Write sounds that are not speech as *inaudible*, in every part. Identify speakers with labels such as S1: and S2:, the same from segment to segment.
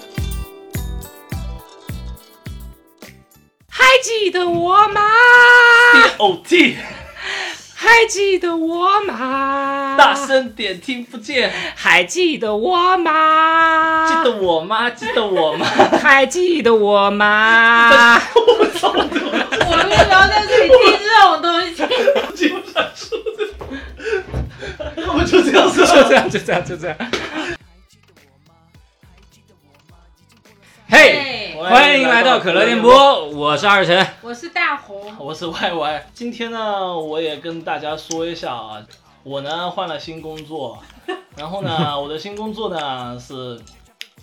S1: *laughs*
S2: OT，
S1: 还记得我吗？
S2: 大声点，听不见，
S1: 还记得我吗？
S2: 记得我吗？记得我吗？
S1: 还记得我吗？
S3: 我们为什么要在这里听这种东西？
S2: 记不下 *laughs* 去了，要不就这样子
S1: *laughs* 就这样，就这样，就 *laughs* 这样。嘿、
S3: 嘿
S1: 欢迎来到可乐电，波，我是二晨。
S3: 我是大红，
S2: 我是 YY。今天呢，我也跟大家说一下啊，我呢换了新工作，然后呢，我的新工作呢是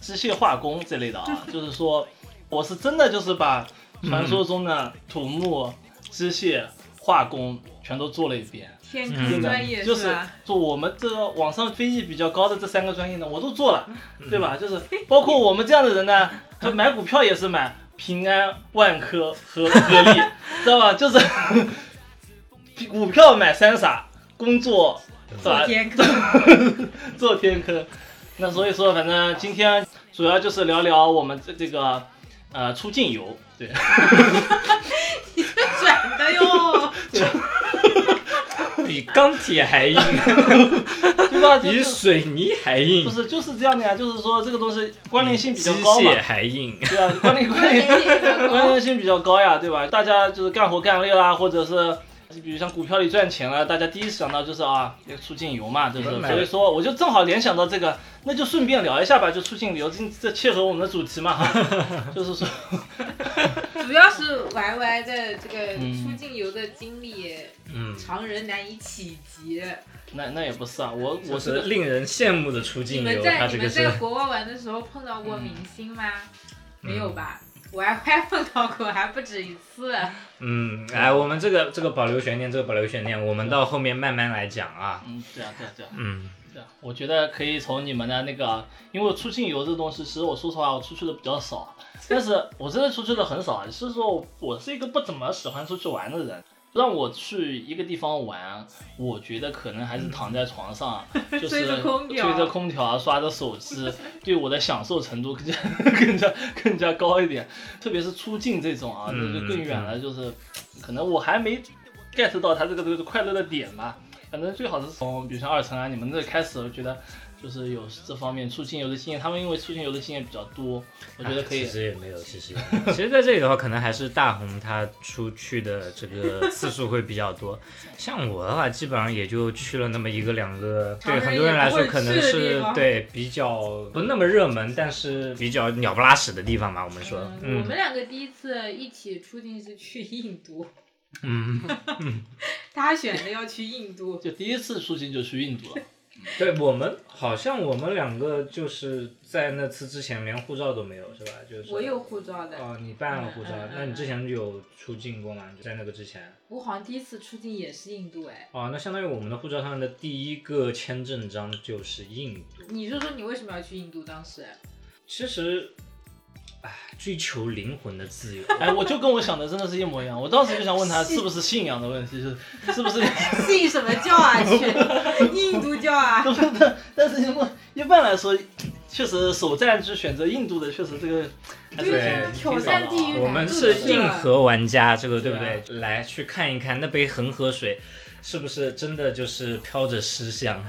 S2: 机械化工这类的啊，就是说我是真的就是把传说中的土木、机械、化工全都做了一遍。
S3: 天
S1: 嗯
S3: 坑专业
S2: 就是
S3: 吧？
S2: 做我们这个网上非议比较高的这三个专业呢，我都做了，
S3: 嗯
S2: 对吧？就是包括我们这样的人呢，就买股票也是买平安、万科和格力， *laughs* 知道吧？就是 *laughs* 股票买三傻，工作是吧
S3: 做？天坑，
S2: 做天坑。那所以说，反正今天主要就是聊聊我们这这个呃出境游，
S3: *laughs*
S2: 对，
S3: 你这转的哟！
S1: 比钢铁还 *laughs* 硬，
S2: 对吧？就
S1: 比
S2: 是
S1: 水泥还
S2: 不
S1: 硬，
S2: 是就是这样的呀？就是说这个东西关联性比
S1: 机
S2: 较高嘛
S1: 械，还硬。
S2: 对啊，关联关
S3: *laughs*
S2: 联。 *laughs* 关联性比较高呀，对吧？大家就是干活干累啦，或者是比如像股票里赚钱了，大家第一想到就是啊，要出境游嘛，对不对？
S1: 嗯
S2: 所以说我就正好联想到这个，那就顺便聊一下吧，就出境游，这这切合我们的主题嘛， *laughs* 就是说， *laughs*
S3: 主要是 Y Y 的这个
S2: 嗯
S3: 出境游的经历，
S1: 嗯，
S3: 常人难以企及。
S2: 那那也不是啊，我我
S1: 我
S2: 是
S1: 是
S2: 个
S1: 令人羡慕的出
S3: 你
S1: 境
S3: 们
S1: 游，
S3: 在
S1: 它
S3: 你
S1: 这个
S3: 们
S1: 是
S3: 在国外玩的时候碰到过明星吗？
S1: 嗯
S3: 没有吧？我还还碰到过，还不止一次。
S1: 嗯，哎，我们这个这个保留悬念，这个保留悬念，我们到后面慢慢来讲啊。
S2: 嗯，对啊，对啊，对啊。
S1: 嗯
S2: 对啊我觉得可以从你们的那个，因为出境游这东西，其实我说实话，我出去的比较少，
S3: *laughs*
S2: 但是我真的出去的很少，啊是说我是一个不怎么喜欢出去玩的人。让我去一个地方玩，我觉得可能还是躺在
S3: *laughs*
S2: 床上，就是
S3: 吹着空调
S2: 吹着空调啊刷着
S3: *laughs*
S2: 手机，对我的享受程度 *laughs* 更加更加更加高一点。特别是出境这种啊，那就更远
S3: 嗯
S2: 了，就是可能我还没 get 到他这个这个快乐的点吧。反正最好是从比如像二层啊，你们这开始，我觉得就是有这方面出境游的经验，他们因为出境游的经验比较
S1: 啊
S2: 多，我觉得可以
S1: 其。实也没有，其实也没有 *laughs* 其实在这里的话，可能还是大红他出去的这个次数会比较多。像我的话，基本上也就去了那么一个两个，
S3: 常
S1: 对
S3: 人
S1: 很多人来说可能
S3: 也不会去的
S1: 是
S3: 地方
S1: 对比较不那么热门，但是比较鸟不拉屎的地方嘛。我们说，
S3: 嗯，我
S1: 嗯
S3: 们两个第一次一起出境是去印度，
S1: 嗯，
S3: 他选的要去印度。
S2: 就第一次出境就去印度了，
S1: 对我们好像我们两个就是在那次之前连护照都没有是吧？就是
S3: 我有护照的，
S1: 哦，你办了护照
S3: 嗯嗯，嗯
S1: 那你之前有出境过吗？就在那个之前。
S3: 我好像第一次出境也是印度哎。
S1: 哦，那相当于我们的护照上的第一个签证章就是印度。
S3: 你说说你为什么要去印度？当时
S1: 其实，哎，追求灵魂的
S3: *laughs*
S1: 自由。
S2: 哎，我就跟我想的真的是一模一样。我当时就想问他是不是信仰的问题，就是
S1: *laughs*
S2: 是不是
S3: 信什么教啊？去 *laughs* 印度教啊？
S2: 但是我一般来说，确实首战去选择印度的，确实这个还是
S1: 对
S2: 挺
S3: 挑战地狱
S1: 我们是硬核玩家，这个对不对？
S3: 啊
S1: 来去看一看那杯恒河水，是不是真的就是飘着尸香？ *laughs*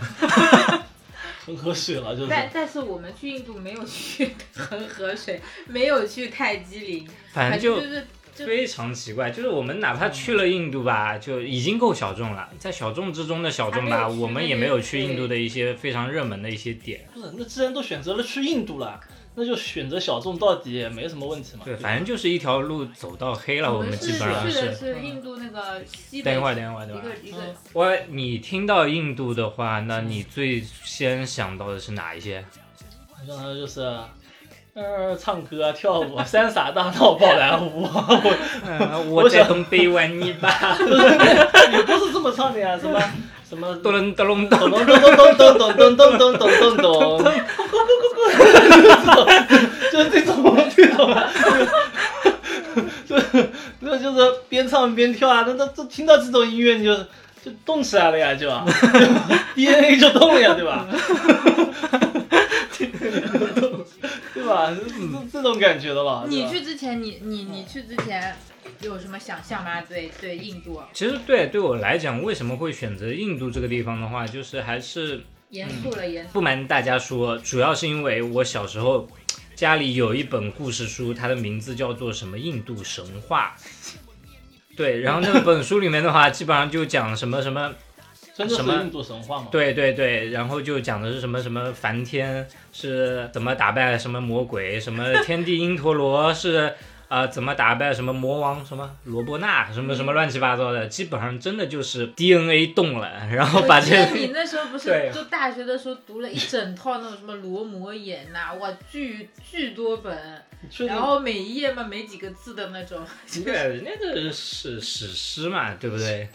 S2: 很喝水了，就是
S3: 但但是我们去印度没有去 *laughs* 恒河水，没有去泰姬陵，
S1: 反正
S3: 就嗯
S1: 就是
S3: 就
S1: 非常奇怪。就是我们哪怕去了印度吧，就已经够小众了，在小众之中的小众
S3: 还
S1: 吧，
S3: 没有去
S1: 我们也
S3: 那
S1: 没
S3: 边
S1: 有去印度的一些非常热门的一些点。
S2: 不是那既然都选择了去印度了，那就选择小众到底也没什么问题嘛。
S1: 对，反正就是一条路走到黑了，我
S3: 们
S1: 们
S3: 是
S1: 基
S3: 去
S1: 本上
S3: 的
S1: 是。
S3: 是印度那个西北
S1: 等一会儿，
S3: 一
S1: 等一会儿，等一会
S3: 个
S1: 儿。
S3: 一个
S2: 嗯
S1: 我，你听到印度的话，那你最先想到的是哪一些？
S2: 然后就是，呃，唱歌啊、跳舞啊、 *laughs* 三傻大闹宝莱坞啊，我
S1: *laughs* 嗯，
S2: 我想
S1: 东北玩泥
S2: *laughs*
S1: 巴，
S2: 也不是这么唱的呀，什么什么
S1: 咚
S2: 咚
S1: 隆咚隆咚。
S2: 咚咚咚咚咚咚咚咚咚咚咚，就是这种这种，就是那就是边唱边跳啊，那那这听到这种音乐你就就动起来了呀， *laughs* 就啊 DNA 就动了呀，对吧？对对吧？这这这种感觉的
S1: 嗯
S2: 吧？对
S4: 你
S3: 嗯
S2: 吧
S4: 去之前，你你你去之前有什么想象吗？对对，印度
S1: 其实对对我来讲，为什么会选择印度这个地方的话，就是还是
S4: 严肃了严肃。
S1: 不瞒大家说，主要是因为我小时候家里有一本故事书，它的名字叫做什么《印度神话》。对，然后那本书里面的话，基本上就讲什么什么，
S2: 真的
S1: 什
S2: 是
S1: 么
S2: 印度神话嘛？
S1: 对对对，然后就讲的是什么什么梵天是怎么打败什么魔鬼，什么天地因陀罗是呃怎么打败什么魔王什么罗伯纳什么什么乱七八糟的，基本上真的就是 DNA 动了，然后把
S4: 我记
S1: 这
S4: 得你那时候不是
S1: 对
S4: 就大学的时候读了一整套那种什么罗摩衍呐、哇，巨巨多本，
S2: 确实
S4: 然后每一页嘛没几个字的那种。
S1: *laughs* 对人家这是史诗嘛，对不对？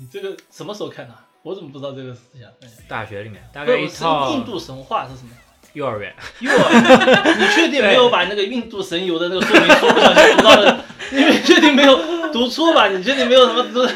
S2: 你这个什么时候看的？我怎么不知道这个事情啊？哎
S1: 大学里面，大
S2: 不
S1: 概
S2: 是，
S1: 一
S2: 我是
S1: 套
S2: 印度神话是
S1: *laughs*
S2: 什么？
S1: 幼儿
S2: *laughs*
S1: 园，
S2: 哟， *laughs* 你确定没有把那个印度神游的那个说明书不小心读到了？你确定没
S1: *laughs*
S2: 有读错吧？你确定没有什么读？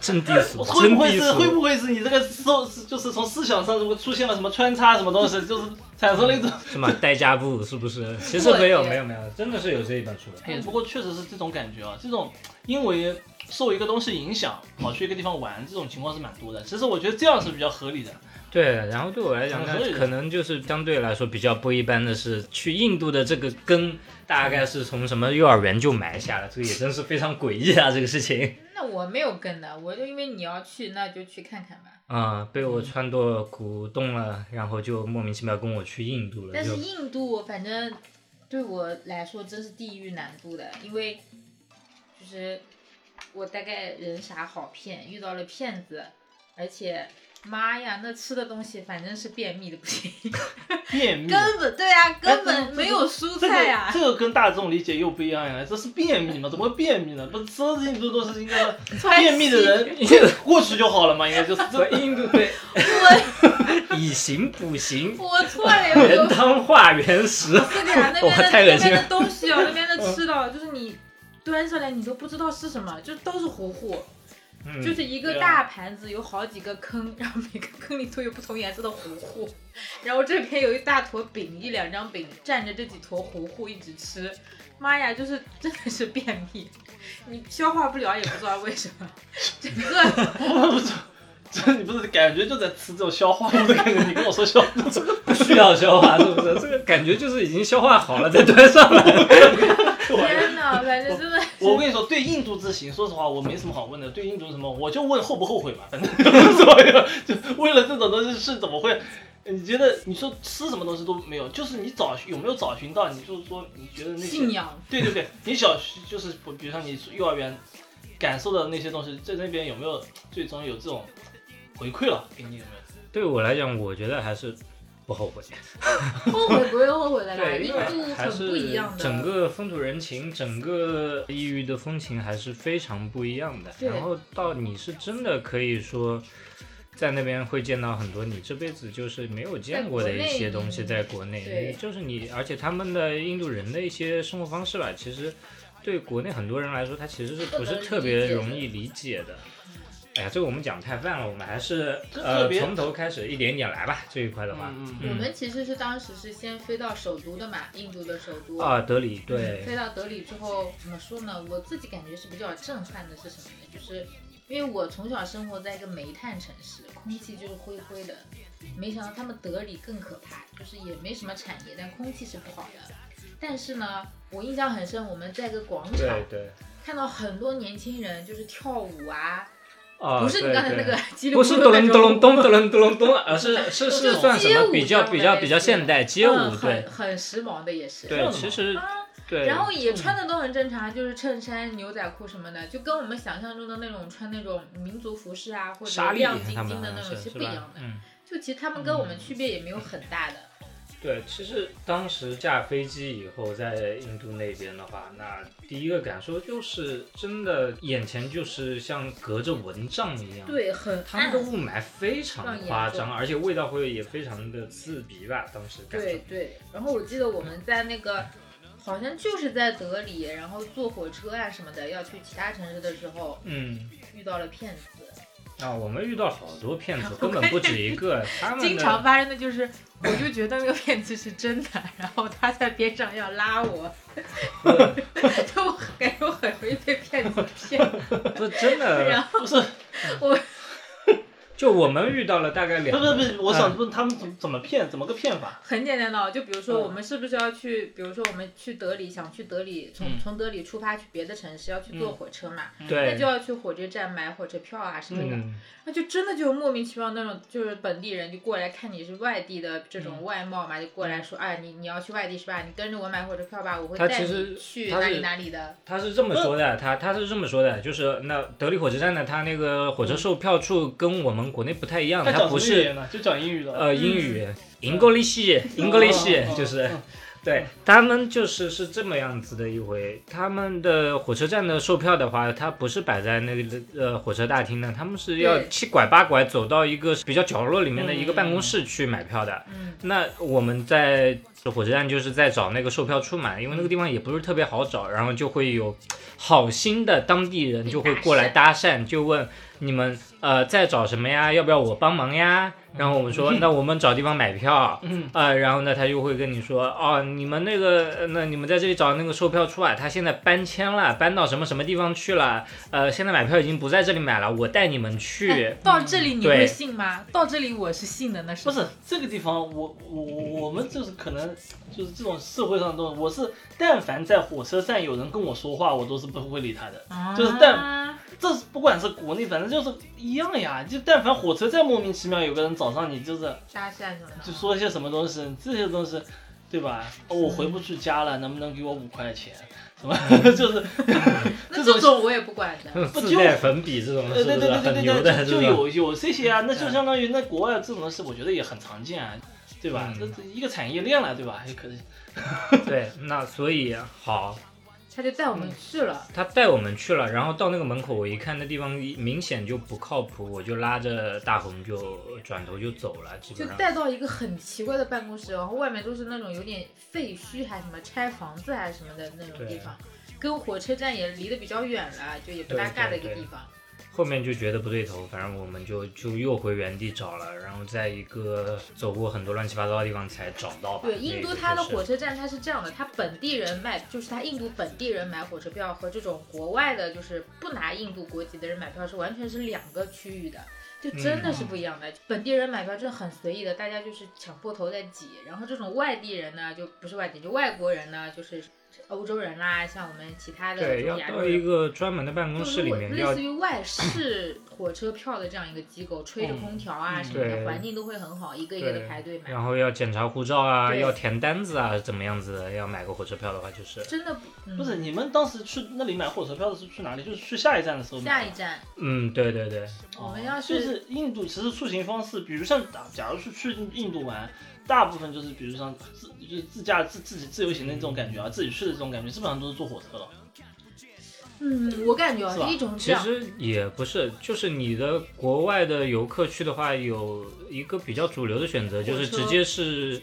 S1: 真低俗，
S2: 会
S1: 真
S2: 不会
S1: 低
S2: 是会
S1: 俗，
S2: 不会是你这个受就是从思想上如果出现了什么穿插什么东西，就是产生了一种。
S1: 什么代家部是不是？其实没有没有没有，真的是有这一本书的。
S2: 哎，不过确实是这种感觉啊，这种因为受一个东西影响跑去一个地方玩，这种情况是蛮多的。其实我觉得这样是比较合理的。
S1: 对，然后对我来讲，
S2: 很合理
S1: 那
S2: 的
S1: 可能就是相对来说比较不一般的是，去印度的这个根大概是从什么幼儿园就埋下了，这个也真是非常诡异啊，这个事情。
S4: 那我没有跟的，我就因为你要去，那就去看看吧。
S1: 啊、被我撺掇鼓动了，然后就莫名其妙跟我去印度了，
S4: 但
S1: 就是
S4: 印度反正对我来说真是地狱难度的，因为就是我大概人傻好骗，遇到了骗子，而且妈呀，那吃的东西反正是便秘的不行，
S2: 便秘，
S4: 根本对啊，根
S2: 这个
S4: 本没有蔬
S2: 这
S4: 菜
S2: 个
S4: 啊呀、
S2: 这个跟大众理解又不一样呀，这是便秘吗？怎么会便秘呢？不是吃了印度都是应该
S4: 川
S2: 便秘的人过去就好了嘛，应该就是这
S1: 对印度对，*laughs*
S4: 我
S1: 以形补形，
S4: 我错了，我
S1: 原
S4: 有
S1: 汤化原食。
S4: 是的呀，那
S1: *laughs* 我
S4: 边的
S1: 太恶
S4: 那
S1: 心
S4: 边
S1: 了
S4: 的东西哦，那边的吃的哦，就是你端上来你都不知道是什么，就都是糊糊。
S1: 嗯
S4: 就是一个
S2: 对啊
S4: 大盘子，有好几个坑，然后每个坑里都有不同颜色的糊糊，然后这边有一大坨饼，一两张饼蘸着这几坨糊糊一直吃，妈呀，就是真的是便秘，你消化不了也不知道为什么， *laughs* 整个
S2: *laughs* 不是，这你不是感觉就在吃这种消化物的感觉？你跟我说消化物，
S1: 不需要消化，是不是？这个感觉就是已经消化好了再端上来。
S2: 啊
S4: 天哪，反正真的
S2: 我跟你说，对印度之行，说实话我没什么好问的。对印度什么，我就问后不后悔吧，反正就是这玩意儿就为了这种东西是怎么会？你觉得你说吃什么东西都没有，就是你找有没有找寻到？你就是说你觉得那些
S4: 信仰。
S2: 对对对，你小学就是不比如像你幼儿园感受的那些东西，在那边有没有最终有这种回馈了？给你有没有？
S1: 对我来讲，我觉得还是不后悔。
S4: 后悔不会后悔的啦，
S1: 对，
S4: 印
S1: 因为
S4: 度
S1: 还
S4: 很不一
S1: 是
S4: 样的。
S1: 整个风土人情，整个异域的风情还是非常不一样的。
S4: 对
S1: 然后到你是真的可以说。在那边会见到很多你这辈子就是没有见过的一些东西，在
S4: 在
S1: 国内
S4: 对
S1: 就是你，而且他们的印度人的一些生活方式吧，其实对国内很多人来说，他其实是不是特别容易理解的。哎呀，这个我们讲太泛了，我们还是
S2: 这特
S1: 呃
S2: 别
S1: 从头开始一点点来吧。这一块的话，
S2: 嗯
S4: 我们其实是当时是先飞到首都的嘛，印度的首都。
S1: 啊，德里对，
S4: 飞到德里之后，怎么说呢？我自己感觉是比较震撼的是什么呢？就是因为我从小生活在一个煤炭城市，空气就是灰灰的。没想到他们德里更可怕，就是也没什么产业，但空气是不好的。但是呢，我印象很深，我们在一个广场
S1: 对对。
S4: 看到很多年轻人就是跳舞啊，
S1: 啊，
S4: 不是你
S1: 对
S4: 刚才那
S1: 对
S4: 个 *laughs* 激流
S1: 不是
S4: 勇
S1: 咚
S4: 那
S1: 隆
S4: 种
S1: 咚隆咚咚隆咚隆咚，而
S4: *laughs*
S1: 是是
S4: 就是是
S1: 算什
S4: 街
S1: 么
S4: 舞
S1: 比较
S4: 上的
S1: 比较
S4: 类
S1: 比较
S4: 似
S1: 现代街舞
S4: 嗯，
S1: 对
S4: 很很时髦的也是。
S1: 对，其实
S4: 啊，
S1: 对，
S4: 然后也穿的都很正常，啊就是衬衫、牛仔裤什么的，就跟我们想象中的那种穿那种民族服饰啊，或
S1: 沙
S4: 者
S1: 粒
S4: 亮晶
S1: 他
S4: 晶
S1: 们
S4: 的
S1: 好
S4: 那
S1: 像
S4: 种
S1: 是
S4: 是
S1: 是
S4: 不一
S1: 吧
S4: 样的。
S1: 嗯，
S4: 就其实他们跟我们区别也没有很大的。
S1: 对，其实当时下飞机以后，在印度那边的话，那第一个感受就是真的眼前就是像隔着蚊帐一样，，
S4: 对，很
S1: 嗯他
S4: 暗
S1: 们的。雾霾非常
S4: 让眼
S1: 夸
S4: 重
S1: 张，而且味道会也非常的刺鼻吧，当时感
S4: 对
S1: 受。
S4: 对，然后我记得我们在那个，好像就是在德里，然后坐火车啊什么的要去其他城市的时候，
S1: 嗯，
S4: 遇到了骗子，
S1: 啊，我们遇到好多骗子，根本不止一
S4: *laughs*
S1: 个，他们的
S4: 经常发生的就是，我就觉得那个骗子是真的， *laughs* 然后他在边上要拉我， *laughs* 就我感觉我很容易被骗子骗。
S1: 这真
S4: 然
S1: 的
S4: 后
S1: *laughs*
S2: 不是
S4: 我
S1: 就我们遇到了大概
S2: 不
S1: 两
S2: 是不
S1: 个，
S2: 是，我想问他们怎么怎么骗，怎么个骗法？
S4: 很简单的，就比如说
S2: 嗯
S4: 我们是不是要去，比如说我们去德里，想去德里，从、
S2: 嗯
S4: 从德里出发去别的城市，要去坐火车嘛，
S1: 嗯
S4: 那
S1: 对
S4: 就，要去火车站买火车票啊什么的。
S1: 嗯，
S4: 那就真的就莫名其妙那种，就是本地人就过来看你是外地的这种外貌嘛，就过来说，哎，你你要去外地是吧？你跟着我买火车票吧，我会
S1: 他
S4: 带
S1: 其
S4: 你
S1: 实
S4: 去
S1: 他
S4: 哪里
S1: 是
S4: 哪里的。
S1: 他是这么说的，他他是这么说的，就是那德里火车站呢，他那个火车售票处跟我们国内不太一样，
S2: 他
S1: 嗯他
S2: 讲
S1: 不
S2: 什么语
S1: 是
S2: 言呢？就讲英语的。
S1: 呃英语，English
S2: 哦
S1: English
S2: 哦
S1: 就是
S2: 哦
S1: 对他们就是是这么样子的一回，他们的火车站的售票的话，它不是摆在那个呃火车大厅的，他们是要
S4: 对
S1: 七拐八拐走到一个比较角落里面的一个
S2: 嗯
S1: 办公室去买票的。
S4: 嗯，
S1: 那我们在火车站就是在找那个售票处嘛，因为那个地方也不是特别好找，然后就会有好心的当地人就会过来搭讪，就问你们呃在找什么
S2: *laughs*
S1: 呀？要不要我帮忙呀？然后我们说，那我们找地方买票。
S2: 嗯
S1: 啊、然后呢，他就会跟你说，哦，你们那个，呃那你们在这里找那个售票处啊，他现在搬迁了，搬到什么什么地方去了，呃，现在买票已经不在这里买了，我带你们去
S4: 哎。到这里你
S1: 对
S4: 会信吗？到这里我是信的，那是
S2: 不是这个地方，我我我们就是可能就是这种社会上的东西，我是但凡在火车站有人跟我说话，我都是不会理他的。就是但
S4: 啊
S2: 这是不管是国内，反正就是一样呀。就但凡火车站莫名其妙有个人找上你，就是
S4: 搭讪什么的，
S2: 就说一些什么东西，这些东西，对吧？哦，我回不去家了，能不能给我五块钱？什么
S1: 嗯
S2: *laughs* 就是
S4: 那
S2: 这
S4: 这种我也不管的。
S2: 不
S1: 自
S2: 就
S1: 带粉笔这种
S2: 对
S1: 是
S2: 呃对
S1: 不
S2: 对
S1: 是嗯很
S2: 对对对
S1: 牛
S2: 对，
S1: 的？
S2: 就就
S1: 这种
S2: 有有这些啊，那就相当于那国外这种事，我觉得也很常见啊，对吧？
S1: 嗯
S2: 这这一个产业链了，对吧？也可以。
S1: 对，那所以好，
S4: 他就带我
S2: 嗯
S4: 们去了，
S1: 他带我们去了，然后到那个门口，我一看那地方明显就不靠谱，我就拉着大红就转头就走了，基
S4: 就
S1: 本上。
S4: 带到一个很奇怪的办公室，然后外面都是那种有点废墟，还什么拆房子还是什么的那种地
S1: 对
S4: 方，跟火车站也离得比较远了，就也不搭
S1: 对
S4: 嘎
S1: 对
S4: 的一
S1: 对
S4: 个地方。
S1: 后面就觉得不对头，反正我们就就又回原地找了，然后在一个走过很多乱七八糟的地方才找到吧。
S4: 对，印度它的火
S1: 火
S4: 车站它是这样的，它本地人卖，就是它印度本地人买火车票和这种国外的，就是不拿印度国籍的人买票是完全是两个区域的，就真的是
S1: 嗯
S4: 不一样的。本地人买票真的很随意的，大家就是抢破头在挤，然后这种外地人呢，就不是外地，就外国人呢，就是欧洲人啦，像我们其他的
S1: 对，
S4: 这
S1: 要
S4: 种亚
S1: 到
S4: 洲
S1: 一
S4: 人。
S1: 个专门的办公
S4: 就
S1: 室
S4: 是
S1: 里
S4: 类
S1: 面，要
S4: 似于外事火车票的这样一个机构，吹着空调啊
S2: 嗯
S4: 什么的，
S1: 对
S4: 环境都会很好，一个一个的
S1: 对
S4: 排队买。
S1: 然后要检查护照啊，
S4: 对
S1: 要填单子啊，怎么样子的？要买个火车票的话，就是
S4: 真的不、嗯、
S2: 不是你们当时去那里买火车票的是去哪里？就是去下一站的时候买
S4: 下
S2: 的
S4: 一站，
S1: 嗯，对对对，
S4: 我们
S2: 哦
S4: 要
S2: 就是是印度，其实出行方式，比如像打，假如是去印度玩，大部分就是比如像自就是自驾自自己自由行的这种感觉啊，自己去的这种感觉，基本上都是坐火车了。
S4: 嗯，我感觉啊
S2: 是吧
S4: 一种这
S1: 其
S4: 样，
S1: 实也不是，就是你的国外的游客去的话，有一个比较主流的选择，
S4: 火车
S1: 就是直接是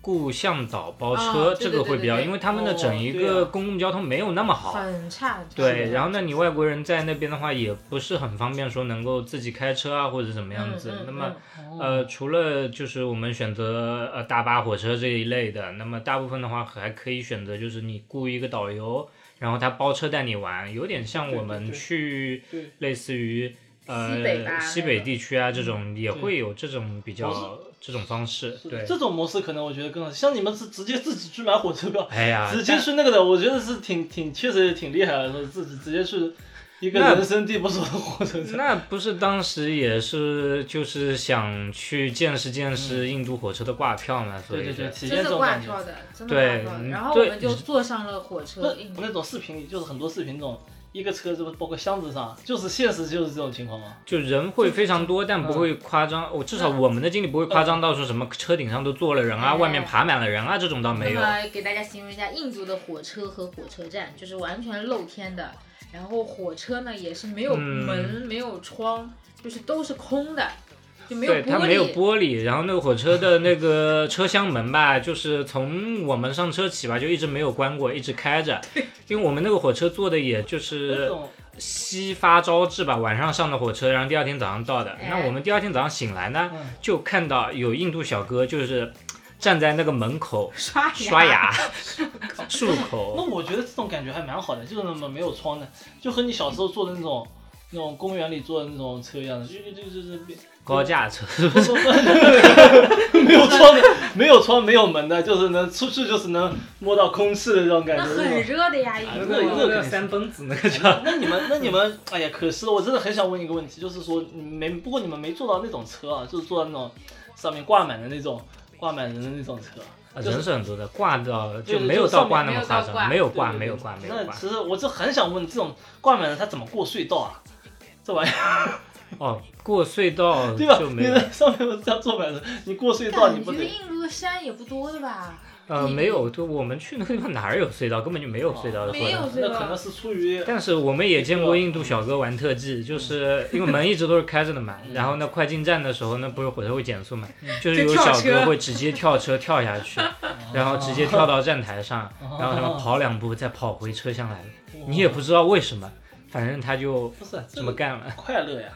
S1: 雇向导包
S4: 啊
S1: 车，
S4: 对
S1: 这个会比
S4: 对对
S1: 较，
S4: 对
S1: 因为他们的整一
S2: 哦对
S1: 个
S2: 啊
S1: 公共交通没有那么好。
S4: 很差很差。
S1: 对，然后那你外国人在那边的话，也不是很方便说能够自己开车啊，或者怎么样子。
S4: 嗯嗯
S1: 那么
S4: 嗯，
S1: 呃，除了就是我们选择呃大巴、火车这一类的，那么大部分的话还可以选择就是你雇一个导游，然后他包车带你玩，有点像我
S2: 对对
S1: 们
S2: 对
S1: 去
S2: 对
S1: 类似于呃
S4: 西北吧
S1: 西
S4: 那
S1: 北
S4: 种
S1: 地区啊这种也
S2: 嗯对
S1: 会有这种比较
S2: 我
S1: 这种方式，对。
S2: 这种模式可能我觉得更像你们是直接自己去买火车票，
S1: 哎呀，
S2: 直接去那个的，我觉得是挺挺确实也挺厉害的，说自己直接去一个
S1: 那
S2: 人生地不熟的火车站。
S1: 那不是当时也是就是想去见识见识印度火车的挂票嘛，所
S2: 嗯
S1: 以
S2: 对对对，
S1: 就
S2: 体验
S4: 真
S2: 这
S4: 的
S2: 种
S4: 挂
S2: 感觉。
S4: 票的，真的
S1: 对
S4: 挂票的。
S1: 嗯
S4: 然后我
S1: 对
S4: 们就坐上了火
S2: 不
S4: 车，
S2: 是
S4: 印
S2: 那种视频里，就是很多视频这种一个车，这不包括箱子上，就是现实就是这种情况吗？
S1: 就人会非常多，但不会夸张。我、至少我们的经历不会夸张到说什么车顶上都坐了人啊，
S4: 哎
S1: 外面爬满了人啊，这种倒
S4: 那
S1: 没有。
S4: 么给大家形容一下印度的火车和火车站，就是完全露天的，然后火车呢也是没
S1: 嗯
S4: 有门、没有窗，就是都是空的，就没有
S1: 对，它
S4: 玻
S1: 没有
S4: 璃。
S1: 玻璃，然后那个火车的那个车厢门吧，就是从我们上车起吧，就一直没有关过，一直开着。因为我们那个火车坐的也就
S2: 那
S1: 是
S2: 种
S1: 西发招致吧，晚上上的火车，然后第二天早上到的。那我们第二天早上醒来呢，
S2: 嗯
S1: 就看到有印度小哥就是站在那个门口
S4: 刷牙
S1: 刷 *laughs* 牙、漱口
S2: *laughs* 那。我觉得这种感觉还蛮好的，就是那么没有窗的，就和你小时候坐的那种那种公园里坐的那种车一样的，就就就就是
S1: 高架
S2: *laughs*
S1: 车，
S2: 不不不 *laughs* 没有窗的，没有窗没有门的，就是能出去就是能摸到空气的那种感
S4: 那
S2: 觉。
S4: 很热的呀，
S2: 那
S4: 英
S2: 个那个肯
S4: 国。
S2: 定
S1: 哦三蹦子那个
S2: 那种那你们那你们，哎呀，可惜了！我真的很想问一个问题，就是说你们没不过你们没坐到那种车啊，就是坐到那种上面挂满的那种挂满人的那种车。
S1: 啊
S2: 就是
S1: 人是很多的，挂到
S2: 对
S1: 就
S2: 对
S1: 没有
S2: 就上
S1: 到
S2: 面
S1: 挂那
S4: 没
S1: 么
S4: 有
S1: 夸
S4: 到挂
S1: 张，没有挂，
S2: 对
S1: 没有
S2: 对
S1: 挂，没有
S2: 那
S1: 挂。
S2: 其实我就很想问，这种挂满了它怎么过隧道啊？这玩意儿
S1: 哦，过隧道
S2: 对吧？
S1: 就没
S2: 你
S1: 有，
S2: 的上面不是要坐满人，你过隧道你
S4: 感
S2: 不
S4: 觉
S2: 得？
S4: 印度的山也不多的吧？
S1: 呃，没有，就我们去那个地方哪儿有隧道，根本就没有隧道的。
S4: 没有
S2: 那
S4: 隧
S2: 可能
S4: 道，
S2: 是出于
S1: 但是我们也见过印度小哥玩特技，就是因为门一直都是开着的嘛，
S2: 嗯
S1: 然后那快进站的时候，那不是火车会减速嘛，就是
S4: 就
S1: 有
S4: 跳
S1: 小
S4: 车
S1: 哥会直接跳车跳下去，然后直接跳到站台上，然后他们跑两步再跑回车厢来，你也不知道为什么，反正他就
S2: 不是
S1: 这么干了。
S2: 快乐呀，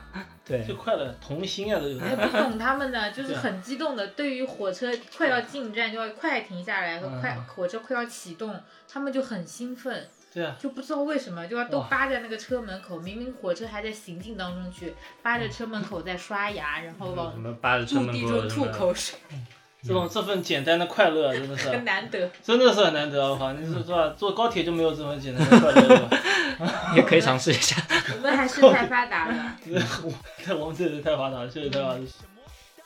S1: 对
S2: 就，快乐童心啊，这种。
S4: 不懂他们的，就是
S2: 对啊
S4: 很激动的。对于火车快要进站就要快停下来和快
S2: 嗯
S4: 火车快要启动，他们就很兴奋，
S2: 对啊，
S4: 就不知道为什么就要都
S2: 哇
S4: 扒在那个车门口。明明火车还在行进当中去，扒着车门口在刷牙，然后
S1: 什
S4: 往
S1: 么扒着车
S4: 陆
S1: 门
S4: 地
S1: 口
S4: 中
S1: 什
S4: 吐
S1: 么
S4: 口水，
S2: 这种这份简单的快乐啊 *laughs* 真的是
S4: 很
S1: *laughs*
S4: 难得。
S2: 真的是很难得，我 *laughs* 靠！你是吧？坐高铁就没有这么简单的快乐了吧？ *laughs*
S1: 也可以尝试一
S4: *laughs*
S1: 下。
S4: 我们还是太发达了。
S2: 我我们这人太发达了，确实太发达了。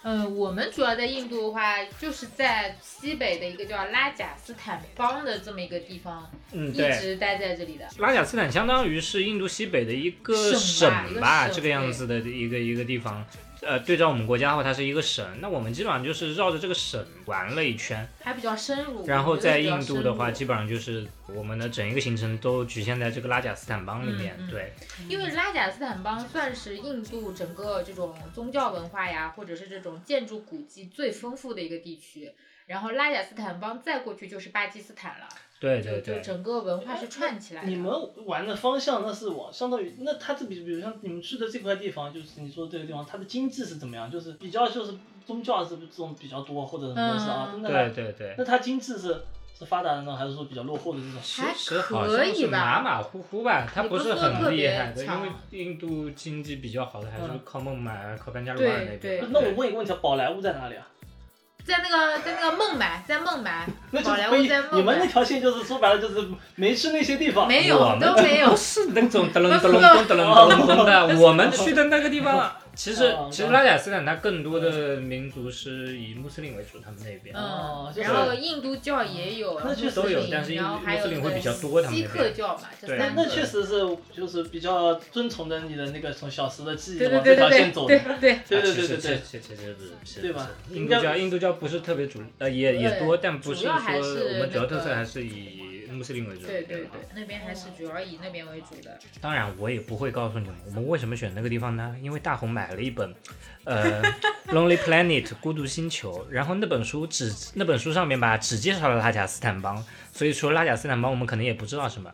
S4: 呃，我们主要在印度的话，就是在西北的一个叫拉贾斯坦邦的这么一个地方，
S1: 嗯，
S4: 一
S1: 对。
S4: 直待在这里的。
S1: 拉贾斯坦相当于是印度西北的一个
S4: 省
S1: 省
S4: 吧一个
S1: 吧，
S4: 省
S1: 这个样
S4: 对
S1: 子的一个一个地方。呃，对照我们国家的话，它是一个省，那我们基本上就是绕着这个省玩了一圈，
S4: 还比较深入。
S1: 然后
S4: 我觉得
S1: 在
S4: 比较
S1: 印度的话，
S4: 深
S1: 基本上就是我们的整一个行程都局限在这个拉贾斯坦邦里面。
S4: 嗯嗯
S1: 对，
S4: 入因为拉贾斯坦邦算是印度整个这种宗教文化呀，或者是这种建筑古迹最丰富的一个地区。然后拉贾斯坦邦再过去就是巴基斯坦了，
S1: 对
S4: 就
S1: 对
S4: 就
S1: 对。
S4: 整个文化是串起来的。
S2: 你们玩的方向那是往相当于那它这比比如像你们去的这块地方，就是你说这个地方它的经济是怎么样？就是比较就是宗教是不是这种比较多或者什么东西啊？
S4: 嗯
S2: 那
S1: 对
S2: 它
S1: 对对，
S2: 那它经济是是发达的呢，还是说比较落后的这种？
S1: 其
S4: 还
S1: 实好
S4: 可
S1: 像
S4: 以
S1: 是马
S4: 吧
S1: 马虎虎吧，它
S4: 也
S1: 不
S4: 不
S1: 是
S4: 算特
S1: 很厉
S4: 别
S1: 害的，因
S4: 强
S1: 为印度经济比较好的还是
S2: 嗯
S1: 靠孟买啊、靠班加罗
S4: 对
S1: 尔那边。
S4: 对
S2: 那我问一个问题啊，宝莱坞在哪里啊？
S4: 在那个在那个孟买，在孟买， *laughs*
S2: 那就
S4: 宝
S2: 是
S4: 莱
S2: 非
S4: 坞在
S2: 你
S4: 孟
S2: 们那
S4: 买，
S2: 条线就是说白了就是没去那些地方。
S4: 没
S1: 我
S4: 有
S1: 们
S4: 都没有
S1: 不。是那种噔噔噔噔噔噔噔
S4: *laughs*
S1: 的，我们去的那个地方，啊其
S4: 嗯
S1: 实
S2: 哦
S1: 其实拉贾斯坦它更多的民族是以穆斯林为主，他们那边。
S2: 哦
S4: 嗯，
S2: 就是
S4: 然后印度教也有，
S2: 那确实
S4: 穆斯
S1: 有
S4: 林
S1: 但是印
S4: 然后还
S1: 穆
S4: 有
S1: 斯林会
S4: 这
S1: 比较
S4: 个
S1: 多他们
S4: 锡
S1: 那
S4: 克
S1: 边
S4: 教嘛，这
S1: 对
S2: 那
S4: 三
S2: 那
S4: 个
S2: 确实是就是比较遵从着你的那个从小时的记忆
S4: 对对
S2: 往
S4: 对
S2: 这条
S4: 对
S2: 线
S4: 对
S2: 走的。
S4: 对对，
S2: 对对对对对，
S1: 其啊实其实不是，其实
S2: 对吧
S1: 不是印度教印度教不是特别主，呃也也多，但不
S4: 主
S1: 说
S4: 要还是
S1: 我们主要特
S4: 那
S1: 色
S4: 个
S1: 还是以穆斯林为主。
S4: 对对对，那边还是主要以那边为主的。
S1: 当然，我也不会告诉你们我们为什么选那个地方呢？因为大红买了一本，呃，《Lonely Planet》孤独星球，然后那本书只那本书上面吧，只介绍了拉贾斯坦邦，所以说拉贾斯坦邦我们可能也不知道什么，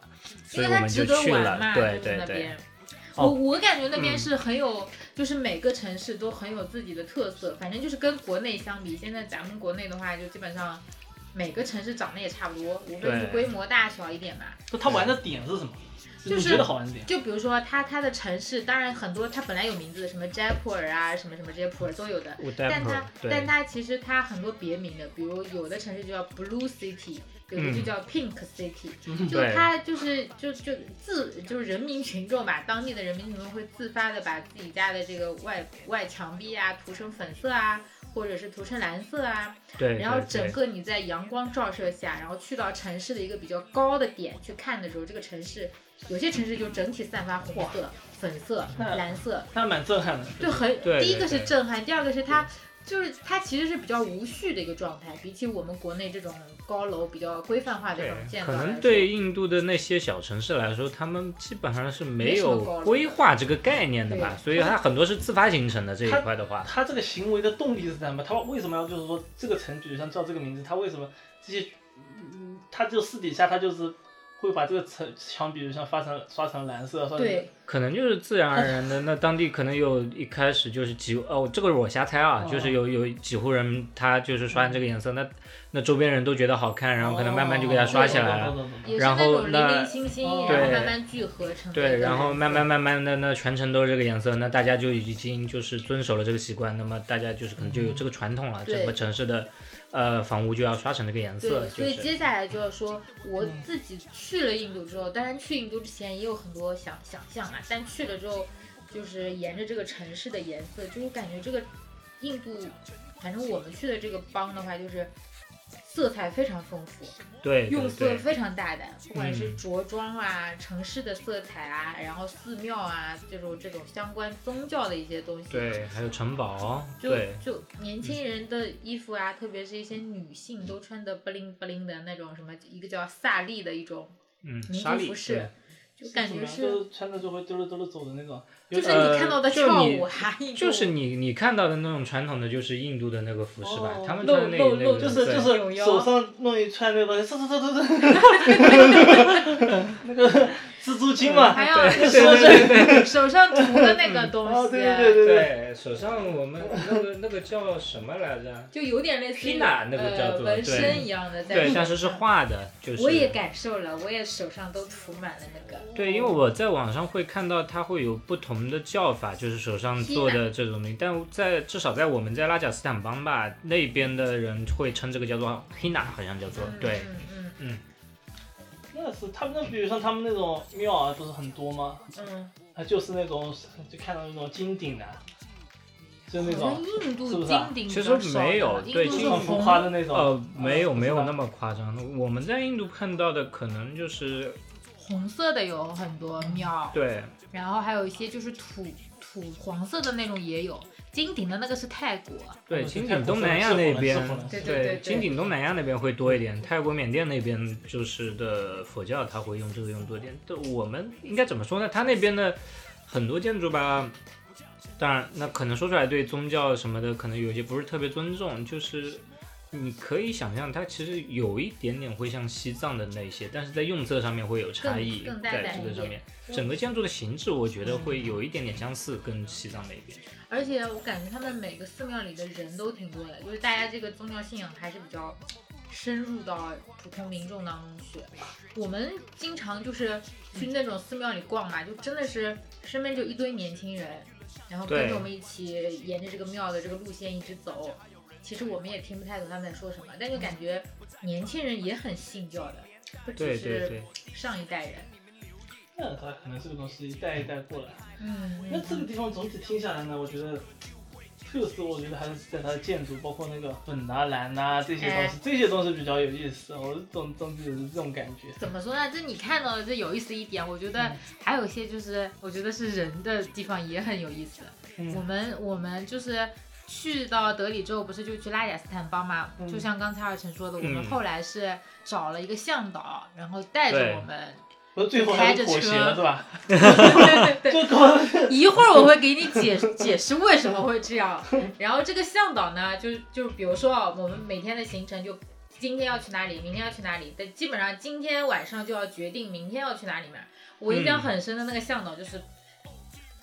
S1: 所
S4: 因
S1: 以
S4: 为
S1: 我
S4: 它
S1: 们
S4: 值
S1: 就
S4: 得
S1: 去
S4: 玩
S1: 了。
S4: 嘛，
S1: 对
S4: 就是
S1: 对
S4: 那
S1: 对
S4: 边，。
S1: 哦嗯
S4: 我我感觉那边是很有，就是每个城市都很有自己的特色。反正就是跟国内相比，现在咱们国内的话，就基本上每个城市长得也差不多，无非
S1: 对
S4: 是规模大小一点嘛。
S2: 那他玩的点是什么？
S4: 就是
S2: 你觉得好玩的点？
S4: 就比如说它它的城市，当然很多它本来有名字的，什么斋普尔啊，什么什么这些普洱都有的。
S1: 我
S4: 但
S1: Dapper，
S4: 它但
S1: 对，
S4: 它其实它很多别名的，比如有的城市就叫 Blue City，有的就
S1: 嗯
S4: 叫 Pink City，、
S2: 嗯
S4: 就
S1: 对
S4: 它就是就就自就是人民群众吧，当地的人民群众会自发的把自己家的这个外外墙壁啊涂成粉色啊，或者是涂成蓝色啊，
S1: 对，
S4: 然后
S1: 对
S4: 整个你在阳光照射下，然后去到城市的一个比较高的点去看的时候，这个城市有些城市就整体散发红色、粉
S1: *laughs*
S4: 色、
S2: 那
S4: 蓝色，
S2: 他蛮震撼的。
S4: 就很
S1: 对对
S4: 第一个是
S1: 对嗯
S4: 震撼，第二个是它就是它其实是比较无序的一个状态，比起我们国内这种高楼比较规范化的这种
S1: 对，
S4: 建
S1: 可
S4: 造来
S1: 能
S4: 说
S1: 对印度的那些小城市来说，他们基本上是没
S4: 没什么
S1: 有
S4: 高楼
S1: 规划这个概念的吧，
S4: 对
S1: 所以它很多是自发形成的这一
S2: 它
S1: 块的话，
S2: 他这个行为的动力是什么？他为什么要就是说这个城，比如像叫这个名字，他为什么这些，嗯，他就私底下他就是会把这个城墙，比如像发成刷成蓝色，刷成
S4: 对
S1: 可能就是自然而然的。那当地可能有一开始就是几哦，这个是我瞎猜啊，
S4: 哦
S1: 就是有有几户人他就是刷这个颜色，那那周边人都觉得好看，然后可能慢慢就给他
S4: 哦
S1: 刷起来了。
S2: 了。
S4: 也是
S1: 然
S4: 那
S1: 后
S4: 种零
S1: 那
S4: 零星星，
S2: 哦
S4: 然后
S1: 对
S4: 慢慢聚合成为一
S1: 对，
S4: 个
S1: 然后
S4: 人
S1: 慢慢慢慢的，那全程都是这个颜色，那大家就已经就是遵守了这个习惯，那么大家就是可能就有这个传统了，
S4: 嗯对
S1: 整个城市的呃房屋就要刷成这个颜色，
S4: 对，
S1: 就
S4: 所以
S1: 是
S4: 接下来就要说，我自己去了印度之后，当然去印度之前也有很多想想象啊，但去了之后，就是沿着这个城市的颜色，就是感觉这个印度，反正我们去的这个邦的话，就是色彩非常丰富，
S1: 对对
S4: 用色
S1: 对
S4: 非常大胆，不管是
S1: 嗯
S4: 着装啊、城市的色彩啊，然后寺庙啊这种这种相关宗教的一些东西，
S1: 对，还有城堡，
S4: 就
S1: 对
S4: 就年轻人的衣服啊，特别是一些女性都穿的不灵不灵的那种什么，一个叫萨利的一种，
S1: 嗯，
S4: 民
S1: 沙
S4: 族
S1: 粒
S4: 服饰
S1: 对
S4: 就感觉是，
S2: 就穿着就会嘚了嘚了走的那种，
S4: 就是
S1: 呃
S4: 你看到的
S1: 就
S4: 跳
S1: 你
S4: 舞啊，一种
S1: 就是你你看到的那种传统的，就是印度的那个服饰吧，他们
S2: 哦露
S1: 穿的那
S2: 露
S1: 那
S2: 露
S1: 个
S2: 就是
S1: 对
S2: 就
S4: 有
S2: 是
S4: 腰
S2: 手上弄一串那个东西，嗖嗖嗖嗖嗖，那个蜘蛛精嘛，
S4: 还
S1: 对嗯
S4: 要
S2: 对
S4: 手
S2: 对
S4: 上手上涂的那个东
S2: 哦
S4: 西，啊
S2: 对对对对，
S1: 对手上我们那个那个叫什么来着？
S4: 就有点类似于
S1: Henna 那个叫
S4: 呃
S1: 做
S4: 纹
S1: 对
S4: 身一样的在
S1: 对，
S4: 手
S1: 但是是
S4: 上。
S1: 画的，就是
S4: 我也感受了，我也手上都涂满了那个。
S1: 对，因为我在网上会看到它会有不同的叫法，就是手上做的这种东西，但在至少在我们在拉贾斯坦邦吧那边的人会称这个叫做 henna，好像叫做
S4: 嗯
S1: 对，
S4: 嗯嗯
S2: 那是他们那比如像他们那种庙啊，不是很多吗？
S4: 嗯，
S2: 他就是那种就看到那种金顶的，就那
S4: 好像
S2: 种
S4: 印度
S2: 是不是啊
S4: 金顶
S1: 其
S4: 比较
S1: 实
S4: 少
S1: 没
S4: 的
S1: 有
S4: 吧
S1: 对
S4: 印度
S1: 金
S4: 是
S1: 顶
S2: 很浮
S4: 红
S2: 夸的那种，
S1: 呃，没有没有那
S2: 么
S1: 么夸张。我们在印度看到的可能就是
S4: 红色的有很多庙，
S1: 对，
S4: 然后还有一些就是土土黄色的那种也有，金顶的那个是泰国，
S1: 对，
S2: 嗯
S1: 金
S2: 泰
S1: 顶
S2: 国
S1: 东
S2: 是
S1: 南亚
S2: 是
S1: 那
S2: 红
S1: 边
S2: 是红的，
S4: 对对对
S1: 对，金顶东南亚那边会多一点，泰国、缅甸那边就是的佛教，他会用这个用多一点。对，我们应该怎么说呢？他那边的很多建筑吧，当然，那可能说出来对宗教什么的，可能有些不是特别尊重，就是。你可以想象，它其实有一点点会像西藏的那些，但是在用色上面会有差
S4: 更
S1: 异
S4: 更，大
S1: 在
S4: 胆
S1: 这
S4: 一
S1: 个上
S4: 点嗯
S1: 面，整个建筑的形制，我觉得会有一点点相似，跟西藏那边。
S4: 而且我感觉他们每个寺庙里的人都挺多的，就是大家这个宗教信仰还是比较深入到普通民众当中去。我们经常就是去那种寺庙里逛嘛，就真的是身边就一堆年轻人，然后跟
S1: 对
S4: 着我们一起沿着这个庙的这个路线一直走。其实我们也听不太懂他们在说什么，但就感觉年轻人也很信教的，不只
S1: 对对
S4: 是
S1: 对，
S4: 上一代人。
S2: 那他可能这个东西一代一代过来。
S4: 嗯，
S2: 那这个地方总体听下来呢，我觉得特色，我觉得还是在它的建筑，包括那个粉啊、蓝啊这些东西，这些东西比较有意思。我总总体是这种感觉。
S4: 怎么说呢？这你看到的这有意思一点，我觉
S1: 嗯
S4: 得还有一些就是，我觉得是人的地方也很有意思。
S1: 啊
S2: 嗯
S4: 我们我们就是去到德里之后，不是就去拉贾斯坦邦嘛？
S2: 嗯
S4: 就像刚才二晨说的，我们
S1: 嗯
S4: 后来是找了一个向导，然后带着
S1: 对
S4: 我们。 *laughs*
S2: 不是最后还是妥协了是吧？
S4: 对
S2: 就搞得
S4: 一会儿我会给你解解释 *laughs* 为什么会这样。然后这个向导呢，就就比如说啊，我们每天的行程就今天要去哪里，明天要去哪里，但基本上今天晚上就要决定明天要去哪里面。我印象很深的那个向导就是，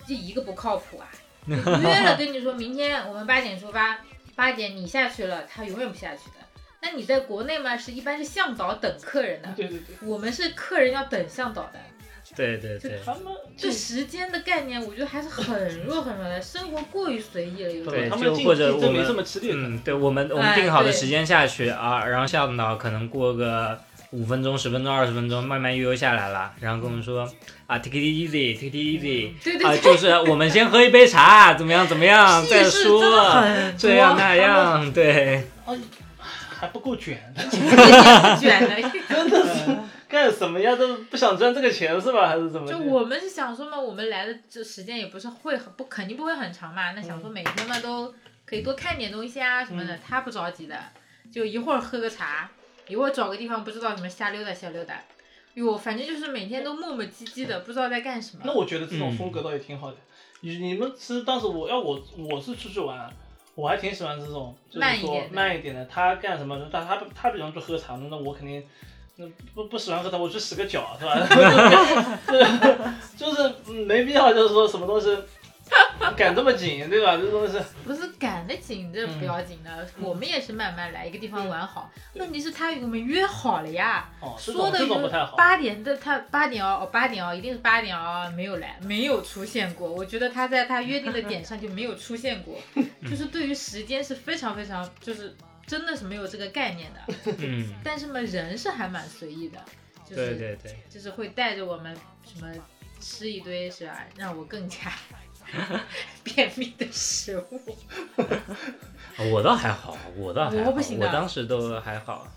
S4: 这一个不靠谱啊，就约了跟你说明天我们八点出发，八点你下去了，他永远不下去的。那你在国内嘛，是一般是向导等客人的，
S2: 对对对，
S4: 我们是客人要等向导的。
S1: 对对对。
S2: 他们
S4: 这时间的概念，我觉得还是很弱很弱的，生活过于随意了，有点。
S1: 对
S2: 他们
S1: 就
S2: 竞
S1: 或者
S2: 竞争
S1: 我
S2: 没
S1: 们
S2: 这么激烈。
S1: 嗯，对，我们我们
S4: 哎
S1: 定好的
S4: 对
S1: 时间下去啊，然后向导可能过个五分钟、十分钟、二十分钟，慢慢悠悠下来了，然后跟我们说啊，take it easy，take it easy，
S4: 嗯对对
S1: 啊，
S4: 对，
S1: 就是我们先喝一杯茶，怎么样怎么样，
S4: 屁
S1: 再
S4: 事真的
S1: 说，
S4: 很
S1: 这样那
S4: *laughs*
S1: 样，对，
S2: 还不够卷，
S1: *laughs*
S4: 卷的。
S2: 真的是干什么呀？都不想赚这个钱是吧？还是怎么的？
S4: 嗯就我们是想说嘛，我们来的这时间也不是会很不肯定不会很长嘛，那想
S1: 嗯
S4: 说每天嘛都可以多看点东西啊什么的，他不着急的，就一会儿喝个茶，一会儿找个地方不知道什么瞎溜达瞎溜达。哟，反正就是每天都磨磨唧唧的，不知道在干什么。
S2: 那我觉得这种风
S1: 嗯
S2: 格倒也挺好的。你你们其实当时我要我我是出去玩啊，我还挺喜欢这种就是
S4: 慢一
S2: 说
S4: 点的
S2: 慢一点的。他干什么？但他他比方说喝茶，那我肯定嗯不不喜欢喝汤，我去洗个脚是吧？ *laughs* 就是就是嗯没必要，就是说什么东西赶这么紧，对吧？这东西
S4: 不是赶得紧，这不要紧的，我们也是慢慢来，一个地方玩好。
S2: 嗯
S4: 问题是他与我们约好了呀，
S2: 哦，这
S4: 说
S2: 种
S4: 的
S2: 这种不
S4: 就
S2: 太
S4: 是
S2: 好。
S4: 八点的他八点哦，哦八点哦，一定是八点哦，没有来，没有出现过。我觉得他在他约定的点上就没有出
S2: *laughs*
S4: 现过，就是对于时间是非常非常，就是真的是没有这个概念的。
S1: 嗯，
S4: 但是嘛，人是还蛮随意的，就
S1: 对
S4: 是
S1: 对对，
S4: 就是会带着我们什么吃一堆是吧，让我更加 *laughs* 便秘的食物。
S1: 我倒还好，我倒还好，
S4: 我不行的
S1: 我当时都还好，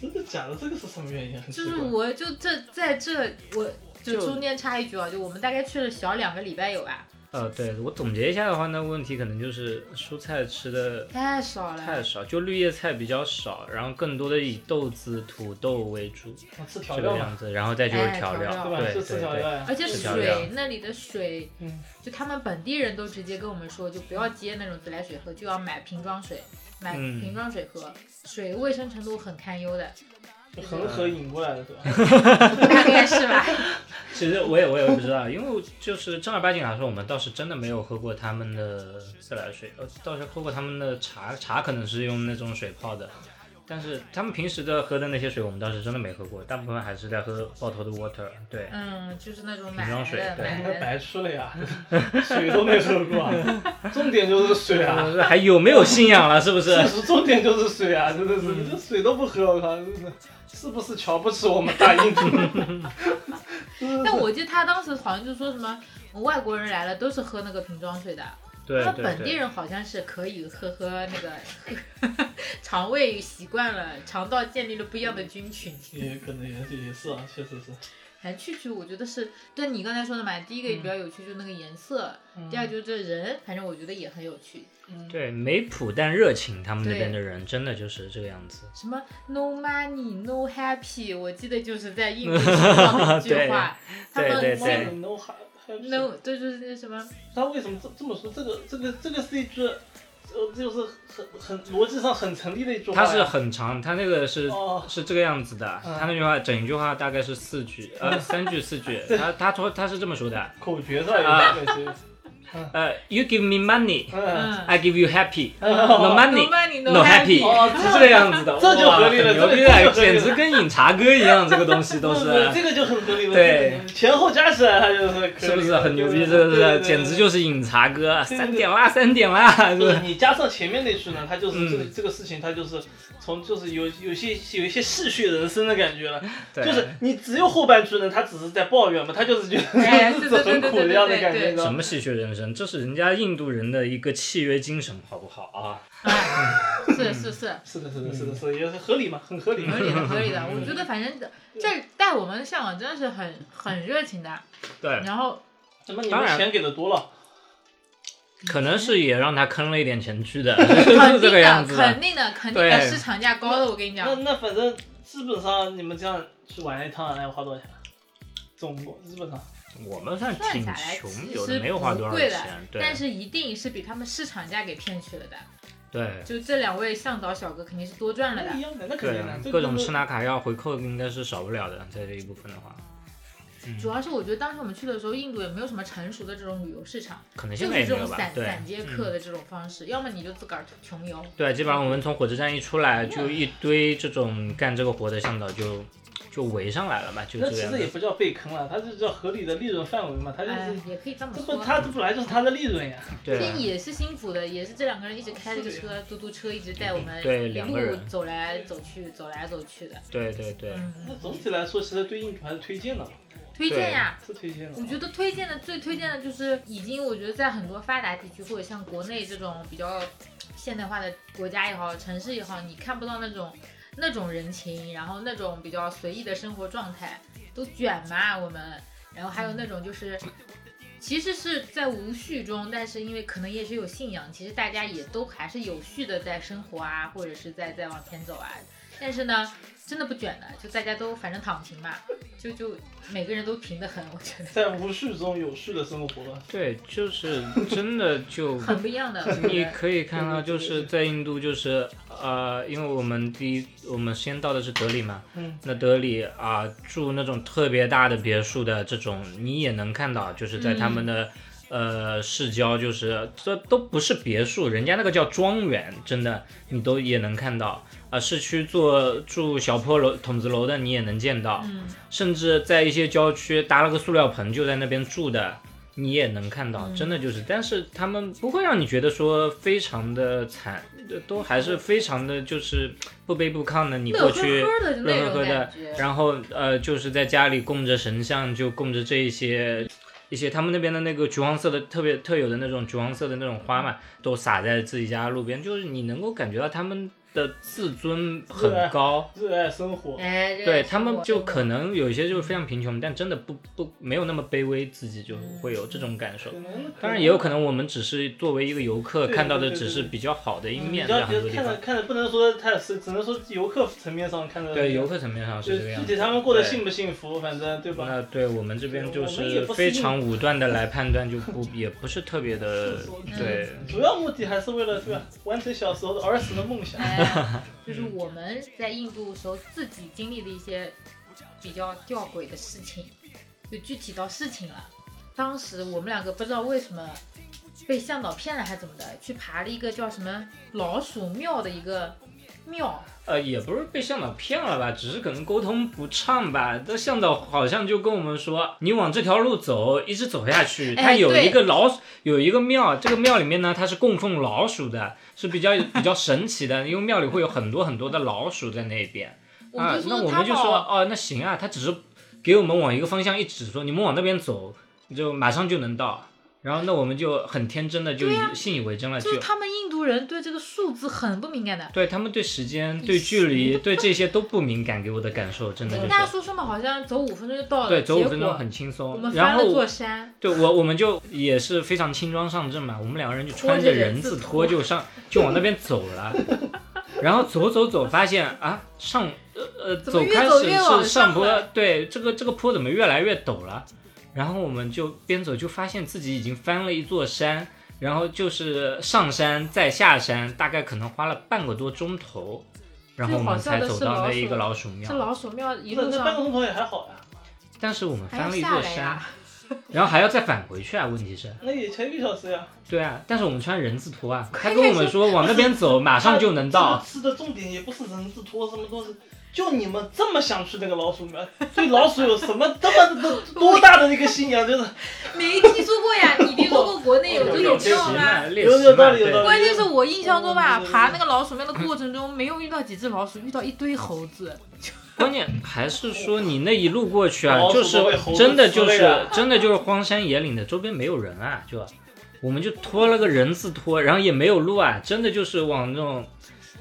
S2: 真的假的？这个是什么原因？很
S4: 就
S2: 奇
S4: 是
S2: 怪
S4: 我就这在这我就
S1: 就
S4: 中间插一句啊，就我们大概去了小两个礼拜有吧，
S1: 呃，对我总结一下的话，那问题可能就是蔬菜吃的
S4: 太少了，
S1: 太少，就绿叶菜比较少，然后更多的以豆子、土豆为主
S2: 我吃调
S1: 这个
S2: 料嘛，
S1: 样子，然后再就是
S4: 哎
S1: 调
S4: 调料
S2: 对
S1: 料，
S2: 吧？
S1: 对
S2: 是
S1: 对
S2: 吃调料
S1: 对，
S2: 呀。
S4: 而且
S1: 是调料
S4: 水那里的水，
S2: 嗯
S4: 就他们本地人都直接跟我们说，就不要接那种自来水喝，就要买瓶装水，买
S1: 嗯
S4: 瓶装水喝，水卫生程度很堪忧 *laughs* 的，
S2: 就恒河引过来的，对吧？
S4: 大概是吧？
S1: 其实我也我也不知道，因为就是正儿八经来说，我们倒是真的没有喝过他们的自来水，呃，倒是喝过他们的茶，茶可能是用那种水泡的，但是他们平时的喝的那些水，我们倒是真的没喝过，大部分还是在喝爆头的 water，对，
S4: 嗯，就是那种
S1: 瓶
S4: 买
S1: 装
S4: 来
S1: 水
S4: 的
S1: 对
S2: 那
S4: 买
S2: 不
S4: 来
S2: 是
S4: 的。
S2: 白吃了
S1: *laughs*
S2: 呀，水都没喝过啊，重点就是水啊，
S1: 呃还有没有信仰了？是不是？
S2: 事实重点 *laughs* 就是水啊，真的是，
S1: 嗯
S2: 你这水都不喝，我靠，真的是不是瞧不起我们大印度？
S1: *laughs*
S4: 但我记得他当时好像就说什么外国人来了都是喝那个瓶装水的，
S1: 对
S4: 他们
S1: 对
S4: 本地
S1: 对，
S4: 人好像是可以喝喝那个， *laughs* 肠胃习惯了，肠道建立了不一样的菌群。
S2: 也可能也是也是啊，确实是。
S4: 还去去，我觉得是对你刚才说的嘛，第一个也
S1: 嗯
S4: 比较有趣，就是那个颜色；
S2: 嗯
S4: 第二就是这人，反正我觉得也很有趣。
S1: 对没谱但热情，他们那
S4: 对
S1: 边的人真的就是这个样子。
S4: 什么 no money no happy，我记得就是在印度学到的一句
S1: 对
S4: 话，他
S1: *laughs* 对
S4: 们
S1: 对对
S2: No h a p
S4: no 对就是那什么，
S2: 他为什么这这么说？这个这个这个是一句，呃，就是很很逻辑上很成立的一句话
S1: 它
S2: 呀。
S1: 是很长，它那个是、
S2: 哦
S1: 是这个样子的，
S2: 嗯
S1: 它那句话整一句话大概是四句，
S2: *laughs*
S1: 呃，三句四句。他他说他是这么说的，
S2: 口诀是吧？
S1: 啊 *laughs*
S2: 有点类似于
S1: 呃，You give me money,
S2: 嗯，
S4: 嗯
S1: I give you happy. No
S2: 哦
S1: money,
S4: money,
S1: no
S4: no
S1: happy，
S2: 哦
S1: 是这个样子的，
S2: 这就
S1: 哇
S2: 合理了
S1: 很牛逼
S2: 这
S1: 的，
S2: 个就合理了
S1: 简直跟饮茶歌一样，这个东西都
S2: *laughs* 不是
S1: 是
S2: 这，个就很合理了，
S1: 对
S2: 前后加起来他就是可以
S1: 是不是很牛逼？
S2: 对
S1: 这
S2: 对对
S1: 个是
S2: 对对
S1: 简直就是饮茶歌，
S2: 对对对嗯
S1: 三点啦，三点啦，是不
S2: 就是是你加上前面那句呢，它就是这个、
S1: 嗯
S2: 这个事情，它就是从就是有有些有一些戏谑人生的感觉了。
S1: 对
S2: 就是你只有后半句呢，他只是在抱怨嘛，他 *laughs* 就是觉得
S4: 哎
S2: 日子很苦的样的感觉，
S4: 对对对对对对
S2: 你知道
S1: 什
S2: 吗？
S1: 么戏谑人生？这是人家印度人的一个契约精神，好不好啊？
S4: 哎是是是，
S2: 是的，是的，是的，是的，也是合理嘛，很合理。
S4: 合理的合理
S1: *laughs*
S4: 的，我觉得反正这带我们向往真的是很很热情的。
S1: 对，
S4: 然后
S2: *laughs* 怎么你
S1: 当
S2: 们
S1: 然
S2: 钱给的多了？
S1: 可能是也让他坑了一点钱去
S4: *laughs*
S1: 的，
S4: 肯
S1: 是这
S4: 定
S1: 个样
S4: 的，
S1: 子的
S4: 肯。定的，肯定的
S1: 对
S4: 市场价高的，我跟你讲
S2: 那。那反正基本上你们这样去玩一趟啊要花多少钱？总共基本上
S1: 我们算
S4: 算
S1: 挺
S4: 下来
S1: 穷，
S4: 其
S1: 有的
S4: 实
S1: 没有花
S4: 不
S1: 多少
S4: 贵的
S1: 钱，，对
S4: 但是一定是比他们市场价给骗去了的。
S1: 对
S4: 就这两位向导小哥肯定是多赚了
S2: 那一
S4: 的。
S2: 样的，那肯
S1: 对
S2: 定
S1: 啊
S2: 的，这，
S1: 各种
S2: 就是
S1: 吃拿卡要回扣应该是少不了的，在这一部分的话，
S4: 主要是我觉得当时我们去的时候，印度也没有什么成熟的这种旅游市场，
S1: 可能
S4: 就
S1: 现在
S4: 是
S1: 也
S4: 这
S1: 没有
S4: 种
S1: 吧
S4: 散，
S1: 对。嗯
S4: 散接客的这种方式，要么你就自个儿穷游。
S1: 对，基本上我们从火车站一出来，就一堆这种干这个活的向导就就围上来了嘛，就
S2: 那
S1: 这
S2: 其
S1: 个样
S2: 实也
S1: 子。
S2: 不叫被坑了，它就叫合理的利润范围嘛，它就是、
S4: 哎，也可以这么
S2: 这不
S4: 说。
S2: 它这本来就是它的利润呀。
S1: 对啊
S4: 这，也是辛苦的，也是这两个人一直开着个
S2: 是
S4: 车，嘟嘟车一直带我们
S1: 对
S4: 一
S1: 两个人
S4: 路走来走去，走来走去的。
S1: 对对对，
S4: 嗯
S2: 那总体来说，其实对印度还是推荐的嘛，
S4: 推荐呀，
S2: 是推荐的
S4: 我。觉得推荐的最推荐的就是，已经我觉得在很多发达地区或者像国内这种比较现代化的国家也好，城市也好，你看不到那种那种人情，然后那种比较随意的生活状态，都卷嘛我们，然后还有那种就是。其实是在无序中，但是因为可能也是有信仰，其实大家也都还是有序的在生活啊，或者是在在往前走啊，但是呢，真的不卷的，就大家都反正躺平嘛，就就每个人都平得很，我觉得
S2: 在无序中有序的生活。
S1: 对，就是真的就
S4: *laughs* 很不一样的。我
S1: 你
S4: 觉得
S1: 可以看到，就是在印度，就是呃，因为我们第一，我们先到的是德里嘛，
S2: 嗯，
S1: 那德里啊、住那种特别大的别墅的这种，你也能看到，就是在他们的、呃市郊，就是这都不是别墅，人家那个叫庄园，真的你都也能看到啊、市区做住小破楼、筒子楼的你也能见到，
S4: 嗯，
S1: 甚至在一些郊区搭了个塑料棚就在那边住的，你也能看到，真的就是，但是他们不会让你觉得说非常的惨，呃都还是非常的就是不卑不亢的，你过
S4: 乐呵
S1: 去。
S4: 呵的
S1: 乐
S4: 那
S1: 呵
S4: 种
S1: 呵
S4: 感
S1: 的
S4: 觉，，
S1: 然后呃，就是在家里供着神像，就供着这一些一些他们那边的那个橘黄色的特别特有的那种橘黄色的那种花嘛，都撒在自己家路边，就是你能够感觉到他们的自尊很
S2: 对
S1: 高，
S2: 热爱生活，
S4: 哎，这个
S1: 对
S4: 是
S1: 他们
S4: 我
S1: 就
S4: 我
S1: 可能有一些就是非常贫穷，但真的不不没有那么卑微，自己就会有这种感受
S2: 可。能
S1: 当然也有可能我们只是作为一个游客
S2: 对
S1: 看到的
S2: 对对
S1: 只是
S2: 对
S1: 比较好的一
S2: 比
S1: 面，在
S2: 较
S1: 很多地
S2: 看
S1: 方
S2: 的。看的不能说太是，只能说游客层面上看的。
S1: 对游客层面上
S2: 就是
S1: 这个样
S2: 具
S1: 子
S2: 体。他们过得幸不幸福，反正对吧？
S1: 那对我们这边就
S2: 我们
S1: 是
S2: 也不是
S1: 非常武断的来判断，就不也不是特别的
S2: 嗯
S1: 对。
S2: 主要目的还是为了对吧，完成小时候的儿时的梦想。
S1: *laughs*
S4: 哎，就是我们在印度时候自己经历的一些比较吊诡的事情，就具体到事情了。当时我们两个不知道为什么被向导骗了还怎么的，去爬了一个叫什么老鼠庙的一个庙，
S1: 呃，也不是被向导骗了吧，只是可能沟通不畅吧。这向导好像就跟我们说，你往这条路走，一直走下去，它
S4: 哎
S1: 有
S4: 对
S1: 一个老鼠，有一个庙，这个庙里面呢，它是供奉老鼠的，是比较比较神奇的，因为庙里会有很多很多的老鼠在那边。
S4: 我
S1: 啊
S4: 们就，
S1: 那
S4: 说
S1: 我
S4: 他
S1: 们就说，
S4: 老
S1: 哦，那行啊，他只是给我们往一个方向一指说，你们往那边走，就马上就能到。然后那我们就很天真的就以、信以为真了，
S4: 就
S1: 就是
S4: 他们印度人对这个数字很不敏感的。
S1: 对他们对时间、对距离、对这些都不敏感，给我的感受真的就
S4: 跟
S1: 是
S4: 大，家说说嘛，好像走五分钟就到了，
S1: 对，走五
S4: 结
S1: 分
S4: 果
S1: 钟很轻
S4: 我
S1: 松
S4: 们。翻
S1: 然后
S4: 了座
S1: 我
S4: 山，
S1: 对我我们就也是非常轻装上阵嘛，我们两个人就穿
S4: 拖
S1: 着
S4: 着人
S1: 人字
S4: 字
S1: 拖就上就往那边走
S4: *laughs*
S1: 了，然后走走走，发现啊上呃呃
S4: 怎么
S1: 走
S4: 越
S1: 开
S4: 走
S1: 始
S4: 越往
S1: 是上
S4: 上
S1: 坡
S4: 了，
S1: 对这个这个坡怎么越来越陡了？然后我们就边走就发现自己已经翻了一座山，然后就是上山再下山，大概可能花了半个多钟头，然后我们才走到那一个老鼠
S4: 这
S1: 庙。
S4: 老鼠庙一
S2: 那
S4: 路
S2: 那半个
S4: 上
S2: 钟头也还好呀，
S1: 但是我们
S4: 还要
S1: 翻了一
S4: 下
S1: 座
S4: 来
S1: 山
S4: 呀，，
S1: 然后还要再返回去啊！问题是，
S2: 那也才一个小时呀。
S1: 对啊，但是我们穿人字拖啊，他跟我们说往那边走，马上就能到。
S2: 这个吃的重点也不是人字拖什么东西，就你们这么想去那个老鼠庙，对老鼠有什么这么多多大的一个信仰？就是
S4: *laughs* 没听说过呀，你听说过国内有这种
S1: 练习
S4: 庙吗
S1: 嘛，？
S2: 有
S1: 练习
S2: 有道
S1: 嘛，
S2: 理有道
S1: 对
S2: 理。
S4: 关键是我印象中吧，
S2: 嗯
S4: 爬那个老鼠庙的过程中，没有遇到几只老鼠，遇到一堆猴子。
S1: 关键还是说你那一路过去啊
S2: 老，鼠
S1: 就是
S2: 都被猴子
S1: 真的
S2: 吃
S1: 就
S2: 累
S1: 是
S2: 了
S1: 真的就是荒山野岭的，周边没有人啊，就我们就拖了个人字拖，然后也没有路啊，真的就是往那种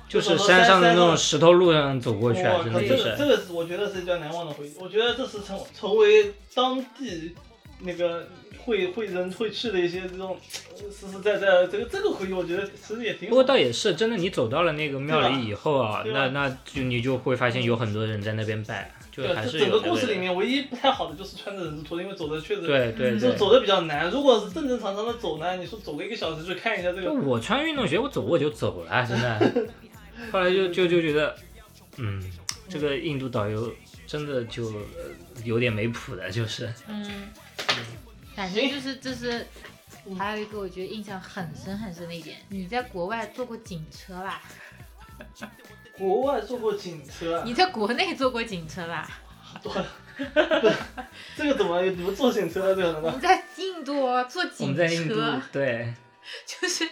S1: 就是山上的那种石头路上走过去啊
S2: 哇，
S1: 真
S2: 靠
S1: 的
S2: 这
S1: 就
S2: 个
S1: 是
S2: 这个是我觉得是一段难忘的回忆。我觉得这是成成为当地那个会会人会去的一些这种呃实实在在的这个这个回忆，我觉得其实也挺
S1: 不
S2: 好
S1: 过
S2: 的。
S1: 倒也是真的，你走到了那个庙里以后啊，
S2: 对吧
S1: 那那就你就会发现有很多人在那边拜，啊就
S2: 对，啊
S1: 还
S2: 这
S1: 是
S2: 整
S1: 有
S2: 个
S1: 这
S2: 故事里
S1: 人
S2: 面唯一不太好的就是穿着人字拖，因为走的确实
S1: 对对
S2: 就
S1: 对。
S2: 走的比较难。如果是正正常常的走呢，你说走个一个小时去看一下这
S1: 就
S2: 个，
S1: 我穿运动鞋，我走我就走了，真的。后来就就就觉得，嗯，这个印度导游真的就呃有点没谱的，就是
S4: 嗯，反正就是就是，还有一个我觉得印象很深很深的一点，你在国外坐过警车吧？
S2: 国外坐过警车，啊
S4: 你在国内坐过警车吧？
S2: 这个怎么怎么坐警车的这个
S4: 我
S2: 呢？
S4: 们在印度哦，坐
S1: 我
S4: 警
S1: 们在印度
S4: 车，
S1: 对，
S4: *laughs* 就是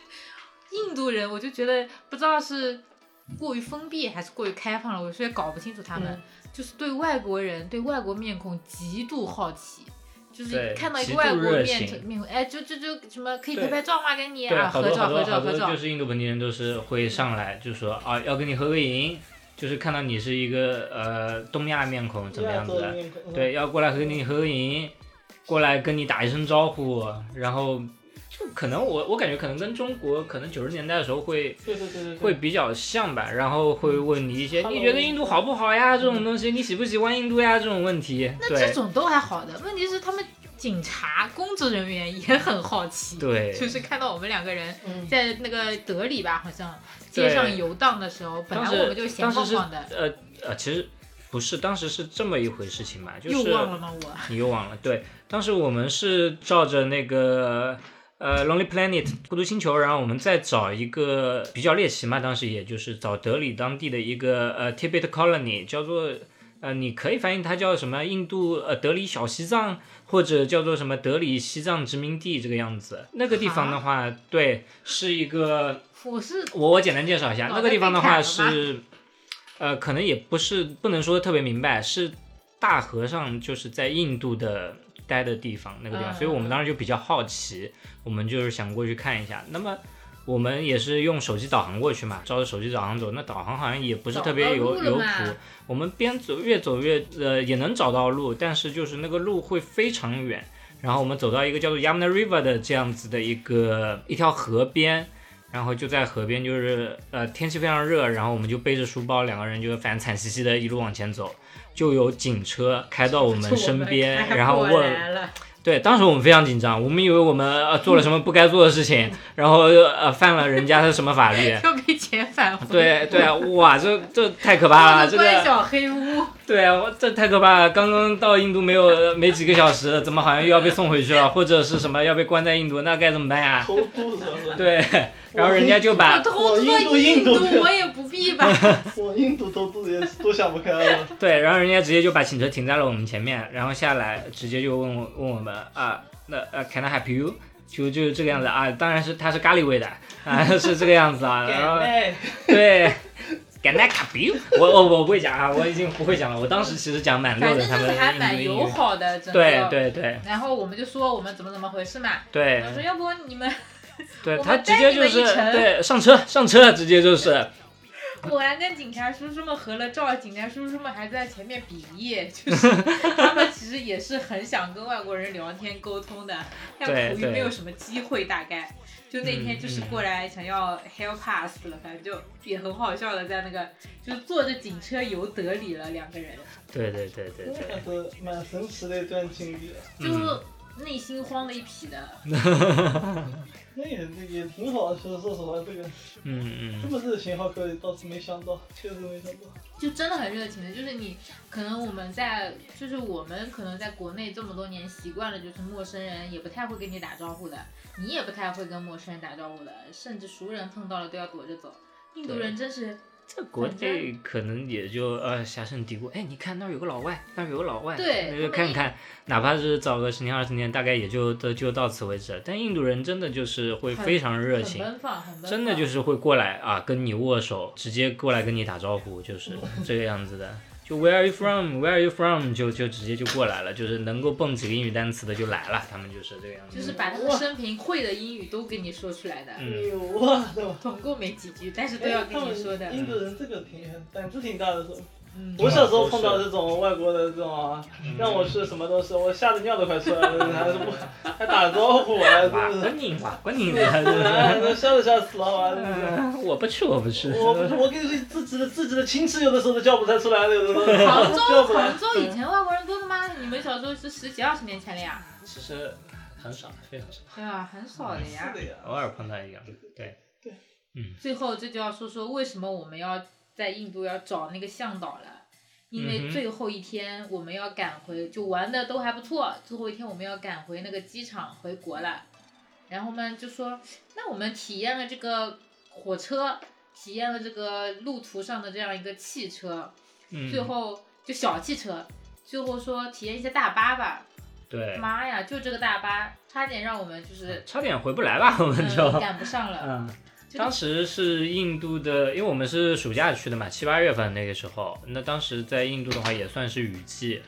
S4: 印度人，我就觉得不知道是过于封闭还是过于开放了，我有也搞不清楚他们。
S2: 嗯
S4: 就是对外国人、对外国面孔极度好奇，就是
S1: 对
S4: 看到一
S1: 极
S4: 个
S1: 度
S4: 外国
S1: 热
S4: 面
S1: 情
S4: 面孔，哎，就就就什么可以
S1: 对
S4: 拍拍照吗？跟你
S1: 对，
S4: 啊，
S1: 好
S4: 合
S1: 多
S4: 照
S1: 好
S4: 合
S1: 多
S4: 照
S1: 好
S4: 合
S1: 多
S4: 照
S1: 就，是印度本地人都是会上来就说啊，要跟你合个影，就是看到你是一个呃东亚面孔怎么样子
S2: 对啊
S1: 的
S2: 坐，面孔，
S1: 对，要过来和你合个影，过来跟你打一声招呼，然后就可能我我感觉可能跟中国可能九十年代的时候会
S2: 对对对对，
S1: 会比较像吧，然后会
S4: 嗯
S1: 问你一些
S2: Hello
S1: 你觉得印度好不好呀这种东西，你喜不喜欢印度呀这种问题，
S4: 那这
S1: 对
S4: 种都还好的，问题是他们警察工作人员也很好奇，
S1: 对
S4: 就是看到我们两个人
S2: 嗯
S4: 在那个德里吧，好像
S1: 对
S4: 街上游荡的时候，本来
S1: 当时
S4: 我们就闲
S1: 当
S4: 晃
S1: 时是
S4: 晃的，
S1: 呃呃其实不是，当时是这么一回事情吧，就是
S4: 又忘了吗？我
S1: 你又忘了，对，当时我们是照着那个呃《Lonely Planet》孤独星球，然后我们再找一个比较猎奇嘛，当时也就是找德里当地的一个呃 Tibet Colony，叫做呃你可以翻译它叫什么印度呃德里小西藏，或者叫做什么德里西藏殖民地这个样子。那个地方的话，对，是一个
S4: 我是
S1: 我我简单介绍一下，
S4: 脑
S1: 那
S4: 袋
S1: 个地方的话
S4: 被砍了吗
S1: 是，呃，可能也不是不能说得特别明白，是大和尚就是在印度的待的地方那个地方，
S4: 嗯
S1: 所以我们当时就比较好奇，我们就是想过去看一下。那么我们也是用手机导航过去嘛，照着手机导航走，那导航好像也不是特别
S4: 找
S1: 有
S4: 到路
S1: 有
S4: 了
S1: 谱
S4: 嘛，
S1: 我们边走越走越呃也能找到路，但是就是那个路会非常远。然后我们走到一个叫做 Yamuna River 的这样子的一个一条河边，然后就在河边，就是呃天气非常热，然后我们就背着书包，两个人就反正惨兮兮的一路往前走，就有警车开到我们身边，然后
S4: 我
S1: 问，
S4: 来了，
S1: 对，当时我们非常紧张，我们以为我们呃做了什么不该做的事情，然后呃犯了人家的什么法
S4: *laughs*，
S1: 律
S4: 要被遣返回，
S1: *laughs* 对对啊，哇，这这太可怕
S4: 我
S1: 了，这
S4: 是关
S1: 个
S4: 小黑屋，
S1: 对啊，我这太可怕了，刚刚到印度没有呃没几个小时，怎么好像又要被送回去了，或者是什么要被关在印度，那该怎么办呀？
S2: 偷渡什么的，
S1: 对，然后人家就把
S4: 我偷渡到
S2: 我印
S4: 印
S2: 度
S4: 度
S2: 印，度
S4: 我也不
S1: *laughs*
S4: 必吧，
S2: 我印度偷渡也多想不开啊了。
S1: 对，然后人家直接就把警车停在了我们前面，然后下来直接就问我问我们啊，那呃，Can I help you？就就是这个样子啊，当然是它是咖喱味的 *laughs* 啊，是这个样子啊， *laughs* 然
S4: *laughs*
S1: 后
S2: 哎，
S1: 对。Can I help you？我我我不会讲啊，我已经不会讲了。我当时其实讲蛮溜
S4: 反
S1: 的，
S4: 正
S1: 他
S4: 就
S1: 们
S4: 是还
S1: 英
S4: 蛮
S1: 语
S4: 友好的，整
S1: 对
S4: 个。
S1: 对对
S4: 然后我们就说我们怎么怎么回事嘛，
S1: 对
S4: 我说要不你们
S1: 对，
S4: 我
S1: 他
S4: 们
S1: 直
S4: 带
S1: 接
S4: 你
S1: 就
S4: 们
S1: 是
S4: 一程
S1: 对上车上车，直接就是
S4: 我还跟警察叔叔们合了照，警察叔叔们还在前面比耶，就是他们其实也是很想跟外国人聊天沟通的，但
S1: 对
S4: 苦于
S1: 对
S4: 没有什么机会，大概就那天就是过来想要 help us 了，反正就也很好笑的，在那个就是坐着警车游德里了，两个人
S1: 对对对对对，
S2: 还是蛮神奇的一段经历。啊
S4: 就内心慌了一匹的，
S2: 那也那也挺好，其实说实话，这个
S1: 嗯嗯
S2: 这么热情好客倒是没想到，确实没想到。
S4: 就真的很热情的，就是你可能我们在，就是我们可能在国内这么多年习惯了，就是陌生人也不太会跟你打招呼的，你也不太会跟陌生人打招呼的，甚至熟人碰到了都要躲着走。印度人真是，
S1: 这国
S4: 反正
S1: 内可能也就呃狭深嘀咕，哎，你看那儿有个老外，那儿有个老外，
S4: 对
S1: 那
S4: 他
S1: 就
S4: 们
S1: 看
S4: 一
S1: 看，哪怕是找个十年二十年，大概也就都就到此为止。但印度人真的就是会
S4: 很
S1: 非常热
S4: 很
S1: 情，
S4: 奔放，很奔放，
S1: 真的就是会过来啊，跟你握手，直接过来跟你打招呼，
S4: *laughs*
S1: 就是这个样子的。就 Where are you from? Where are you from? 就就直接就过来了，就是能够蹦几个英语单词的就来了，他们就是这个样
S4: 就
S1: 子。
S4: 是把他们生平会的英语都跟你说出来的，
S1: 嗯
S2: 牛啊，对吧？
S4: 总共没几句，但是都要跟啊你说
S1: 嗯
S4: 的
S2: 哎他们。印度人这个挺胆子挺大的，是吧
S4: 嗯，
S2: 我小时候碰到这种外国的这种啊，让我吃什么都是，我吓得尿都快出来了，还是不还打招呼
S1: 哇，
S2: 啊，真的是
S1: 关你哇，关你的，真
S4: *laughs*
S1: 的 *laughs*
S2: 哎，吓都吓死了啊！真的是
S1: 嗯我不吃，我不吃。
S2: 我我跟你说，自己的自己的亲戚有的时候都叫不太出来了，有的时候
S4: 杭
S2: 叫
S4: 州，
S2: 不来
S4: 杭。州以前外国人多的吗？你们小时候是十几二十年前了呀？
S1: 其实很少，非常少，
S4: 对啊，很少的呀
S2: 是。的呀，
S1: 偶尔碰到一个。对，
S4: 最后这就要说说为什么我们要在印度要找那个向导了，因
S1: 嗯
S4: 为
S1: 哼
S4: 最后一天我们要赶回，就玩的都还不错，最后一天我们要赶回那个机场回国了，然后我们就说，那我们体验了这个火车，体验了这个路途上的这样一个汽车，
S1: 嗯，
S4: 最后就小汽车，最后说体验一下大巴吧，
S1: 对，
S4: 妈呀，就这个大巴差点让我
S1: *laughs*
S4: 们就是、
S1: 差点回不来吧，我们就。 *laughs*
S4: 嗯赶不上了，
S1: 嗯，当时是印度的，因为我们是暑假去的嘛，七八月份那个时候，那当时在印度的话也算是雨季，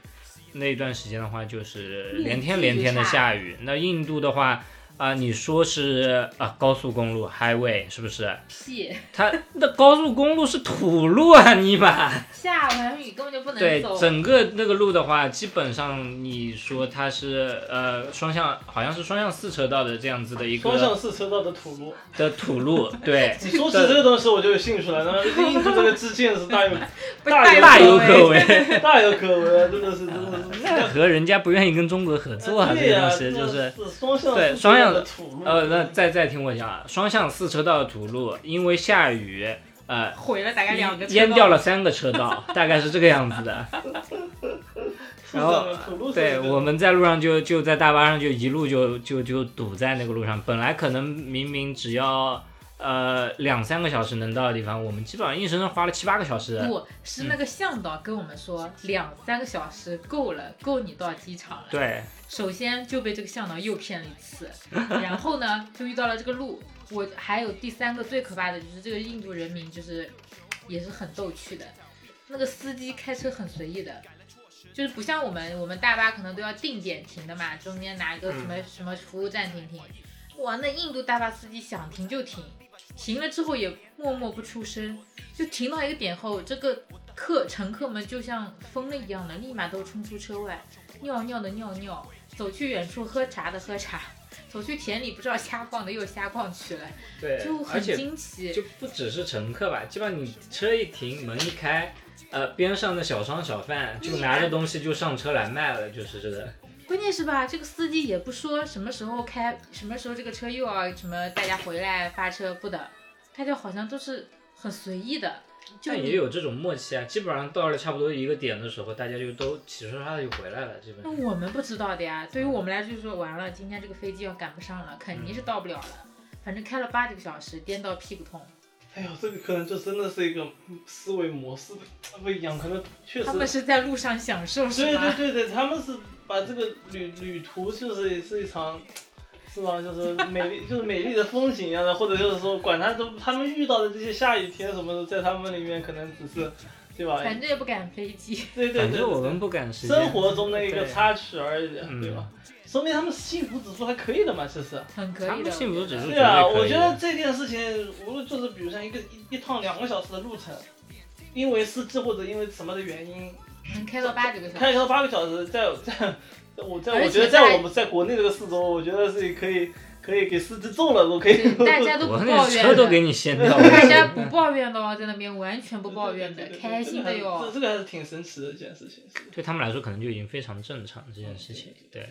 S1: 那一段时间的话就是连天连天的下雨。那印度的话，啊、你说是啊、高速公路 highway 是不是？
S4: 屁！
S1: 它那高速公路是土路啊，你妈！
S4: 下完雨根本就不能
S1: 对
S4: 走，，
S1: 整个那个路的话，基本上你说它是呃双向，好像是双向四车道的这样子的一
S2: 双向
S1: 个
S2: 四车道的土
S4: *laughs*
S2: 路，
S1: 的土路， *laughs* 对，
S2: 你说起这个东西我就有兴趣了。那么印度这个基建是
S4: *laughs*
S2: 大有大
S1: 大有
S4: 哎
S1: 可
S2: 为，
S1: 为。 *laughs*
S2: 大有可为啊，真的是真的
S4: *laughs*
S2: 是。
S1: 奈何人家不愿意跟中国合作啊，这
S2: 对
S1: 个
S2: 呀，
S1: 东西就是。
S2: 这双向
S1: 对
S2: 四
S1: 双
S2: 车
S1: 向
S2: 道的土路。
S1: 呃，那再再听我讲啊，双向四车道的土路，因为下雨，呃，
S4: 毁了大概两个车道
S1: 淹掉了三个车道，大概是这个样子的。然后
S2: 土路是
S1: 对，
S2: 一个
S1: 我们在路上就就在大巴上就一路就就就堵在那个路上，本来可能明明只要呃两三个小时能到的地方，我们基本上硬生生花了七八个小时。
S4: 不是那个向导跟我们说，
S1: 嗯
S4: 两三个小时够了，够你到机场了。
S1: 对，
S4: 首先就被这个向导诱骗了一次，然后呢就遇到了这个路。我还有第三个最可怕的就是这个印度人民就是也是很逗趣的，那个司机开车很随意的。就是不像我们，我们大巴可能都要定点停的嘛，中间拿一个什么、什么服务站停停。哇，那印度大巴司机想停就停，停了之后也默默不出声，就停到一个点后，这个客乘客们就像疯了一样的，立马都冲出车外，尿尿的尿尿，走去远处喝茶的喝茶，走去田里不知道瞎逛的又瞎逛去了，
S1: 对
S4: 就很惊奇。
S1: 就不只是乘客吧，基本上你车一停，门一开，呃，边上的小商小贩就拿着东西就上车来卖了，就是这个。
S4: 关键是吧，这个司机也不说什么时候开，什么时候这个车又要什么大家回来发车不等，大家好像都是很随意的，就
S1: 但
S4: 你
S1: 也有这种默契啊，基本上到了差不多一个点的时候，大家就都齐刷刷的就回来了，基本
S4: 那
S1: 上。
S4: 我们不知道的呀，对于我们来说就说完了，今天这个飞机要赶不上了，肯
S1: 嗯
S4: 定是到不了了。反正开了八九个小时，颠到屁股痛。
S2: 哎呦，这个可能就真的是一个思维模式不一样，可能确实
S4: 他们是在路上享受是
S2: 对对
S4: 吗？
S2: 对对，他们是把这个旅旅途就是是一场，是吧？就是美丽，就是美丽的风景一样的，或者就是说，管他都他们遇到的这些下雨天什么的，在他们里面可能只是，对吧？
S4: 反正也不赶飞机，
S2: 对对对
S1: 反
S2: 对
S1: 正我们不赶时间。
S2: 生活中的一个
S1: 对
S2: 插曲而已，
S1: 嗯
S2: 对吧？说明他们幸福指数还可以的嘛，其实。
S4: 很可
S1: 他
S4: 以
S1: 们
S4: 的。
S1: 幸福指数
S2: 对啊，
S1: 绝
S2: 我
S1: 对可以
S2: 觉得这件事情，无论就是比如像一个一一趟两个小时的路程，因为司机或者因为什么的原因，
S4: 能开到八九个小时，
S2: 开车八个小时，在在在我在
S4: 而且
S2: 我觉得在
S4: 在
S2: 我们在国内这个四周，我觉得是可以可以给司机揍了都可以。
S4: 对大家都不
S1: 我
S4: 抱
S1: 那
S4: 怨
S1: 车
S4: 的，
S1: 都给你掀掉
S4: *laughs* 大家
S1: 了。
S4: 不抱怨的哦，在那边完全不抱怨的
S2: 对，对对对
S4: 开心的
S2: 这
S4: 哟。
S2: 这个还是挺神奇的一件事情，
S1: 对他们来说，可能就已经非常正常这件事
S4: 嗯
S1: 情。对，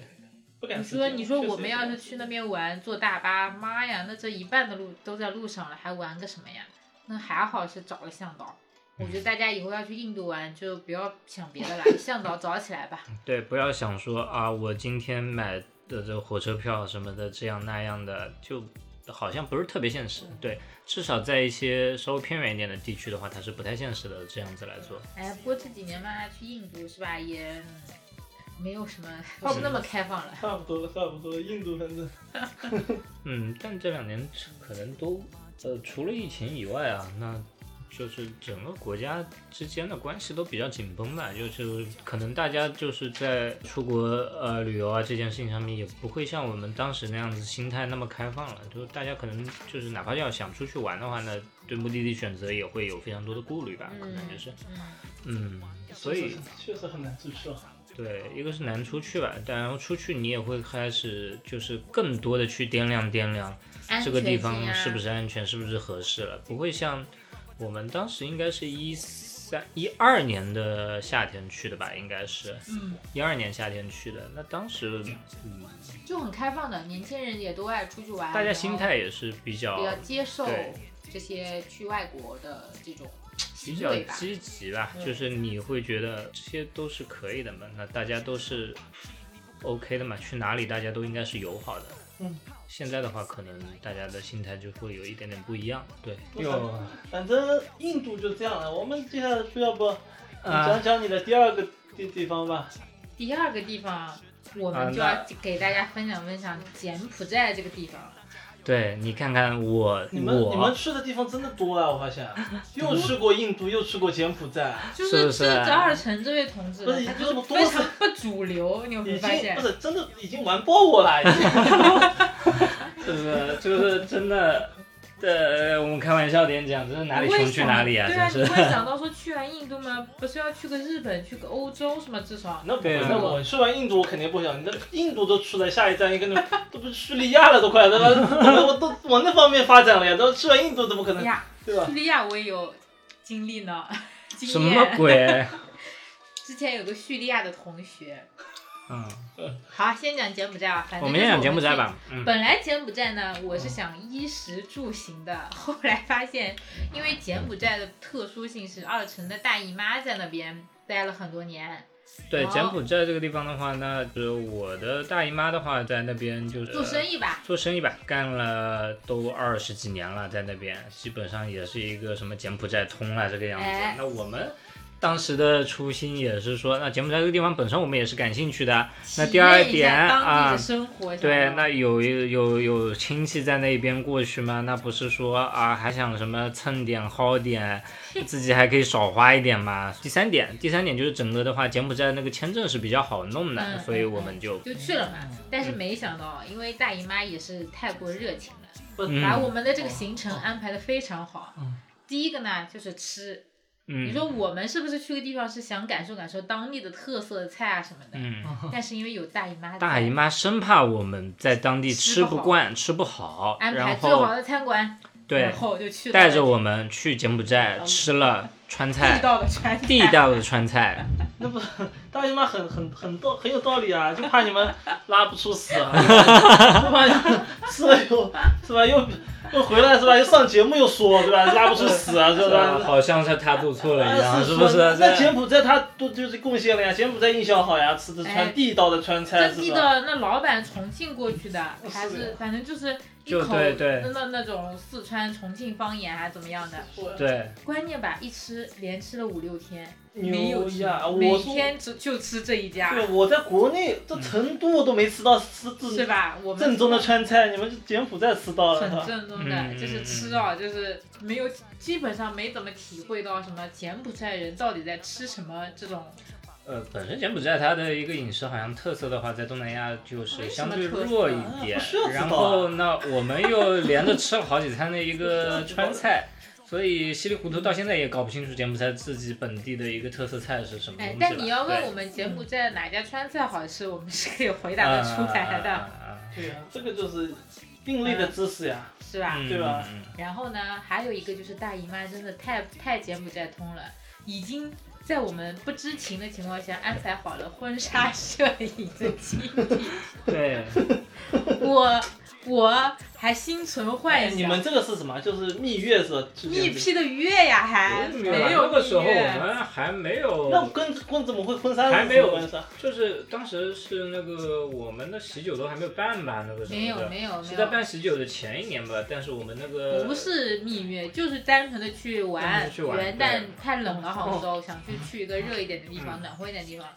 S2: 不敢
S4: 你
S2: 思
S4: 说，
S2: 议
S4: 你说
S2: 确实
S4: 我们要
S2: 有
S4: 是去那边玩，坐大巴，妈呀，那这一半的路都在路上了，还玩个什么呀？那还好是找了向导。我觉得大家以后要去印度玩，就不要想别的了，向导找起来吧。
S1: 对，不要想说啊，我今天买的这火车票什么的，这样那样的，就好像不是特别现实。对，至少在一些稍微偏远一点的地区的话，它是不太现实的这样子来做。
S4: 哎，不过这几年嘛，去印度是吧，也嗯没有什么，不是那么开放了。
S2: 差不多了，差不多了，印度反正
S1: 嗯，但这两年可能都，呃，除了疫情以外啊，那就是整个国家之间的关系都比较紧绷吧，就是可能大家就是在出国呃旅游啊这件事情上面，也不会像我们当时那样子心态那么开放了，就是大家可能就是哪怕要想出去玩的话呢，对目的地选择也会有非常多的顾虑吧，可能就是，嗯，所以
S2: 确实很难出去了。
S1: 对，一个是难出去吧，但然后出去你也会开始就是更多的去掂量掂量。
S4: 安
S1: 这个地
S4: 全
S1: 方
S4: 性啊，
S1: 是不是安全，是不是合适了，不会像我们当时应该是一三一二年的夏天去的吧，应该是，
S4: 嗯，
S1: 一二年夏天去的。那当时
S4: 就很开放的？年轻人也都爱出去玩，
S1: 大家
S4: 然后
S1: 心态也是比较
S4: 比较接受
S1: 哦对
S4: 这些去外国的这种
S1: 比
S4: 行
S1: 较
S4: 为吧。嗯
S1: 积极吧，就是你会觉得这些都是可以的嘛，那大家都是 OK 的嘛，去哪里大家都应该是友好的。
S2: 嗯，
S1: 现在的话，可能大家的心态就会有一点点不一样。对，
S2: 我想反正印度就这样了。我们接下来需要不，你
S1: 啊
S2: 讲讲你的第二个地地方吧。
S4: 第二个地方，我
S1: 啊
S4: 们就要给大家分享分享柬埔寨这个地方了。
S1: 对你看看我，
S2: 你们
S1: 我啊
S2: 你们去的地方真的多啊！我发现，又去过印度，又去过柬埔寨，
S4: 就是
S1: 不
S4: 这
S1: 是
S4: 这二成这位同志
S2: 不是
S4: 呢，他
S2: 就
S4: 就是是
S2: 多
S4: 非常不主流，你有没
S2: 已
S4: 有发
S2: 经
S4: 现
S1: *laughs*
S2: 不？是真的已经玩爆我了，已经。
S1: 就是就是真的，呃，我们开玩笑点讲，真的哪里
S4: 不会
S1: 穷去
S4: 想
S1: 哪里啊，
S4: 对啊，
S1: 真
S4: 你
S1: 是。
S4: 不会想到说去完印度吗？不是要去个日本，去个欧洲什么？至少
S2: 那不
S1: 对
S2: 会
S1: 啊，
S2: 那我说完印度我肯定不想，你这印度都出来，下一站一个那都不是叙利亚了，都快，对吧？我我都往那方面发展了呀，都去完印度怎么可能，
S4: 呀，
S2: 对吧
S4: 叙？利亚我也有经历呢， *laughs*
S1: *laughs*
S4: 经
S1: 什
S4: 验
S1: 么
S4: *laughs*
S1: 鬼？
S4: 之前有个叙利亚的同学，
S1: 嗯，
S4: 好，先讲柬埔寨吧，反正
S1: 我们先讲柬埔寨吧。
S4: 就
S1: 嗯
S4: 是我们去。本来柬埔寨呢，我是想衣食住行的， *laughs* 后来发现，因为柬埔寨的特殊性是二城的大姨妈在那边待了很多年，
S1: 对
S4: 好
S1: 柬埔寨这个地方的话，那就是我的大姨妈的话，在那边就是
S4: 做生意吧，
S1: 做生意吧，干了都二十几年了，在那边基本上也是一个什么柬埔寨通啊了这个样子。
S4: 哎
S1: 那我们当时的初心也是说，那柬埔寨这个地方本身我们也是感兴趣的。啊那
S4: 体
S1: 第二
S4: 验一
S1: 点
S4: 下当地
S1: 啊
S4: 的生活什么的，
S1: 对，那有有有亲戚在那边过去吗？那不是说啊，还想什么蹭点薅点，自己还可以少花一点嘛。第三点，第三点就是整个的话，柬埔寨那个签证是比较好弄的，
S4: 嗯
S1: 所以我们就
S4: 就去了嘛。
S1: 嗯
S4: 但是没想到，因为大姨妈也是太过热情了，
S1: 嗯
S4: 把我们的这个行程安排的非常好。
S2: 嗯
S4: *laughs* 第一个呢就是吃，你
S1: 嗯
S4: 说我们是不是去个地方是想感受感受当地的特色的菜啊什么的？
S1: 嗯，
S4: 但是因为有大姨妈在，
S1: 大姨妈生怕我们在当地
S4: 吃
S1: 吃
S4: 不
S1: 不
S4: 好
S1: 惯、吃不好，
S4: 安排
S1: 然
S4: 最好
S1: 后
S4: 的餐馆，
S1: 对
S4: 然后就去了
S1: 带着我们去柬埔寨吃了川
S4: 地
S1: 菜，
S4: 道的川菜，
S1: 地道的川菜。
S2: 那不大姨妈很很很道很有道理
S4: *laughs*
S2: 啊，就怕你们拉不出屎啊，是吧？吃了又是吧？又又回来是吧？又上节目又说对吧？拉不出屎啊，是吧？
S1: 好像是他做错了一样，
S2: 啊
S1: 是不是？
S2: 那柬埔寨他都就是贡献了呀，柬埔寨印象好呀，吃的
S4: 哎
S2: 川地道的川菜
S4: 这
S2: 是
S4: 地
S2: 吧？
S4: 道那老板重庆过去的，
S2: 是
S4: 还是
S2: 的
S4: 反正就是一
S1: 就
S4: 口
S1: 对对
S4: 那那种四川重庆方言还是怎么样的，
S1: 对，
S4: 关键吧，一吃连吃了五六天，没
S2: 牛
S4: 有停
S2: 呀！我
S4: 每
S2: 说
S4: 天只就吃这一家，
S2: 对，我在国内这成都我都没吃到吃
S4: 是
S2: 正
S4: 吧？我们
S2: 正宗的川菜，你们柬埔寨吃到了
S4: 很
S2: 是吧？
S4: 正宗
S1: 嗯
S4: 的，就是吃哦，就是没有，基本上没怎么体会到什么柬埔寨人到底在吃什么这种
S1: 呃，本身柬埔寨它的一个饮食好像特色的话，在东南亚就是相对弱一点
S2: 没什么特色啊不需要。知道
S1: 然
S2: 啊
S1: 后呢，我们又连着吃了好几餐的一
S4: *laughs* 啊
S1: 个川菜，所以稀里糊涂
S4: 嗯
S1: 到现在也搞不清楚柬埔寨自己本地的一个特色菜嗯是什么东
S4: 哎
S1: 西，了。
S4: 但你要问
S1: 对
S4: 我们柬埔寨哪家川菜好吃，我们是可以回答得出来
S1: 啊
S4: 的，
S1: 啊啊
S2: 对呀，这个就是另类的知识呀。
S4: *laughs* 是
S1: 啊啊
S4: 吧？
S1: 嗯
S2: 对吧
S1: 嗯嗯
S4: 然后呢，还有一个就是大姨妈真的太太柬埔寨通了，已经在我们不知情的情况下安排好了婚纱摄影的基地，
S1: 对，嗯
S4: 我我还心存幻
S2: 哎，
S4: 想。
S2: 你们这个是什么？就是蜜月是吧？去柬埔寨
S4: 逆批的月呀，还没有
S1: 那个时候
S4: 蜜
S1: 我
S4: 月
S1: 们还没
S2: 那
S1: 有，
S2: 跟跟怎么会婚纱
S1: 还没有
S2: 关系啊？
S1: 就是当时是那个我们的喜酒都还没有办吧，那个时候
S4: 没有
S1: 对
S4: 没有没
S1: 是在
S4: 有，
S1: 办喜酒的前一年吧，但是我们那个
S4: 不是蜜月，就是单纯的去
S1: 单纯
S4: 玩
S1: 地去。玩哦
S4: 元旦太冷了，杭州想去去一个热一点的地方，
S1: 嗯
S4: 暖和一点的地方，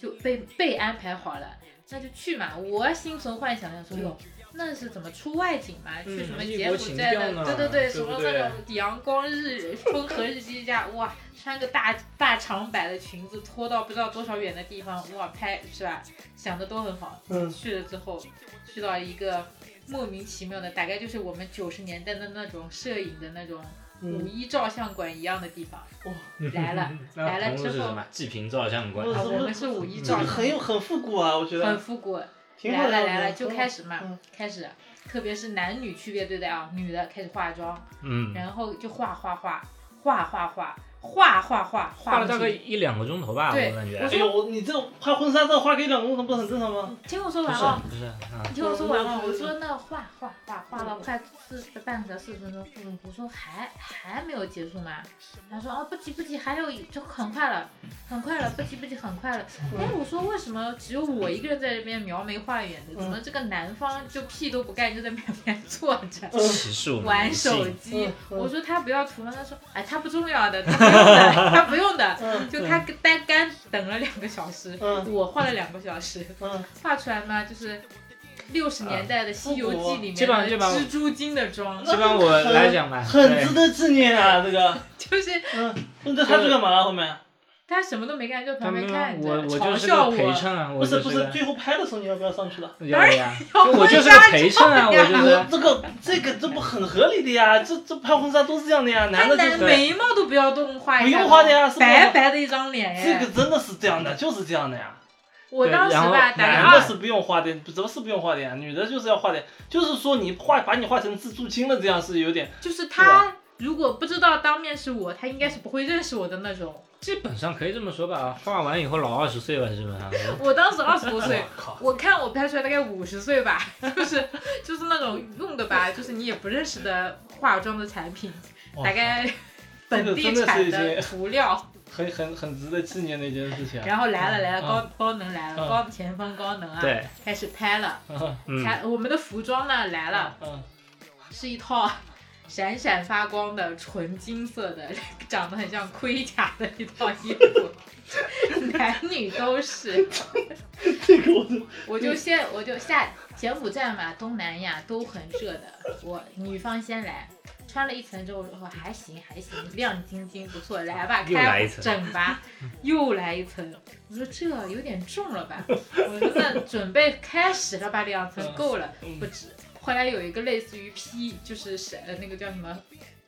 S4: 就被被安排好了，那就去嘛。我心存幻想，想说哟。那是怎么出外景嘛？
S1: 嗯
S4: 去什么
S1: 异
S4: 柬
S1: 国
S4: 埔
S1: 情
S4: 寨
S1: 调
S4: 的？
S1: 呢
S4: 对对对，什
S1: 对不
S4: 么
S1: 对
S4: 那种阳光日风和日丽下，哇，穿个大大长摆的裙子，拖到不知道多少远的地方，哇，拍是吧？想的都很好。
S2: 嗯，
S4: 去了之后，去到一个莫名其妙的，大概就是我们九十年代的那种摄影的那种五
S2: 嗯
S4: 一照相馆一样的地方。
S2: 哇
S4: *laughs* 来了，
S1: 那
S4: 来
S1: 同
S4: 了
S1: 路
S4: 之
S1: 是
S4: 后
S1: 什么？济贫照相馆
S2: 不。是
S4: 啊，我们是五一
S2: 这
S4: 照
S2: 个
S4: 相
S2: 很有很复古啊，我觉
S4: 馆，很
S2: 得。
S4: 复古。
S2: 挺好
S4: 来
S2: 的
S4: 了来了，就开。始
S2: 嗯
S4: 嘛，开始，特别是男女区别对待啊，女的开始化妆，
S1: 嗯，
S4: 然后就画画画，画画画，画画画，
S1: 画了
S4: 不
S1: 大概
S4: 停
S1: 一两个钟头吧，
S4: 对
S1: 我感觉。
S4: 我
S2: 哎呦，我你这拍婚纱照花给两个钟头不是很正常吗？
S4: 听我说
S1: 不
S4: 完
S1: 是
S4: 啊。
S1: 不是啊，
S4: 你听我说完啊！
S2: 嗯
S4: 我说那画画画画了快四十半个小时四十分钟，嗯我说还还没有结束吗？他说哦不急不急，还有一就很快了，很快了，不急不急，很快了。哎，我说为什么只有我一个人在这边描眉画眼的？怎
S2: 嗯
S4: 么这个男方就屁都不干，就在旁边 *laughs* 坐着？
S1: 歧视我们
S4: 玩
S1: 女
S4: 手
S1: 性
S4: 机
S2: 嗯，嗯
S4: 我说他不要涂了，他说哎他不重要的，他不用
S2: *laughs*
S4: 的，他不用的，
S2: 嗯
S4: 就他单干等了两个小时，
S2: 嗯
S4: 我画了两个小时，
S2: 嗯，
S4: 画出来吗？就是六十年代的《西游
S2: 哦
S4: 记》里面
S1: 基本上基
S4: 的
S1: 本上
S4: 蜘蛛精的妆， *laughs*
S1: 基本上我来讲吧，
S2: 很值
S1: 对
S2: 得纪念啊，这个。
S4: 就是
S2: 嗯，那这他去干嘛了后面？
S4: 他什么都没干，就
S1: 他
S4: 旁
S1: 们
S4: 边看着，
S1: 我我
S4: 嘲
S1: 就是个
S4: 笑我。
S1: 陪衬啊，
S2: 不
S1: 我
S2: 是
S1: 就
S2: 不
S1: 个
S2: 是，最后拍的时候你要不要上去了？
S1: 有的呀，
S4: 哎有
S1: 就我就是个陪衬啊，我
S4: 婚纱
S1: 就
S4: 照
S1: 是
S2: 我这个这个这不很合理的呀？这这拍婚纱都是这样的呀，男
S4: 他
S2: 的就
S4: 男
S2: 是
S4: 眉毛都不要动，画一下
S2: 不用画的呀是吧
S4: 白白的一张脸哎。
S2: 这个真的是这样的，就是这样的呀。
S4: 我当时
S1: 对然
S4: 吧，
S1: 后
S4: 打个
S1: 男
S2: 男的
S4: 二，
S2: 是不用画的，怎么是不用画的呀？女的就是要画的，就是说你画把你画成自助精了，这样是有点
S4: 就是
S2: 是
S4: 他如果不知道当面是我，他应该是不会认识我的那种。
S1: 基本上可以这么说吧，画完以后老二十岁了，基
S4: *laughs*
S1: 本上。
S4: 我当时二十多岁 *laughs*
S2: 我，靠，
S4: 我看我拍出来大概五十岁吧， *laughs* 就是就是那种用的吧，就是你也不认识的化妆的产品，
S2: 哇
S4: 大
S2: *laughs*
S4: 概本地产的涂料。
S2: 很很很值得纪念的一件事情啊。
S4: 然后来了来了，
S2: 嗯
S4: 高高能来了，
S2: 嗯
S4: 高前方高能啊，
S1: 对，
S4: 开始拍了，
S2: *laughs*
S1: 嗯，
S4: 开我们的服装呢来了，
S2: 嗯，
S4: 是一套。 *laughs* 闪闪发光的纯金色的，长得很像盔甲的一套衣服， *laughs* 男女都是。
S2: 这个我都
S4: 我就先我就下柬埔寨嘛，东南亚都很热的，我女方先来。穿了一层之后，我说还行还行，亮晶晶不错，来吧，
S1: 又来
S4: 开
S1: 一
S4: 火
S1: 层
S4: 整吧，又来一层。我说这有点重了吧，我说那准备开始了吧，两层够了
S2: 嗯，
S4: 不止。后来有一个类似于披，就是是呃那个叫什么，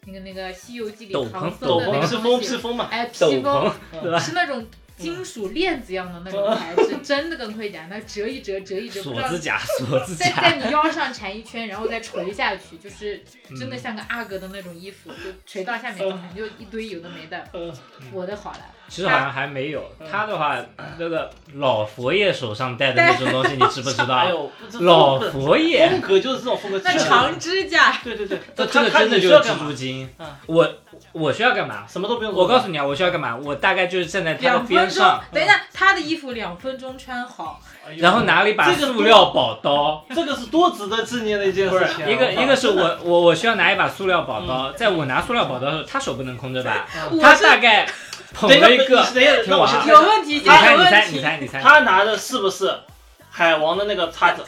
S4: 那个那个《西游记》
S1: 斗
S4: 里
S1: 篷
S4: 唐僧
S2: 斗
S4: 的那
S2: 篷
S4: 个
S2: 是
S4: 东
S2: 风披
S4: 西
S2: 风 *laughs* 嘛，
S4: 哎，
S1: *laughs* 斗
S4: 披风
S1: 篷，对吧？嗯
S4: 是那种金属链子一样的那种材
S1: *laughs*
S4: 质，真的跟盔甲，那折一折，折一折，不知
S1: 锁
S4: 道
S1: 指
S4: *laughs*
S1: 甲，锁指
S4: 在在
S1: 甲，
S4: 你腰上缠一圈，然后再垂下去，就是真的
S1: 嗯
S4: 像个阿哥的那种衣服，就垂到下面去，反正就一堆有的没的。
S2: 嗯，
S4: 我的好了，
S1: 其实好像还没有。
S4: 嗯
S1: 他的话，那个老佛爷手上戴的那种东西，你知不
S4: *laughs*
S1: 知
S2: 哎
S1: 道？
S2: 呦，不知
S1: 老
S2: 风格
S1: 佛爷
S2: 风，格就是这种风格，
S4: 那长指甲，
S2: 对对对， *laughs*
S1: 这这
S2: 他
S1: 个
S2: 看
S1: 真的
S2: 你
S1: 就是
S2: 需要干
S1: 蜘蛛
S2: 嘛？
S1: 精
S2: 嗯。
S1: 我我需要干嘛？
S2: 什么都不用
S1: 我告
S2: 你，
S1: 诉你啊，我需要干嘛？我大概就是站在他的
S4: 两分
S1: 边
S4: 钟
S1: 上，，嗯
S4: 等一下，他的衣服两分钟穿好，
S2: 哎呦
S1: 然后拿了一把
S2: 这个
S1: 塑料宝刀。
S2: 这个是多值得纪念的一件
S1: 不是
S2: 事情啊。
S1: 一个
S2: 我靠
S1: 一个是我我我需要拿一把塑料宝刀，在我拿塑料宝刀的时候，他手不能空着吧？
S2: 嗯
S1: 他
S4: 我是
S1: 大概捧
S2: 等一下
S1: 了一个，
S2: 等一下，
S1: 听
S2: 那
S1: 我
S2: 我
S1: 啊
S2: 先
S4: 有问题，
S1: 你
S4: 姐
S1: 猜
S4: 有
S1: 你
S4: 问
S1: 猜你
S4: 题，
S1: 猜你猜，
S2: 他拿的是不是海王的那个叉 *laughs* 子？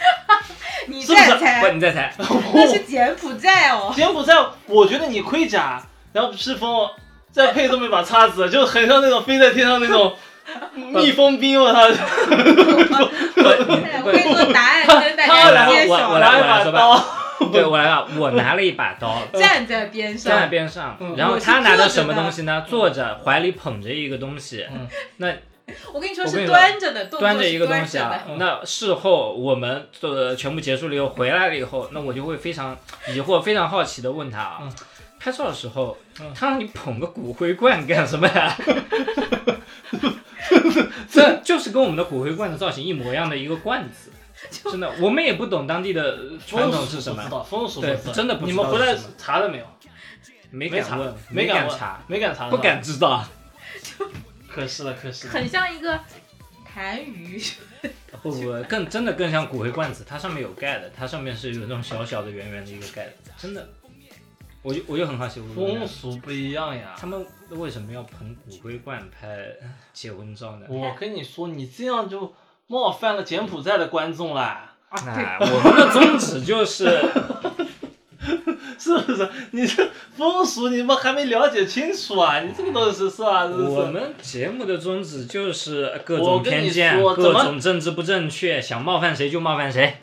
S4: 你
S2: 是不是
S4: 再
S1: 不
S4: 猜，
S1: 你再
S2: *laughs*
S1: 猜，
S4: 那是柬埔寨
S1: *laughs*
S4: 哦。 *laughs*
S2: 柬埔寨，我觉得你盔甲，然后披风，再配这么一把叉子，就很像那种飞在天上那种 *laughs* 蜜蜂兵。我操！
S1: 不你不
S4: 我跟你说，答
S1: *laughs*
S4: 案真的
S2: 他
S4: 要
S2: 来
S4: 揭
S1: 我
S4: 晓
S1: 我
S4: 了，
S2: 拿一把刀，
S1: 对我来了，我拿了一把刀。
S4: 站在边
S1: 站在
S4: 上，
S1: 边上
S2: 嗯，
S1: 然后
S4: 我是
S1: 他拿
S4: 坐
S1: 的
S4: 着
S1: 什么
S4: 的
S1: 东西呢？坐着，怀里捧着一个东西，
S2: 嗯
S4: 我跟你说
S1: 我跟
S4: 是
S1: 你说
S4: 端着的，动
S1: *laughs*
S4: 作
S1: 端着一
S4: 是
S1: 个
S4: 端
S1: 东西
S4: 着的
S1: 啊。。 *laughs* 那事后我们呃全部结束了以后回来了以后，那我就会非常疑惑、非常好奇的问他啊
S2: 嗯，
S1: 拍照的时候
S2: 嗯
S1: 他让你捧个骨灰罐干什么呀？ *laughs* 这就是跟我们的骨灰罐的造型一模一样的一个罐子，真的，我们也不懂当地的传
S2: 风
S1: 统
S2: 俗
S1: 是什
S2: 不
S1: 么
S2: 知，道，风俗不
S1: 对
S2: 知道
S1: 真的不知
S2: 你
S1: 道
S2: 们回来
S1: 是什么
S2: 查了没有？
S1: 没
S2: 没
S1: 敢
S2: 查
S1: 问，，
S2: 没
S1: 敢
S2: 问
S1: 查，，
S2: 没敢查，
S1: 不敢。知道，
S2: 可惜了，可惜了。
S4: 很像一个痰
S2: *laughs*
S4: 盂，
S1: 不不，不更真的更像骨灰罐子，它上面有盖的，它上面是有那种小小的圆圆的一个盖的，真的，我就我就很好奇，我
S2: 风
S1: 问
S2: 俗不一样呀
S1: 他。们为什么要捧骨灰罐拍结婚照呢？
S2: 我跟你说，你这样就冒犯了柬埔寨的观众啦。
S4: 啊
S1: 哎，我们的宗旨就是，
S2: *laughs* 是不是？你这风俗你们还没了解清楚啊？你这个东西是吧？是
S1: 我
S2: 是
S1: 们节目的宗旨就是各
S2: 我
S1: 种
S2: 跟你
S1: 偏见、
S2: 说
S1: 各
S2: 怎么
S1: 种政治不正确，想冒犯谁就冒犯谁。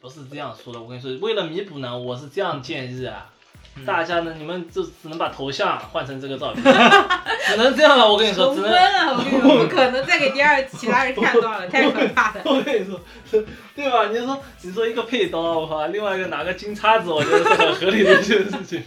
S2: 不是这样说的？我跟你说，为了弥补呢，我是这样建议啊，
S1: 嗯
S2: 大家呢，你们就只能把头像换成这个照片， *laughs* 只能这样了。我跟你说，
S4: 重
S2: 只
S4: 温
S2: 能。
S4: 了，我跟你
S2: *laughs*
S4: 说，不可能再给第二期其他人看到了，太可怕了。
S2: 我跟你说，对吧？你说，你说一个配刀，我靠，另外一个拿个金叉子，我觉得是很合理的一件事情。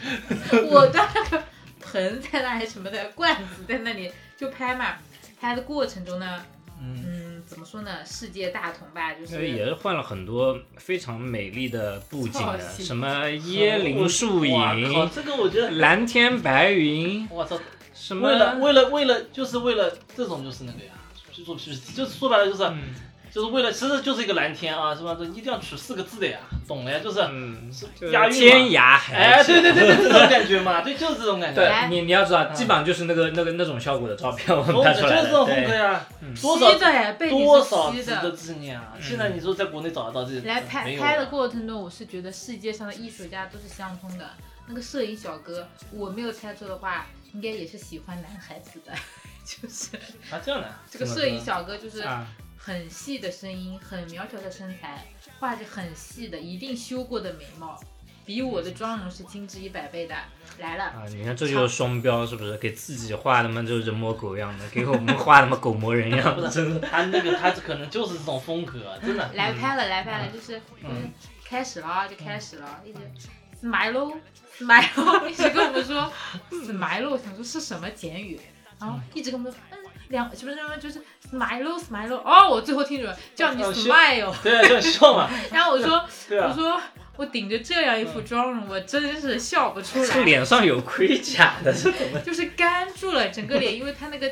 S4: 我端了个盆在那里什么的，罐子在那里就拍嘛。拍的过程中呢，
S2: 嗯，
S4: 嗯，怎么说呢？世界大同吧，就
S1: 所以
S4: 是
S1: 也是换了很多非常美丽的布景
S4: 造
S1: 的，
S4: 型
S1: 什么椰林树
S2: 哇靠，
S1: 影、
S2: 这个我觉得，
S1: 蓝天白云，
S2: 我操，
S1: 什么
S2: 为了为了为了，就是为了这种就是那个呀，就做 PPT，就是说白了就是。
S1: 嗯
S2: 就是为了，其实就是一个蓝天啊，是吧？这一定要取四个字的呀，懂了呀？就是，
S1: 嗯，
S2: 是押韵嘛
S1: 天涯海
S2: 哎，
S1: 角
S2: 对对对对，这种感觉
S1: *laughs*
S2: 嘛，对，就是这种感觉。
S1: 对，
S4: 来
S1: 你你要知道，
S2: 嗯
S1: 基本上就是那个那个那种效果的照片，我
S2: 风
S1: 们
S2: 格
S1: 拍
S2: 就
S1: 出
S2: 是
S1: 来
S2: 这种
S1: 的。
S2: 风格
S1: 对，
S2: 呀，
S1: 嗯
S2: 多
S4: 吸
S2: 少
S4: 的哎，背景
S2: 多少
S4: 是吸
S2: 值得
S4: 的。
S2: 纪念啊！
S1: 嗯
S2: 现在你说在国内找得到这嗯没
S4: 来拍
S2: 有
S4: 拍的
S2: 了
S4: 过程中，我是觉得世界上的艺术家都是相通的。那个摄影小哥，我没有猜错的话，应该也是喜欢男孩子的，就是
S2: 啊，这样的啊，
S4: 这个摄影小哥就是
S1: 啊，
S4: 很细的声音，很苗条的身材，画着很细的、一定修过的眉毛，比我的妆容是精致一百倍的。来了，
S1: 啊，你看这就是双标，是不是？给自己画他妈就人模狗样的，给我们画他妈狗模人样的， *laughs* 真的。
S2: 他那个他可能就是这种风格，啊真
S4: *laughs*
S2: 的。
S4: 来拍了，来拍了，
S1: 嗯
S4: 就是
S2: 嗯
S4: 开始了啊，就开始了，一直 smile *laughs* smile，一直跟我们说 smile，我想说是什么简语，然后一直跟我们说，嗯，两什么什么就是 smile smile，哦，我最后听准了叫你
S2: 哦是
S4: smile， *laughs*
S2: 对啊，就笑嘛，
S4: 然后我说
S2: 对
S4: 我
S2: 啊，
S4: 说我顶着这样一副妆容，我真嗯是笑不出
S1: 这
S4: 来，
S1: 脸上有盔甲的，这怎么？
S4: 就是干住了整个 *laughs* 脸，因为他那个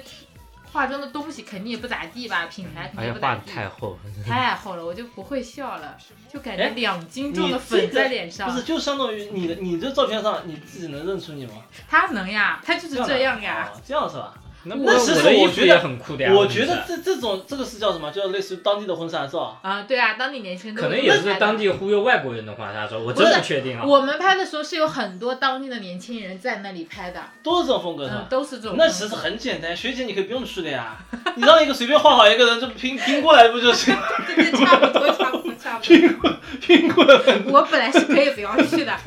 S4: 化妆的东西肯定也不咋地吧，品牌肯
S1: *laughs* 哎
S4: 定也
S1: 呀
S4: 不，
S1: 画
S4: 咋
S1: 的
S4: 地。
S1: 太厚了。
S4: 太厚了，我就不会笑了，就感觉
S2: 哎
S4: 两斤
S2: 你
S4: 重的
S2: 这
S4: 粉
S2: 个
S4: 在脸
S2: 不
S4: 上
S2: 是，。就相当于你的你这照片上你自己能认出你吗？
S4: 他能呀，他就是这样呀。
S2: 哦，这样是吧？
S1: 那
S4: 我
S1: 不是
S2: 其实
S1: 我的
S2: 我
S1: 衣服
S2: 觉得
S1: 也很酷的呀。
S2: 我觉
S1: 是
S2: 得
S1: 不
S2: 这这种这个是叫什么？叫类似于当地的婚纱照。
S4: 啊、对啊，当地年轻人
S1: 是
S4: 都
S1: 可能
S4: 会
S1: 也
S4: 拍
S1: 是
S4: 的
S1: 当。地忽悠外国人的话，他说我真
S4: 不是
S1: 不确定啊。
S4: 我们拍的时候是有很多当地的年轻人在那里拍的，
S2: 都是这种风格是
S4: 嗯，
S2: 吧？
S4: 都是这种。
S2: 那其实很简单，学姐你可以不用去的呀，你让一个随便画好一个人，这不拼拼过来不就行？
S4: 对对差不多，差不多，差不多。
S2: 拼过拼过来，
S4: 我本来是可以不要去的，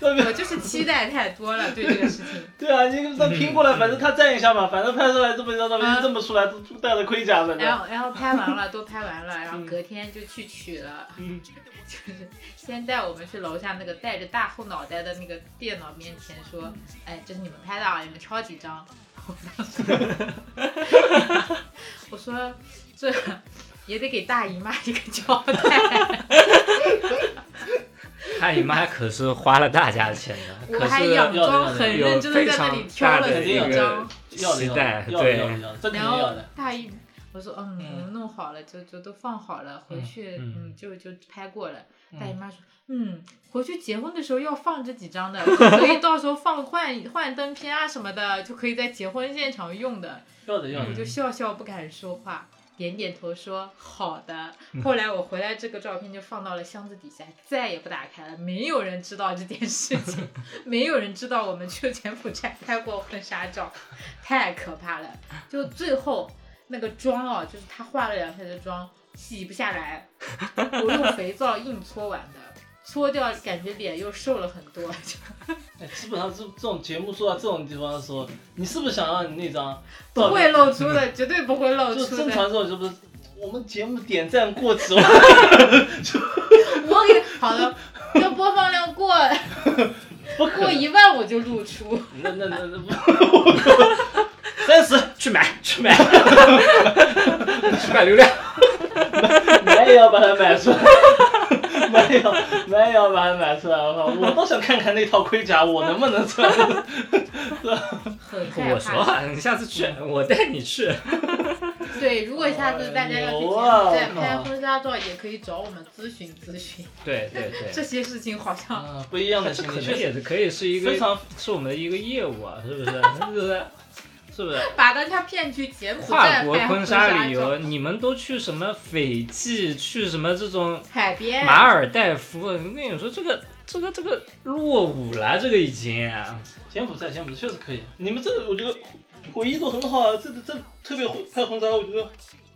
S2: 那边
S4: 我就是期待太多了对这个事情。
S2: 对啊，你那拼过来，反正他站一下嘛，反正拍出来这么一张照片
S4: 嗯
S2: 就这么出来，都带着盔甲的。
S4: 然后，然后拍完了，都拍完了，然后
S2: 嗯
S4: 隔天就去取了。
S2: 嗯，
S4: *laughs* 就是先带我们去楼下那个带着大后脑袋的那个电脑面前
S2: 嗯
S4: 说，哎，这是你们拍的啊，你们抄几张。 *laughs* 我
S2: *laughs*
S4: 当时，我说这也得给大姨妈一个 *laughs* 交代，
S1: 大姨哎妈可是花了大价钱的，
S4: 我
S1: 可
S4: 还
S1: 是
S4: 佯
S2: 要
S4: 装
S2: 的
S4: 很认真的在那里挑了
S2: 有
S4: 几
S2: 非常大的一
S4: 张
S1: 个，
S2: 要的
S1: 期
S2: 要
S1: 待
S2: 的要的
S1: 对
S2: 要的要的，这肯定要
S4: 然后
S2: 的。
S4: 大姨。我说嗯，
S2: 嗯
S4: 我们弄好了，就就都放好了，回去
S1: 嗯
S4: 嗯就就拍过了。大姨
S2: 嗯
S4: 妈说，嗯，回去结婚的时候要放这几张的，所以到时候放幻幻灯片啊什么的，就可以在结婚现场用的。
S2: 要的要
S4: 我
S2: 的，
S4: 就笑笑不敢说话，点点头说好的。
S2: 嗯
S4: 后来我回来，这个照片就放到了箱子底下，再也不打开了。没有人知道这件事
S2: *laughs*
S4: 情，没有人知道我们去柬埔寨拍过婚纱照，太可怕了。就最后那个妆哦，就是他化了两天的妆，洗不下来，我用肥皂硬搓完的。搓掉，感觉脸又瘦了很多，就
S2: 哎基本上这这种节目做到这种地方的时候，你是不是想让你那张
S4: 不
S2: 照
S4: 会
S2: 片？
S4: 露出的，绝对不会露
S2: 就
S4: 出
S2: 正
S4: 的。
S2: 常这种，就不是我们节目点赞过几万，
S4: 我给好的，这播放量过
S2: 不可
S4: *laughs* 过
S2: 能
S4: 一万我就露
S2: *laughs*
S4: 出，
S2: 那那那那不，三十
S1: 去买去买， *laughs* 去买流量。
S2: 买也要把它买出来，买也要买也要把它买出来。我靠，我倒想看看那套盔甲，我能不能穿？
S4: 很害
S1: 我说
S4: 怕。
S1: 啊，你下次去，我带你去。
S4: 对，如果下次大家
S1: 哎
S4: 要去柬埔寨拍婚纱照，也可以找我们咨询咨询。
S1: 对对对，
S4: 这些事情好像
S2: 嗯，不一样的
S1: 这
S2: 心
S1: 可
S2: 理，
S1: 能
S2: 确实
S1: 也是可以是一个
S2: 非，常
S1: 是我们的一个业务啊，是不是？是不是？是不是？
S4: 把大家骗去柬埔
S1: 跨
S4: 寨
S1: 国
S4: 拍
S1: 婚
S4: 纱
S1: 纱旅游，你们都去什么斐济，去什么这种
S4: 海边
S1: 马尔代夫？那你说这个这个这个落伍了，这个已经、啊
S2: 柬埔寨，柬埔寨确实可以。你们这个我觉得回忆都很好啊，这这这特别会拍婚纱，我觉得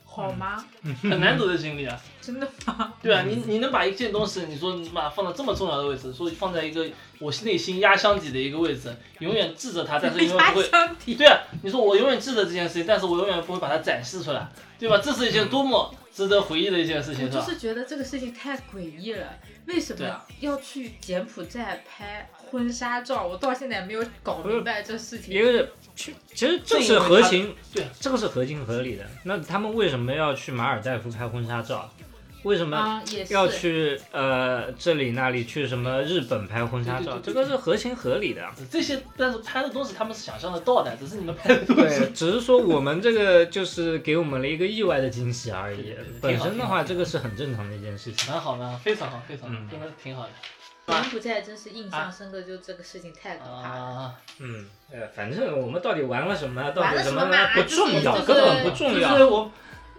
S4: 好吗？
S2: 很难得的经历啊。
S4: 真的吗？
S2: 对啊，你你能把一件东西，你说你把它放到这么重要的位置，说放在一个我内心压箱底的一个位置，永远记着它，但是永远
S4: 压
S2: 不会
S4: 箱底，
S2: 对啊，你说我永远记得这件事情，但是我永远不会把它展示出来，对吧？这是一件多么值得回忆的一件事
S4: 我
S2: 情，是
S4: 就
S2: 吧？
S4: 是觉得这个事情太诡异了，为什
S2: 对啊
S4: 么要去柬埔寨拍婚纱照？我到现在没有搞明白这事情
S1: 一。个是去，其实这是合情，
S2: 对，
S1: 这个是合情合理的。那他们为什么要去马尔代夫拍婚纱照？为什么
S4: 啊，也是
S1: 要去呃这里那里去什么日本拍婚纱照？
S2: 对对对
S1: 这
S2: 对
S1: 个是合情合理的。
S2: 这些，但是拍的东西他们是想象得到的，只是你们拍的东西。
S1: 对，只是说我们这个就是给我们了一个意外的惊喜而已
S2: 对对对。
S1: 本身的话，这个是很正常的一件事情。
S2: 蛮好的，啊非常好，非常好，
S1: 嗯
S2: 真的挺好的
S4: 柬埔寨真是印
S2: 啊
S4: 象深刻，就这个事情太可怕了。
S2: 啊！
S1: 嗯，呃，反正我们到底玩了什么，到
S4: 玩
S1: 底
S4: 了什
S1: 么
S4: 么嘛
S1: 不
S4: 就是
S1: 重要，
S4: 就是
S1: 根本不重
S2: 就
S1: 要。
S2: 是我，我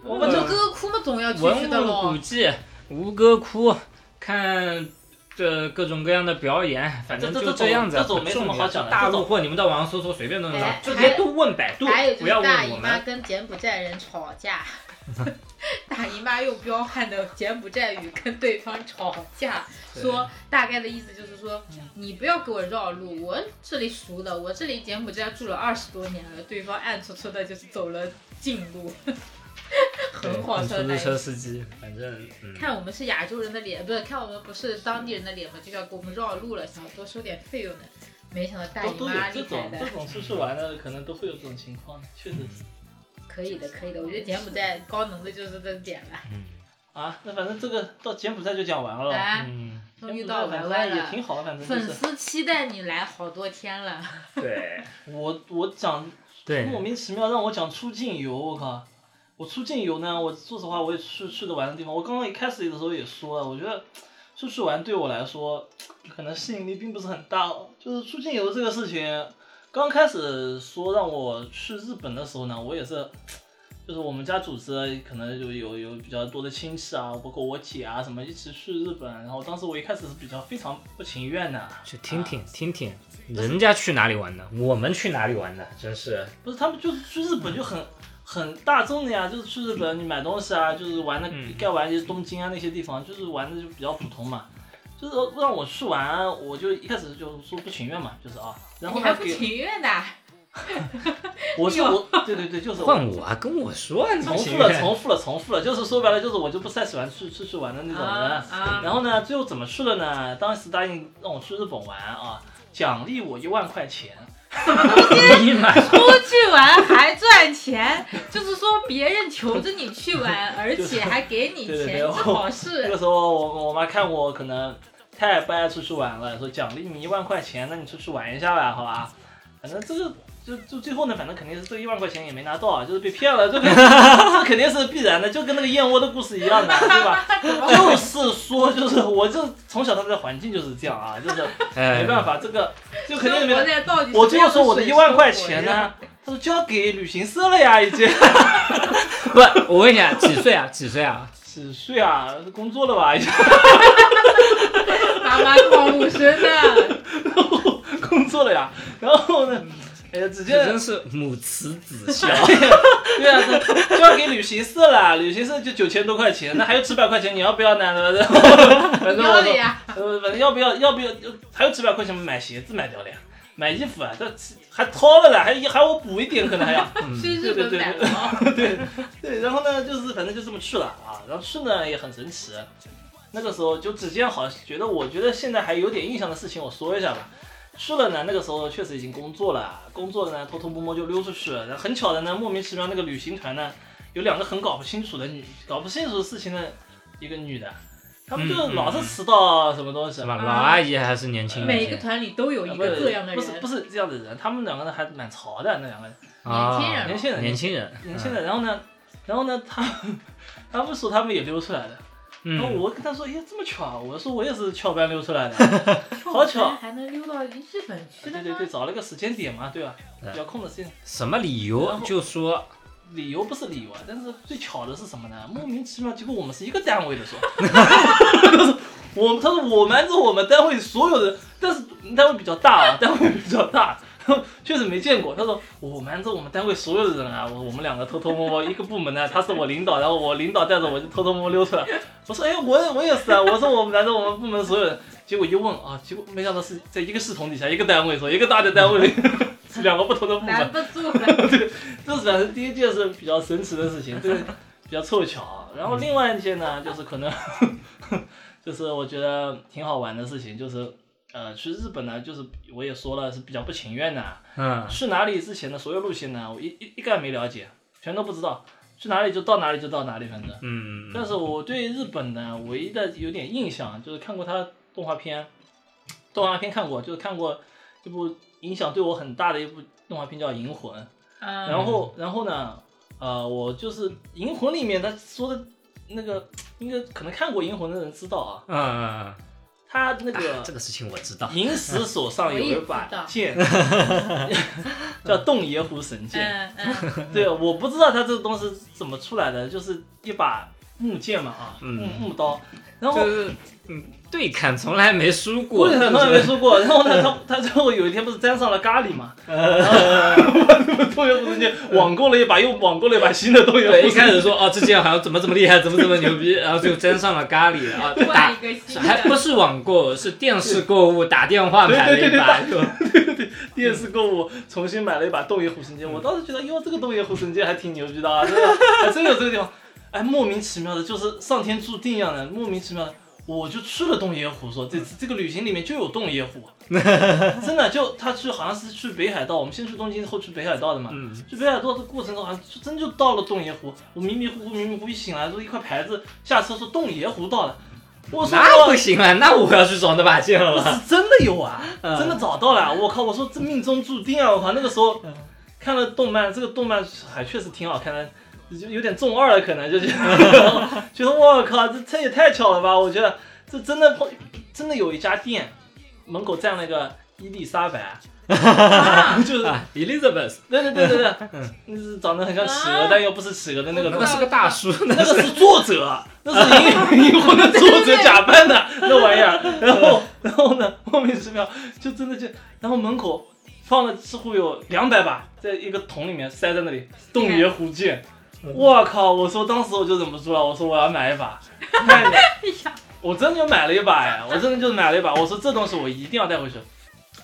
S1: 我
S2: 们
S1: 们就
S2: 就
S4: 吴哥窟嘛，总要去
S1: 文
S4: 去的
S1: 物古
S4: 喽。
S1: 迹，吴哥窟，看这各种各样的表演，反正
S2: 这
S1: 就
S2: 这这
S1: 样子，
S2: 这种没什么好讲的
S1: 大
S2: 这种
S1: 陆货你们到网上搜搜，随便都能找
S3: 哎，
S1: 就直
S3: 还
S1: 接都问百度
S3: 还有，就
S1: 不
S3: 是
S1: 要
S3: 大
S1: 问
S3: 姨
S1: 我
S3: 妈
S1: 们。
S3: 跟柬埔寨人吵架，
S4: *laughs* 大姨妈用彪悍的柬埔寨语跟对方吵架，
S1: 对
S4: 说大概的意思就是说，你不要给我绕路，我这里熟的，我这里柬埔寨住了二十多年了，对方暗搓搓的就是走了近路， *laughs* 很
S1: 对
S4: 火
S1: 跟
S4: 车
S1: 出
S4: 的
S1: 租
S4: 一
S1: 车司机，反正嗯，
S4: 看我们是亚洲人的脸，不是看我们不是当地人的脸嘛，就要给我们绕路了，想要多收点费用呢。没想到大
S2: 都
S4: 姨
S2: 都有
S4: 妈
S2: 哦这
S4: 厉害
S2: 种
S4: 的
S2: 这，种出去玩的，可能都会有这种情况，确实是
S4: 可以的，可以的。我觉得柬埔寨高能的就是这点了。
S1: 嗯
S2: 啊。那反正这个到柬埔寨就讲完了，
S4: 哎，
S1: 嗯，
S2: 哦柬
S4: 终于
S2: 埔
S4: 到
S2: 寨
S4: 玩
S2: 反
S4: 玩
S2: 正也
S4: 了，
S2: 挺好的，反正就
S4: 粉
S2: 是
S4: 丝期待你来好多天了。
S2: *laughs*
S1: 对
S2: 我我讲
S1: 对，
S2: 莫名其妙让我讲出境游，我靠！我出境游呢，我说实话我也去去的玩的地方，我刚刚一开始的时候也说了，我觉得出去玩对我来说可能吸引力并不是很大，就是出境游这个事情，刚开始说让我去日本的时候呢，我也是。就是我们家组织可能有有有比较多的亲戚啊，包括我姐啊什么一起去日本，然后当时我一开始是比较非常不情愿的，
S1: 就听
S2: 啊
S1: 听听听，人家去哪里玩的，我们去哪里玩的，真是
S2: 不是，他们就是去日本就很很大众的呀，就是去日本你买东西啊，就是玩的、
S1: 嗯
S2: 该玩就是东京啊那些地方，就是玩的就比较普通嘛。就是让我去玩，我就一开始就说不情愿嘛，就是啊，然后
S4: 你还
S2: 呢
S4: 不
S2: 给
S4: 情愿的，啊
S2: 我是我，对对对，就是我
S1: 换我啊，跟我说啊，你
S2: 重
S1: 情
S2: 复
S1: 愿
S2: 了，重复了，重复了，就是说白了就是我就不太喜欢去出去玩的那种人。
S4: 啊啊
S2: 然后呢，最后怎么去了呢？当时答应让我去日本玩啊，奖励我一万块钱， *laughs*
S1: 你妈
S4: 出去玩还赚钱，就是说别人求着你去玩，
S2: *laughs*
S4: 而且还给你
S2: 对对对
S4: 钱，这好
S2: 那
S4: 事
S2: 个。时候我我妈看我可能太不爱出去玩了，说奖励你一万块钱，那你出去玩一下吧，好吧？反正这个就就最后呢，反正肯定是这一万块钱也没拿到啊，就是被骗了，这个这肯定是必然的，就跟那个燕窝的故事一样的，对
S4: *laughs*
S2: 吧？就是说，就是我就从小到大的环境就是这样啊，就是
S1: 哎，
S2: 没办法，这个就肯定
S4: 生
S2: 没
S4: 活
S2: 办法。
S4: 在到底是
S2: 我最后
S4: 什
S2: 说
S4: 么样
S2: 我的
S4: 水
S2: 一万块
S4: 生活
S2: 钱
S4: 呀？
S2: 呢，他说交给旅行社了呀，已经 *laughs*
S1: 不，我问你啊，几岁啊？几岁啊？
S2: 几岁啊，工作了吧，已经。
S4: 妈妈旷五声的，
S2: 工作了呀。然后呢，哎呀，直接
S1: 这真是母慈子孝。
S2: *laughs* 对啊，这交给旅行社了，旅行社就九千多块钱，那还有几百块钱你要不要呢？ *laughs* 对吧？反正
S4: 要
S2: 我
S4: 的
S2: 说，
S4: 呀，
S2: 呃，反正要不要要不要，还有几百块钱买鞋子买掉了呀，买衣服啊，这还掏了啦，还还我补一点可能还要。
S4: 去日本买
S2: 嗯对对
S4: 房。
S2: 对对，然后呢，就是反正就这么去了啊。然后去呢也很神奇，那个时候就只见好，觉得我觉得现在还有点印象的事情，我说一下吧。去了呢，那个时候确实已经工作了，工作了呢偷偷摸摸就溜出去了。然后很巧的呢，莫名其妙那个旅行团呢，有两个很搞不清楚的女，搞不清楚事情的一个女的，她们就
S1: 嗯嗯
S2: 老是迟到什么东西
S1: 什，么老阿姨还是年轻
S4: 每个
S1: 人？
S4: 团里都有一
S2: 嗯不
S4: 个
S2: 是
S4: 这样的
S2: 不
S4: 人
S2: 是，不是这样的人，他们两个人还蛮潮的，那两个人
S1: 啊
S4: 年轻人
S2: 年轻人
S1: 年轻人，
S2: 年轻人。然后呢，然后呢，他他们 *laughs* 说他们也溜出来了。然后
S1: 嗯，
S2: 我跟他说，哎，这么巧啊！我说我也是翘班溜出来的，好巧。哎
S4: 还能溜到日本去 *laughs*
S2: 对
S4: 的
S2: 对对，
S4: 吗？
S2: 找了个时间点嘛，对吧？
S1: 嗯
S2: 比较空的时间，
S1: 什么理
S2: 然
S1: 由
S2: 后
S1: 就说
S2: 理由不是理由啊，但是最巧的是什么呢？ *laughs* 莫名其妙，结果我们是一个单位的说，我他说我瞒着我们单位所有人，但是单位比较大啊，单位比较大， *laughs* 确实没见过。他说我瞒着我们单位所有的人啊，我我们两个偷偷摸摸，一个部门呢，他是我领导，然后我领导带着我就偷偷摸摸溜出来。 *laughs* 我说哎，我我也是啊，我说我瞒着我们部门所有人，结果一问啊，结果没想到是在一个系统底下，一个单位说一个大的单位里，是 *laughs* 两个不同的部门
S4: 拦。不住
S2: *laughs*
S4: 了，
S2: 这是反正第一件是比较神奇的事情，这个比较凑巧。然后另外一件呢，就是可能 *laughs* 就是我觉得挺好玩的事情，就是呃去日本呢，就是我也说了是比较不情愿的。
S1: 嗯
S2: 去哪里之前的所有路线呢，我一一一概没了解，全都不知道。去哪里就到哪里就到哪里，反正。
S1: 嗯
S2: 但是我对日本呢，唯一的有点印象就是看过他动画片，动画片看过，就是看过一部影响对我很大的一部动画片叫《银魂》。
S4: 嗯，
S2: 然后，然后呢，呃，我就是《银魂》里面他说的那个，应该可能看过《银魂》的人知道啊，
S1: 嗯嗯，
S2: 他那
S1: 嗯
S2: 个
S1: 这个事情我知道。
S2: 银石手上有一把剑， *laughs* 叫洞爷湖神剑。
S4: 嗯嗯，
S2: 对，我不知道他这个东西是怎么出来的，就是一把木剑嘛啊，
S1: 嗯
S2: 木木刀，然后
S1: 就是嗯，对砍从来没输过，
S2: 我也从来没
S1: *laughs*
S2: 说过。然后呢，他他最后有一天不是沾上了咖喱嘛，然后 *laughs* 我动员不是间网购了一把，又网购了一把新的动员
S1: 对，
S2: 不
S1: 一
S2: 是
S1: 开始说哦，这件好像怎么怎么厉害，怎么怎么牛逼，然后就沾上了咖喱了啊，打
S4: 换一个新
S1: 还不
S4: 的，
S1: 是网购，是电视购物，打电话买了一把，就
S2: *laughs* 电视购物重新买了一把洞爷虎神剑，我当时觉得哟，这个洞爷虎神剑还挺牛逼的啊，真的，还真有这个地方，哎，莫名其妙的，就是上天注定一样的，莫名其妙的。我就去了洞爷湖，说这次这个旅行里面就有洞爷湖，真的就他去好像是去北海道，我们先去东京，后去北海道的嘛。
S1: 嗯
S2: 去北海道的过程中，好像就真就到了洞爷湖，我迷迷糊糊迷迷糊糊一醒来，说一块牌子下车说洞爷湖到了，我说
S1: 那
S2: 哇
S1: 不行啊，那我要去找那把剑
S2: 我
S1: 了。
S2: 是 *laughs* 真的有啊，
S1: 嗯
S2: 真的找到了。我靠，我说这命中注定啊！我靠，那个时候看了动漫，这个动漫还确实挺好看的，就有点中二了，可能就是觉得我靠，这这也太巧了吧！我觉得这真的碰，真的有一家店门口站了一个伊丽莎白，啊就是
S1: 啊，Elizabeth，
S2: 对对对对对，那是长得很像企鹅，但又不是企鹅的那个
S1: 那是个大叔，那
S2: *laughs* 那个是作者，那是银银魂的作者假扮的那玩意儿。然后， *laughs* 然后呢，莫名其妙就真的就，然后门口放了似乎有两百把，在一个桶里面塞在那里，洞爷湖剑。我靠！我说当时我就忍不住了，我说我要买一把，太我真的就买了一把哎，我真的就买了一把。我说这东西我一定要带回去，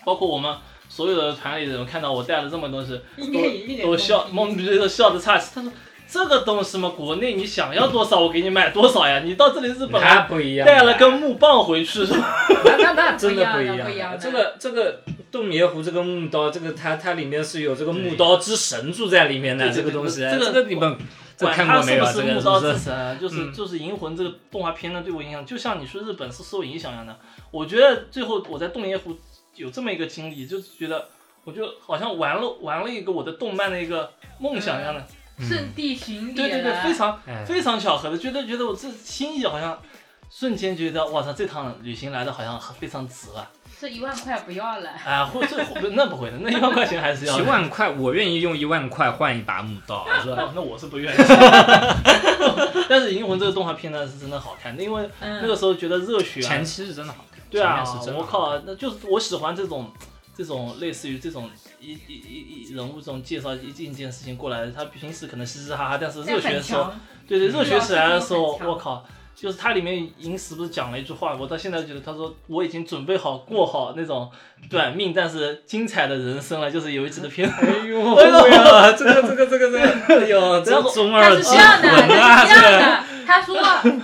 S2: 包括我们所有的团里的人看到我带了这么东西，
S4: *laughs* 一脸一
S2: 都
S4: 脸
S2: 都笑，
S4: 懵逼
S2: 懵逼的笑的岔气。他说这个东西嘛，国内你想要多少我给你买多少呀，你到这里日本
S1: 那
S2: 还
S1: 不一样，啊
S2: 带了根木棒回去是吧？
S1: 那那那真的
S4: 不一样
S1: 样
S4: 不一样
S1: 啊。
S4: 的
S1: 这个这个洞爷湖这个木刀，这个它它里面是有这个木刀之神住在里面的
S2: 对对
S1: 这个
S2: 对
S1: 东西，
S2: 这个
S1: 这个你们这
S2: 管
S1: 看
S2: 他
S1: 过没
S2: 是
S1: 有
S2: 不
S1: 啊？
S2: 是
S1: 这个
S2: 木刀
S1: 是
S2: 之
S1: 不是？
S2: 神，就是
S1: 嗯
S2: 就是《银魂》这个动画片呢对我影响，就像你说日本是受影响一样的。我觉得最后我在洞爷湖有这么一个经历，就是觉得我就好像玩了玩了一个我的动漫的一个梦想一样的。
S4: 圣地巡礼，
S2: 对对对，非常
S1: 哎
S2: 非常巧合的，觉得觉得我这心意好像瞬间觉得，我操，这趟旅行来的好像非常值啊！
S4: 这一万块不要了，
S2: 啊，或这或那不会的，那一万块钱还
S1: *laughs*
S2: 是要
S1: 一
S2: 的。
S1: 万块，我愿意用一万块换一把木刀，啊是吧？
S2: 哦那我是不愿意。 *laughs* 但是《银魂》这个动画片呢是真的好看，因为
S4: 嗯，
S2: 那个时候觉得热血、啊
S1: 前，期是真的好看，
S2: 对啊
S1: 前面是，真的
S2: 我
S1: 好看，
S2: 靠，那就是我喜欢这种这种类似于这种一一一一人物这种介绍一件一件事情过来的，他平时可能嘻嘻哈哈，但是热
S4: 但
S2: 血
S4: 很
S2: 的时候
S4: 强，
S2: 对对，热
S4: 嗯
S2: 血起来的时候
S4: 很，强
S2: 我靠，就是它里面银石不是讲了一句话，我到现在觉得他说我已经准备好过好那种短命但是精彩的人生了，就是有一集的片段。
S1: 哎
S2: *laughs*
S1: 呦，哎呀，这个这个这个这个，哎呦，这中
S4: 他
S1: 二
S4: 是
S1: 之
S4: 这样的，
S1: 魂啊，
S4: 他是这
S1: 这
S4: 样的。他说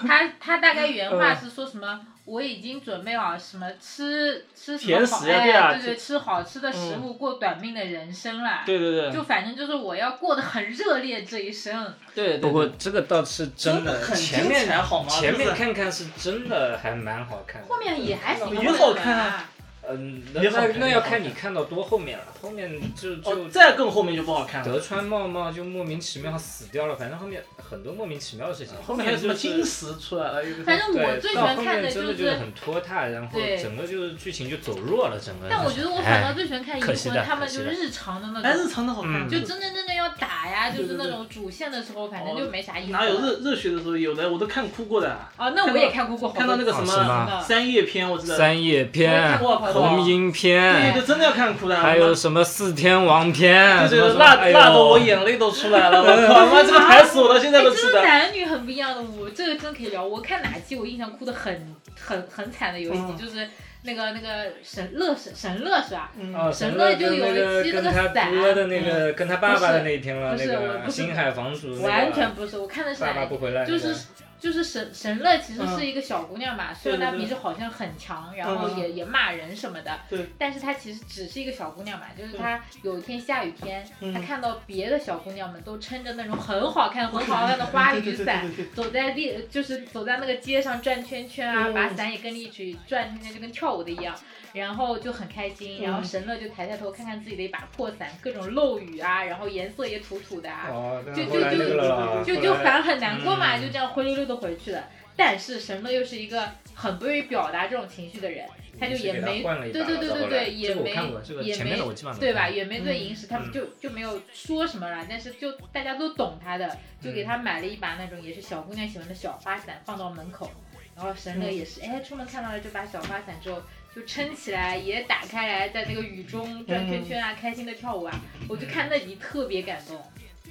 S4: 他他大概原
S2: 嗯
S4: 话是说什么？我已经准备好什么吃吃什么
S2: 甜
S4: 好
S2: 食啊
S4: 哎
S2: 对啊嗯
S4: 呀，对对，吃好吃的食物，过短命的人生啦。
S2: 对对对，
S4: 就反正就是我要过得很热烈这一生。
S2: 对对。
S1: 不过这个倒是真的，
S2: 很
S1: 前
S2: 精
S1: 面
S2: 彩好吗？
S1: 前
S2: 就
S1: 面
S2: 是
S1: 看看是真的还蛮好看的，
S4: 后面也还行，
S2: 也好看啊
S1: 嗯，那
S2: 也好
S1: 那
S2: 看
S1: 那
S2: 也
S1: 要
S2: 好
S1: 看
S2: 看
S1: 你看到多后面了，后面就
S2: 哦，
S1: 就
S2: 再更后面就不好看了。
S1: 德川茂茂就莫名其妙死掉了，反正后面很多莫名其妙的事情，
S2: 后面还有什么
S1: 就是
S2: 金石出来了？哎又
S4: 反正我
S1: 对，
S4: 最喜
S1: 到
S4: 欢
S1: 后
S4: 看
S1: 面
S4: 的
S1: 真
S4: 就
S1: 的就是
S4: 是，
S1: 很拖沓，然后
S4: 对
S1: 整个就是剧情就走弱了，整个。
S4: 但我觉得我反
S1: 哎
S4: 倒最喜欢看《
S1: 可惜
S4: 银
S1: 的
S4: 魂》，他们
S1: 可惜
S4: 就
S1: 的
S4: 日常的那
S2: 哎，日
S4: 种，
S2: 常的好看。
S1: 嗯
S4: 就真真正正要打呀，就
S2: 对
S4: 是
S2: 对
S4: 那
S2: 对
S4: 种主线的时候，反正
S2: 哦
S4: 就没啥意思了。
S2: 哪有热热血的时候，有的我都看哭过的啊。
S4: 哦，那我也看过过好多
S2: 看到那个
S1: 啊
S2: 什
S1: 什么
S2: 么
S4: 次
S2: 三叶篇，我知道，
S1: 三叶篇、
S4: 我也看过
S1: 红樱
S2: 对
S1: 篇，
S2: 对，真的要看哭的啊。
S1: 还有什么四天王篇，
S2: 对
S1: 什
S2: 对
S1: 么
S2: 对，
S1: 什么
S2: 辣
S1: 哎呦
S2: 辣的我眼泪都出来了。我靠，妈这
S4: *laughs*
S2: 个台词我到现在
S4: 哎，
S2: 都
S4: 真
S2: 记
S4: 的
S2: 得。
S4: 男女很不一样的，我这个真可以聊。我看哪期我印象哭的很很很惨的有一集、
S2: 嗯
S4: 就是那个那个神乐神神乐是吧？
S2: 嗯
S1: 哦，
S4: 神
S1: 神
S4: 乐
S1: 乐
S4: 就有一期
S1: 跟
S4: 那个
S1: 他
S4: 伞啊嗯
S1: 哥的那个，跟他爸爸的那一篇了，
S4: 不
S1: 那
S4: 是我
S1: 个
S4: 不是
S1: 星海房主那个
S4: 完全不是，我看的是
S1: 爸
S4: 哪
S1: 爸
S4: 一集？
S1: 不
S2: 哎
S1: 回来那个，
S4: 就是就是神神乐其实是一个小姑娘嘛，虽然她
S2: 嗯对对对
S4: 平时好像很强，然后
S2: 嗯嗯
S4: 也也骂人什么的，
S2: 对，
S4: 但是她其实只是一个小姑娘嘛，就是她有一天下雨天，
S2: 嗯
S4: 她看到别的小姑娘们都撑着那种很好看很好看的花雨伞，
S2: 嗯
S4: 走在地，就是走在那个街上转圈圈啊，
S2: 嗯
S4: 把伞也跟着一起转圈圈，就跟跳舞的一样，然后就很开心。
S2: 嗯
S4: 然后神乐就抬抬头看看自己的一把破伞，各种漏雨啊，然后颜色也土土的啊，
S1: 哦，
S4: 就
S1: 后来那个了，
S4: 就
S1: 啊后
S4: 就
S1: 来
S4: 反正很难过嘛，
S1: 嗯
S4: 就这样灰溜溜的回去了。但是神乐又是一个很不愿意表达这种情绪的人，他就也没对对对对对，也没也没
S1: 嗯
S4: 对吧？也没对银石，他们就就没有说什么了，但是就大家都懂他的，就给他买了一把那种也是小姑娘喜欢的小花伞，放到门口。然后神乐也是，哎，出门看到了这把小花伞之后，就撑起来，也打开来，在那个雨中转圈圈啊，开心的跳舞啊。我就看那集特别感动，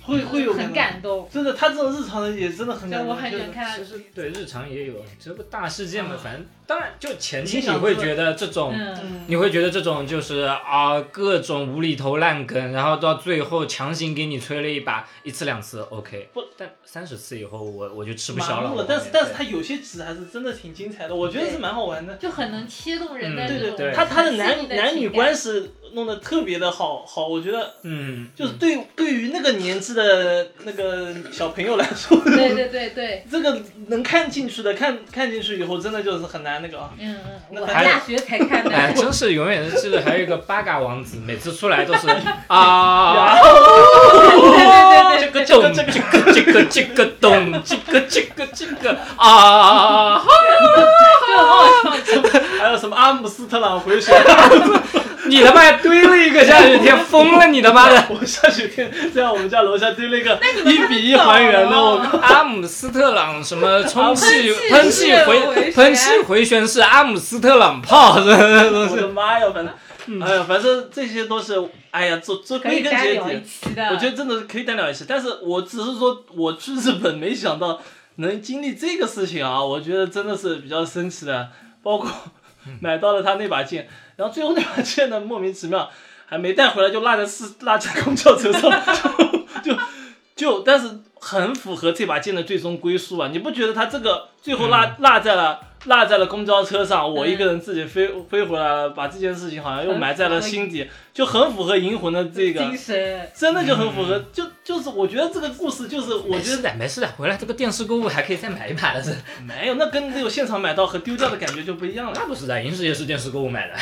S2: 会会有
S4: 很感动。
S2: 真的，他这种日常的也真的很感动。
S4: 对，我很喜欢
S2: 就是
S4: 看他
S1: 其实对日常也有，这不大事件嘛，反正当然就前期
S2: 影
S1: 你
S2: 响
S1: 会
S2: 这个
S1: 觉得这种。
S4: 嗯，
S2: 嗯，
S1: 你会觉得这种就是啊、各种无厘头烂梗，然后到最后强行给你吹了一把，一次两次 OK，
S2: 不，
S1: 但三十次以后我我就吃不消
S2: 麻
S1: 了。
S2: 木
S1: 我
S2: 了。
S1: 感
S2: 但是
S1: 觉
S2: 但是他有些集还是真的挺精彩的，我觉得是蛮好玩的。
S4: 就很能切动人的
S1: 嗯
S2: 对
S4: 这
S2: 对
S4: 种
S1: 对
S2: 他他的
S4: 细
S2: 男
S4: 腻的
S2: 男女
S4: 情感
S2: 关系弄得特别的好好，我觉得
S1: 嗯，
S2: 就是对对于那个年纪的那个小朋友来说，
S4: 对对对对，
S2: *laughs* 这个能看进去的，看看进去以后，真的就是很难那个啊。
S4: 嗯嗯，
S2: 那
S4: 我
S2: 还有
S4: 大学才看
S1: 哎，
S4: 的，
S1: 真是永远记得还有一个八嘎王子，每次出来
S2: *laughs*
S1: 都是啊，
S2: 对
S1: 这个咚，这
S2: 哦这
S1: 个这个这个咚，这个这个这个啊，
S2: 还有什么阿姆斯特朗回旋， *laughs*
S1: 你他妈堆了一个下雪天，疯了你他妈的！
S2: 我下雪天在我们家楼下堆了一个一比一还原
S1: *laughs*
S2: 的，我靠！
S1: 阿姆斯特朗什么充 *laughs* 气喷
S4: 喷
S1: 气
S4: 气
S1: 回
S4: 回旋
S1: 喷气回旋是阿姆斯特朗炮， *laughs* 这东
S2: 我
S1: 西
S2: 的妈呀，反正，哎呀，反正这些都是，哎呀，这这
S4: 可
S2: 归
S4: 以
S2: 根
S4: 单
S2: 结
S4: 聊一
S2: 底，
S4: 期的。
S2: 我觉得真的可以单聊一期。但是我只是说，我去日本没想到能经历这个事情啊，我觉得真的是比较神奇的。包括
S4: 嗯
S2: 买到了他那把剑，然后最后那把剑呢，莫名其妙还没带回来，就落在是落在公交车上，就 *laughs* 就就，但是很符合这把剑的最终归宿啊！你不觉得他这个最后落
S4: 嗯
S2: 落在了？落在了公交车上，我一个人自己飞、飞回来了，把这件事情好像又埋在了心底，就很符合银魂的这个
S4: 精神，
S2: 真的就很符
S1: 嗯
S2: 合，就就是我觉得这个故事就是，我
S1: 没
S2: 觉
S1: 事
S2: 得
S1: 的，没事的，回来这个电视购物还可以再买一把的哎是，
S2: 没有，那跟那种现场买到和丢掉的感觉就不一样了。
S1: *laughs* 那不是的，银石也是电视购物买的。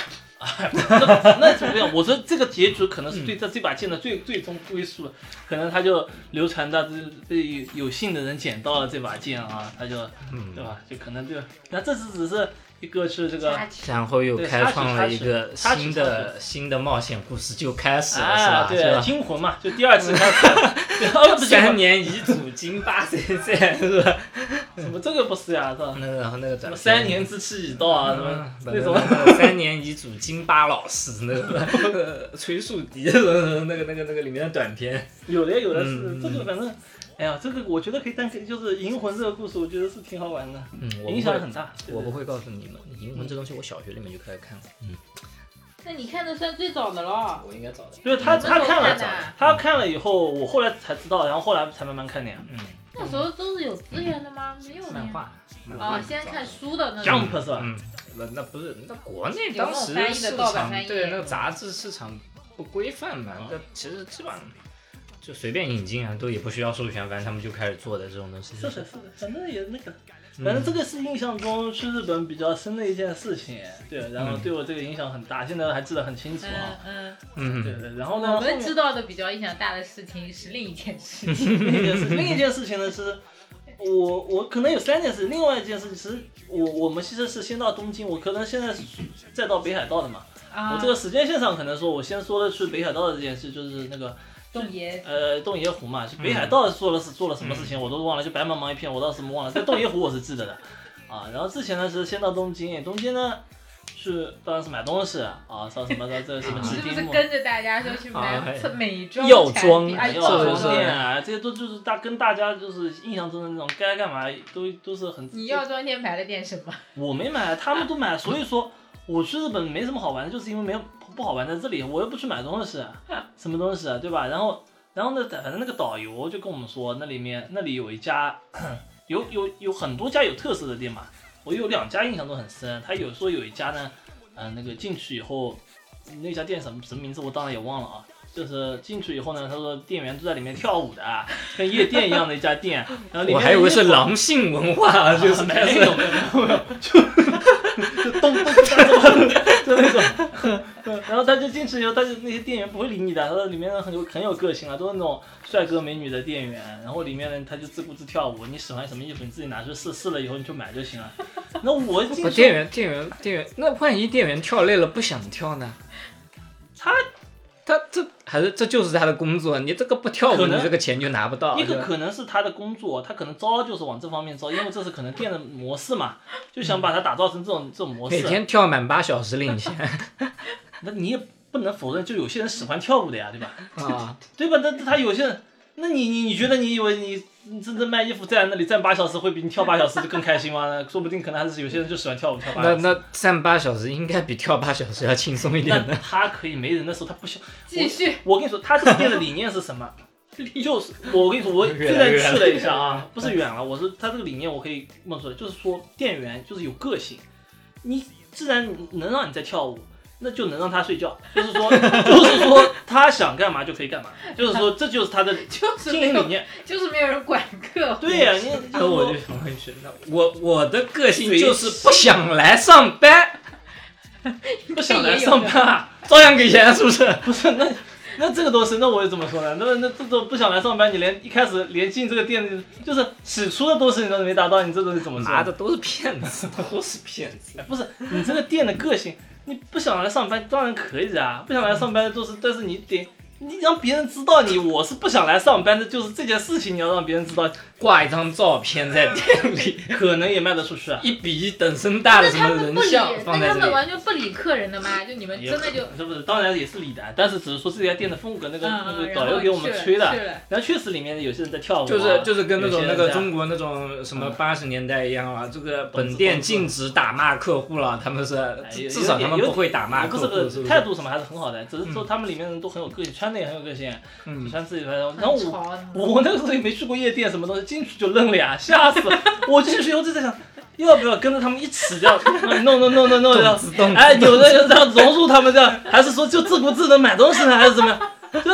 S2: 那那怎么样？我说这个结局可能是对这这把剑的最
S1: 嗯
S2: 最终归宿了，可能他就流传到这被有幸的人捡到了这把剑啊，他就
S1: 嗯
S2: 对吧？就可能就那这次只是一个是这个
S4: 插曲
S1: 然后又开创了一个
S2: 插曲
S1: 新
S2: 插
S1: 的新的冒险故事就开始了，是
S2: 啊
S1: 吧，？是
S2: 对，
S1: 吧
S2: 惊魂嘛，就第二次开始， *laughs* 对哦，不
S1: 三
S2: 行，
S1: 年遗嘱金八岁这是吧？
S2: 什么这个不是呀，是吧？
S1: 那个然后那个
S2: 什
S1: 转
S2: 么
S1: 变
S2: 三年之期已到啊，什么
S1: 嗯
S2: 那种。
S1: *laughs* 三年遗嘱金巴老师那 *laughs* 个呃崔树迪那个那个那个那个里面的短片，
S2: 有的有的是，
S1: 嗯
S2: 这个反正，哎呀，这个我觉得可以单可以就是《银魂》这个故事，我觉得是挺好玩的，
S1: 嗯，我不
S2: 影响
S1: 会
S2: 很大。
S1: 我不会告诉你们，英文这东西我小学里面就开始看了，嗯，
S4: 那你看的算最早的了。
S1: 我应该早的，
S2: 对，就是他
S4: 那
S2: 他
S4: 时候
S2: 看了
S4: 看，的
S2: 他看了以后，我后来才知道，然后后来才慢慢看的呀。
S1: 嗯，
S4: 那时候都是有资源的吗？没有
S1: 漫
S4: 呀。
S1: 画，漫画
S4: 哦，先看书的那种。
S2: Jump 是吧？
S1: 嗯，那那不是，那国内
S4: 有那
S1: 当
S4: 种
S1: 时
S4: 翻译的
S1: 市
S4: 盗版
S1: 场
S4: 翻译
S1: 对那个杂志市场不规范嘛
S2: 啊，
S1: 那其实基本上就随便引进啊，都也不需要授权，反正他们就开始做的这种东西。
S2: 是的，是的，反正也那个，
S1: 嗯
S2: 反正这个是印象中去日本比较深的一件事情，对，然
S1: 嗯
S2: 后对我这个影响很大，现在还记得很清楚
S4: 嗯
S2: 啊。
S4: 嗯，
S2: 对
S1: 嗯，
S2: 对，然后呢，
S4: 我
S2: 后面
S4: 们知道的比较影响大的事情是另一件事情。
S2: 另一件事，另一件事情呢是，我我可能有三件事，另外一件事其实我我们其实是先到东京，我可能现在是再到北海道的嘛。
S4: 啊，
S2: 我这个时间线上可能说，我先说的是北海道的这件事，就是那个
S4: 洞爷
S2: 呃洞爷湖嘛，是北海道做了是做了什么事情我都忘了，就白茫茫一片，我倒是忘了。但洞爷湖我是记得的啊。然后之前呢是先到东京，东京呢是当然是买东西啊，上什么的这什么
S4: 是
S2: 吉
S4: 啊不
S2: 丁
S4: 是
S2: 木。
S4: 跟着大家就去
S2: 啊
S4: 买
S1: 哎
S4: 美妆
S1: 药
S4: 产
S1: 妆
S4: 品
S1: 哎
S4: 啊，
S2: 还有
S1: 这
S2: 啊
S1: 个
S4: 药
S1: 是
S2: 床
S4: 妆
S2: 垫
S4: 店？
S2: 啊，这些都就是大跟大家就是印象中的那种该干嘛都都是很。
S4: 你药妆店买了点什么？
S2: 我没买，他们都买，所以说我去日本没什么好玩的，就是因为没有不好玩在这里，我又不去买东西，什么东西啊，对吧？然后，然后呢，反正那个导游就跟我们说，那里面那里有一家， *clears throat* 有有有很多家有特色的店嘛，我有两家印象都很深，他有说有一家呢，嗯、那个进去以后，那家店什么什么名字我当然也忘了啊。就是进去以后呢，他说店员都在里面跳舞的，啊跟夜店一样的一家店。然后里面
S1: 我还以为是
S2: 老。
S1: 狼性文化，就是
S2: 没有没有没有没有，就就咚咚咚咚，就那种，然后他就进去以后，他就那些店员不会理你的，他说里面很有很有个性啊，都是那种帅哥美女的店员。然后里面呢，他就自顾自跳舞，你喜欢什么衣服你自己拿去试，试了以后你就买就行了。那我进
S1: 我
S2: 去，
S1: 店员，店员，店员，那万一店员跳累了不想跳呢？
S2: 他
S1: 他这还是这就是他的工作，你这个不跳舞，
S2: 可能
S1: 你这个钱就拿不到。
S2: 一
S1: 对
S2: 个
S1: 吧
S2: 可能是他的工作，他可能招就是往这方面招，因为这是可能店的模式嘛，就想把它打造成这种这种模
S1: 每
S2: 式。
S1: 天跳满八小时领
S2: *laughs*
S1: 钱
S2: 那你也不能否认，就有些人喜欢跳舞的呀，对吧？
S1: 啊！
S2: 对吧？那那他有些人，那你你你觉得你以为你你真正卖衣服站在那里站八小时会比你跳八小时就更开心吗？说不定可能还是有些人就喜欢跳舞跳
S1: *laughs*
S2: 八
S1: 那
S2: 小时。
S1: 那站八小时应该比跳八小时要轻松一点
S2: 那
S1: 的。
S2: 他可以没人的时候，他不想。
S4: 继续
S2: 我跟你说，他这个店的理念是
S1: *laughs*
S2: 什么？就是我跟你说，我
S1: 越
S2: 现
S1: 来
S2: 在
S1: 越
S2: 去了一下啊，不是远了，我是他这个理念我可以弄出来，就是说店员就是有个性，你自然能让你在跳舞。那就能让他睡觉，就是说，就是说他想干嘛就可以干嘛，就是说这就
S1: *laughs*
S2: 是他的
S4: 就是
S2: 经
S4: 没
S2: 营理
S4: 有，
S2: 念。
S4: 就是没有人管课。
S2: 对呀、你
S1: *laughs* 那我
S2: 就
S1: 就是想问学长，我我的个性
S2: 随
S1: 就是不想来上班，
S2: 说不想来上班啊，
S1: 照样给钱是不是？
S2: 不是那那这个东西，那我又怎么说呢？那那这种不想来上班，你连一开始连进这个店里就是起初的东西你都没达到，你这东西怎么
S1: 妈
S2: 说？
S1: 的都是骗子， *laughs* 都是骗子。
S2: 哎，不是你这个店的个性，你不想来上班当然可以啊，不想来上班就是，但是你得。你让别人知道你我是不想来上班的，就是这件事情你要让别人知道，
S1: 挂一张照片在店里， *laughs*
S2: 可能也卖得出去啊。
S1: 一比一等身大的
S4: 那
S1: 什
S4: 他
S1: 么
S4: 们
S1: 人
S4: 不理，
S1: 像放在
S4: 那他
S1: 这
S4: 们
S1: 里，
S4: 完全不理客人的吗？就你们
S2: 也
S4: 真的
S2: 可
S4: 就
S2: 能是不是？当然也是理的，但是只是说这家店的风格，那个、那
S4: 嗯，
S2: 个
S4: 然
S2: 导
S4: 后
S2: 游给我们
S4: 去了
S2: 吹的，
S4: 去了
S2: 然后确实里面有些人在跳舞啊、
S1: 就是就是跟那种
S2: 有些
S1: 那
S2: 人
S1: 个
S2: 在
S1: 中国那种什么八十年代一样啊，这个本
S2: 懂
S1: 店
S2: 懂
S1: 禁止打骂客户了，他们是
S2: 有
S1: 至至少他们
S2: 有
S1: 不会打骂
S2: 也不
S1: 客
S2: 是
S1: 户，是
S2: 不
S1: 不
S2: 是态
S1: 是？
S2: 度什么还是很好的，只是说他们里面人都很有个性，穿的也很有个性，
S1: 嗯，
S2: 穿自己穿的。然后
S4: 很
S2: 我
S4: 潮啊的。
S2: 我那个时候也没去过夜店什么东西，进去就愣了呀，吓死了！ *laughs* 我进去以后就在想，要不要跟着他们一起这样 *laughs* 弄弄弄弄弄这
S1: 动
S2: 样
S1: 词动，词
S2: *laughs* 哎，有的人这样融入他们这样，还是说就自顾自的买东西呢，还是怎么样？ *laughs* 这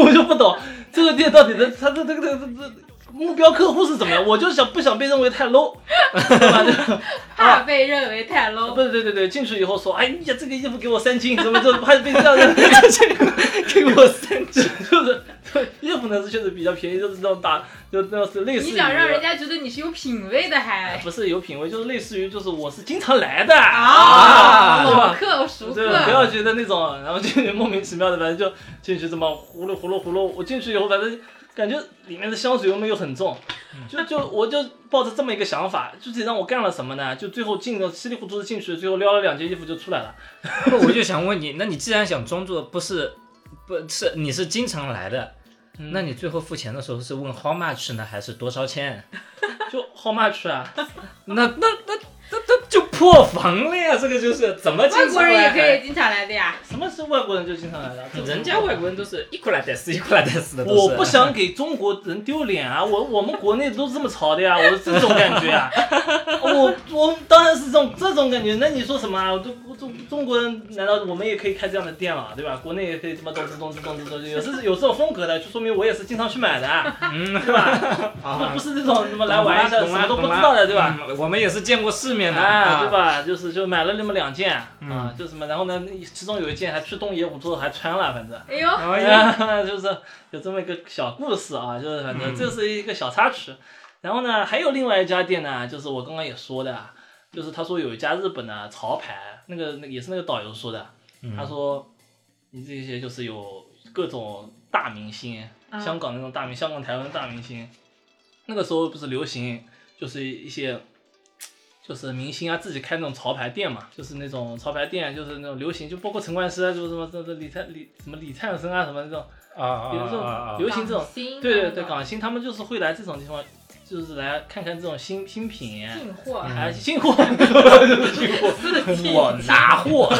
S2: 我就不懂这个店到底的他这这个这个这个目标客户是怎么样？我就想不想被认为太 low，对吧？
S4: 怕被认为太
S2: 啊
S4: low，
S2: 不是，对对对，进去以后说，哎呀，这个衣服给我三斤，怎么就还被这样的， *laughs*
S1: 给我三
S2: 就就是对衣服呢是确实比较便宜，就是那种打，就那是类似于啊哎
S4: 你想让人家觉得你是有品位的还
S2: 不是有品位，就是类似于就是我是经常来的
S4: 啊
S1: 啊
S2: 对
S4: 老
S2: 吧？
S4: 客熟
S2: 对，不
S4: 客，
S2: 要觉得那种，然后进去莫名其妙的，反正就进去这么呼噜呼噜呼噜。我进去以后，反正感觉里面的香水味又很重，就就我就抱着这么一个想法，具体让我干了什么呢？就最后进了稀里糊涂的进去，最后撩了两件衣服就出来了。
S1: 不 *laughs* 我就想问你，那你既然想装作不是，不是你是经常来的，
S2: 嗯
S1: 那你最后付钱的时候是问 how much 呢，还是多少钱？
S2: 就 how much 啊？
S1: 那那那那那就破防了呀！这个就是怎么经
S4: 外
S1: 常
S4: 国人也
S1: 来
S2: 哎
S1: 哎
S4: 可以经常来的呀。
S2: 什么是外国人就经常来的？
S1: 还人家外国人都是一库拉戴斯一库拉戴斯的，都是
S2: 我不想给中国人丢脸啊！我我们国内都是这么潮的呀，我是这种感觉啊！ *laughs* 我我当然是这种这种感觉。那你说什么啊？中中中国人难道我们也可以开这样的店了，对吧？国内也可以这么动资动资动资动资，有是有这种风格的，就说明我也是经常去买的啊，对吧？
S1: 啊
S2: 不。是这种什么来玩一下
S1: 懂
S2: 什
S1: 了
S2: 么都不知道的，对吧？？
S1: 懂了嗯我们也是见过世面的，
S2: 啊，
S1: 啊，
S2: 对？吧？就是就买了那么两件啊
S1: 嗯，
S2: 就什么，然后呢，其中有一件还去东野武之后还穿了，反正。
S4: 哎呦，
S1: 哎呀，
S2: 啊， *laughs* 就是有这么一个小故事啊，就是反正这是一个小插曲。然后呢，还有另外一家店呢，就是我刚刚也说的啊，就是他说有一家日本的潮牌，那个那个也是那个导游说的，
S1: 嗯
S2: 他说你这些就是有各种大明星，
S4: 啊
S2: 香港那种大明，香港、台湾的大明星，那个时候不是流行就是一些。就是明星啊，自己开那种潮牌店嘛，就是那种潮牌店，就是那种流行，就包括陈冠希啊，就是什么这这李灿李什么李灿森啊，什么这种，
S1: 啊啊
S2: 有这种
S1: 啊啊！
S2: 流行这种
S4: 港，星啊
S2: 对对对，
S4: 那种
S2: 港星他们就是会来这种地方，就是来看看这种新新品，
S4: 进货，
S2: 还进货，进货，
S1: 我拿 *laughs* 货，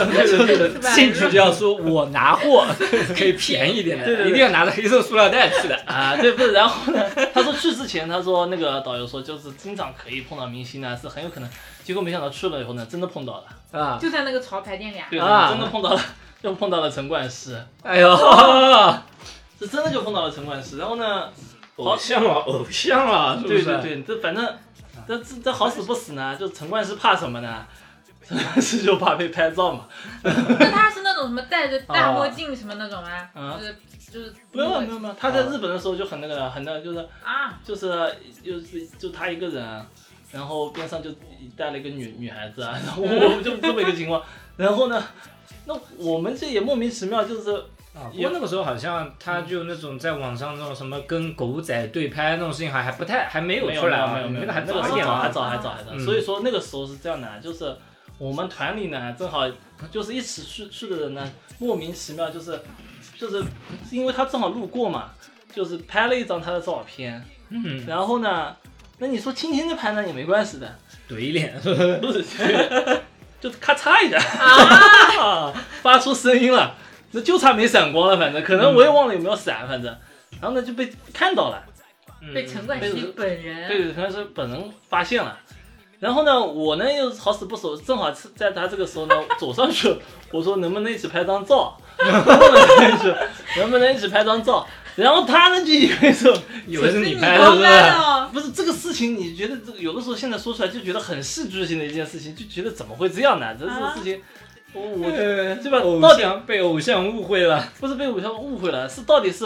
S1: 进去就要说我拿货， *laughs* 可以便宜一点
S2: 对对
S1: 的，
S2: 对
S1: 一定要拿着黑色塑料袋去的。
S2: *laughs* 啊，对，不是，然后呢，他说去之前，他说那个导游说，就是经常可以碰到明星呢，啊是很有可能。结果没想到去了以后呢，真的碰到了，
S1: 啊，
S4: 就在那个潮牌店里啊。
S2: 对，
S1: 啊
S2: 真的碰到了，又碰到了陈冠希，
S1: 哎呦，
S2: 是真的就碰到了陈冠希。然后呢，
S1: 偶像了，偶像啊了，是不
S2: 对
S1: 是？
S2: 对对，这反正这这这好死不死呢，就陈冠希怕什么呢？ *laughs* 是就怕被拍照嘛。
S4: 那他是那种什么戴着大
S2: 哦
S4: 墨镜什么那种吗？
S2: 嗯
S4: 就是就是
S2: 没有没有没有，他在日本的时候就很那个的，很那个就是
S4: 啊，
S2: 就是就是就他一个人，然后边上就带了一个女女孩子啊， *laughs* 然后我
S1: 嗯
S2: 们就这么一个情况，然后呢，那我们这也莫名其妙，就是
S1: 啊，不
S2: 也
S1: 过那个时候好像他就那种在网上那种什么跟狗仔对拍那种事情，还还不太还没
S2: 没有
S1: 出来啊，
S2: 没有没有，
S1: 那个还
S2: 那
S1: 早
S2: 个
S1: 一
S2: 是
S1: 点
S2: 早还
S1: 啊。
S2: 早还早还早，
S1: 嗯
S2: 所以说那个时候是这样的，啊就是我们团里呢正好就是一起去去的人呢，莫名其妙就是就是因为他正好路过嘛，就是拍了一张他的照片，
S1: 嗯，
S2: 然后呢，那你说轻轻的拍呢也没关系的，
S1: 怼脸，
S2: *laughs* 不是，就咔嚓一下， *laughs* 发出声音了，那就差没闪光了，反正可能我也忘了有没有闪，反正，然后呢就被看到了，嗯
S4: 被
S1: 嗯
S4: 陈冠希本人
S2: 对，可能是本人发现了。然后呢，我呢又好死不死，正好是在他这个时候呢走上去，我说能不能一起拍张照？能不能一起，能不能一起拍张照？然后他呢就以为说
S1: 以为是你
S4: 你
S1: 拍
S2: *laughs*
S4: 偷
S1: 是
S4: 拍的
S1: 吧？
S4: 哦，
S2: 不是这个事情，你觉得这个有的时候现在说出来就觉得很戏剧性的一件事情，就觉得怎么会这样呢？这这个事情，我我
S1: 呃
S2: 对吧
S1: 偶
S2: 到底
S1: 像被偶像误会了，
S2: 不是被武校误会了，是到底是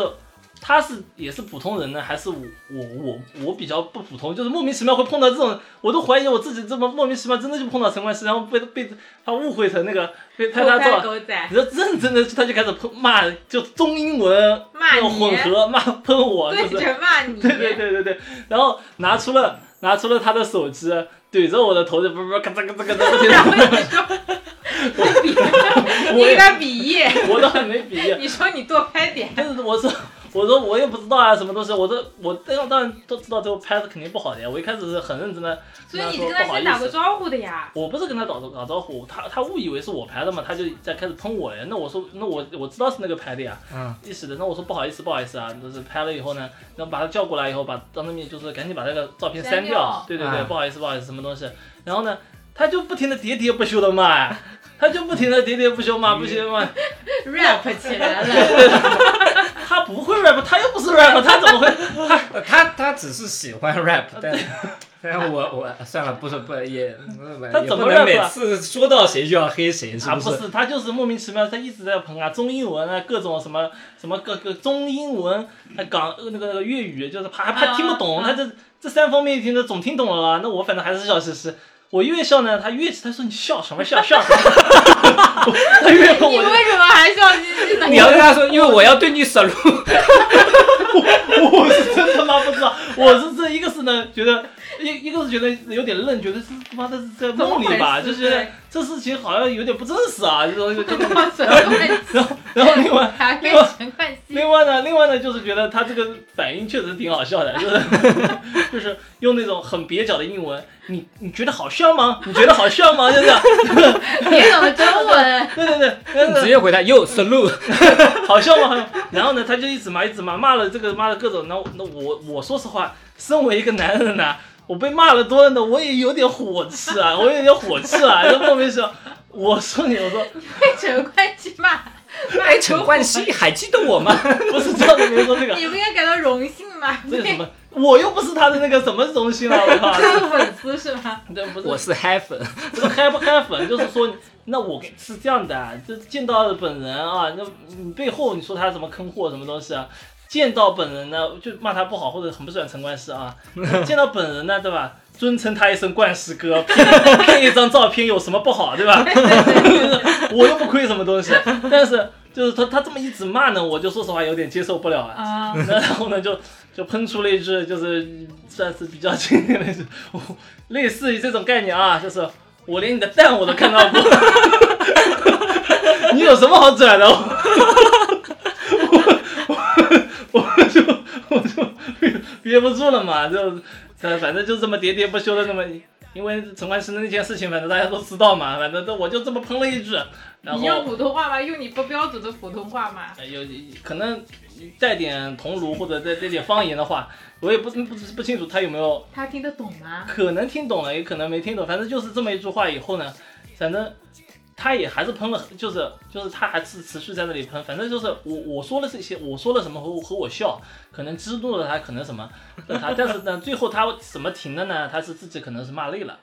S2: 他是也是普通人呢，还是我我我我比较不普通？就是莫名其妙会碰到这种，我都怀疑我自己这么莫名其妙真的就碰到陈冠希，然后被被他误会成那个被拍他
S4: 偷拍
S2: 照。
S4: 狗仔
S2: 你，说认真的，他就开始喷骂，就中英文
S4: 骂
S2: 那种
S4: 你
S2: 混合骂喷我，就
S4: 对
S2: 是
S4: 着骂你，
S2: *laughs* 对
S4: *laughs*
S2: 对对对对，然后拿出了拿出了他的手机，怼着我的头就不不咔嚓咔嚓咔
S4: *laughs*
S2: 嚓，
S4: 然后你说，你给
S2: 我
S4: 他比耶，
S2: *laughs* 我都还没比，
S4: 你说你多拍
S2: *laughs*
S4: 点，
S2: 但是我说我说我也不知道啊，什么东西，我这我当然当然都知道，最后拍的肯定不好的呀。我一开始是很认真的，
S4: 所以你
S2: 说
S4: 跟他
S2: 不好
S4: 先
S2: 意
S4: 打过
S2: 思。
S4: 招呼的呀。
S2: 我不是跟他打打招呼，他他误以为是我拍的嘛，他就在开始喷我呀。那我说，那我我知道是那个拍的呀，
S1: 嗯，
S2: 意识的。那我说不好意思，不好意思啊，就是拍了以后呢，然后把他叫过来以后，把当着面就是赶紧把那个照片删
S4: 删掉
S2: 对对对，
S1: 啊
S2: 不好意思，不好意思，什么东西。然后呢，他就不停的喋喋不休的骂呀，他就不停的喋喋不休骂，不停地骂。
S4: rap 起来了，
S2: *laughs* 他不会 rap，他又不是 rap，他怎么会？他
S1: 呃他他只是喜欢 rap，但但我我算了，不是不也
S2: 他
S1: 也
S2: 怎么
S1: 不能
S2: rap
S1: 每
S2: 啊
S1: 次说到谁就要黑谁，是
S2: 啊，
S1: 是？
S2: 不是，他就是莫名其妙，他一直在喷啊，中英文啊，各种什么什么各个中英文，啊港呃那个粤语，就是怕怕
S4: 啊
S2: 听不懂，
S4: 啊
S2: 他这这三方面听得总听懂了啊，那我反正还是笑嘻嘻。我越笑呢，他越他说你笑什么笑 *laughs* 笑什么，他越喷
S4: 你
S2: 我，
S4: 为什么还笑嘻嘻
S2: *laughs*
S4: 的？
S1: 你要跟他说，因为我要对你 salute，
S2: 我是真他妈不知道，我是这一个是呢觉得一一个是觉得有点愣，觉得是他妈的是在梦里吧，
S4: 怎
S2: 就
S4: 么回事
S2: 觉得这事情好像有点不真实啊，就是就就
S4: 陈冠希，
S2: 然后然后另外
S4: 还跟陈冠希
S2: 另外呢，另外呢，就是觉得他这个反应确实挺好笑的，就是 *laughs* 就是用那种很蹩脚的英文，你你觉得好笑吗？你觉得好笑吗？就这样，
S4: 别懂的中文， *laughs*
S2: 对对对，真
S1: 直
S2: 的
S1: 接回答 yo salute，
S2: 好笑吗？好笑然后呢，他就一直骂，一直骂，骂了这个，骂了各种。那我那我我说实话，身为一个男人呢，我被骂了多了呢，我也有点火气啊， *laughs* 我有点火气啊，就莫名其妙。我说你，我说
S4: 被陈冠希骂，
S1: 哎，陈冠希还记得我吗？
S2: 不是叫你别说这个，
S4: 你不应该感到荣幸吗？
S2: 这个什么，我又不是他的那个什么中心了，我靠， *laughs*
S4: 这个粉丝是吗？
S2: 这不是
S1: 我是嗨粉，
S2: 这个嗨不嗨粉，就是说你，那我是这样的啊，就见到本人啊，那你背后你说他什么坑货什么东西啊？见到本人呢，就骂他不好，或者很不喜欢陈冠希啊。见到本人呢，对吧？尊称他一声冠希哥， *laughs* 骗骗一张照片有什么不好，对吧？就是我又不亏什么东西，但是就是他他这么一直骂呢，我就说实话有点接受不了啊。
S4: *laughs* 啊，
S2: *laughs* 然后呢，就就喷出了一句，就是算是比较经典的一句，我类似于这种概念啊，就是我连你的蛋我都看到过， *laughs* 你有什么好拽的？我我我我就我就憋不住了嘛，就反反正就这么喋喋不休的那么。因为陈冠希的那件事情，反正大家都知道嘛，反正都我就这么喷了一句，然后
S4: 你用普通话吗？用你不标准的普通话吗？
S2: 呃有可能带点桐庐或者带带点方言的话，我也不不不清楚他有没有
S4: 他听得懂吗？
S2: 可能听懂了，也可能没听懂，反正就是这么一句话以后呢，反正。他也还是喷了，就是就是他还是持续在那里喷，反正就是我我说了这些，我说了什么和和我笑，可能激怒了他，可能什么了他，但是呢，最后他怎么停的呢？他是自己可能是骂累了，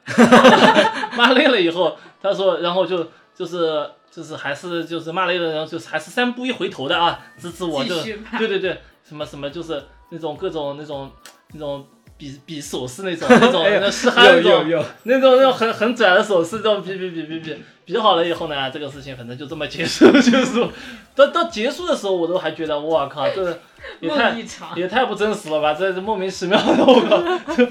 S2: *laughs* 骂累了以后，他说，然后就就是就是还是就是骂累了，然后就是还是三步一回头的啊，支持我就
S4: 继续骂
S2: *laughs* 对对对，什么什么就是那种各种那种那种比比手势
S1: *laughs*
S2: 那种那种那种嘻哈那
S1: 哎有有
S2: 种。
S1: 有，
S2: 那种那种很很拽的手势，这种比比比比比比好了以后呢，这个事情反正就这么结束结束。 *laughs* 到到结束的时候，我都还觉得我靠，这
S1: *laughs*
S2: 也
S4: 梦
S2: 太
S4: 一场，
S2: 也太不真实了吧，这是莫名其妙的，我靠， *laughs* 就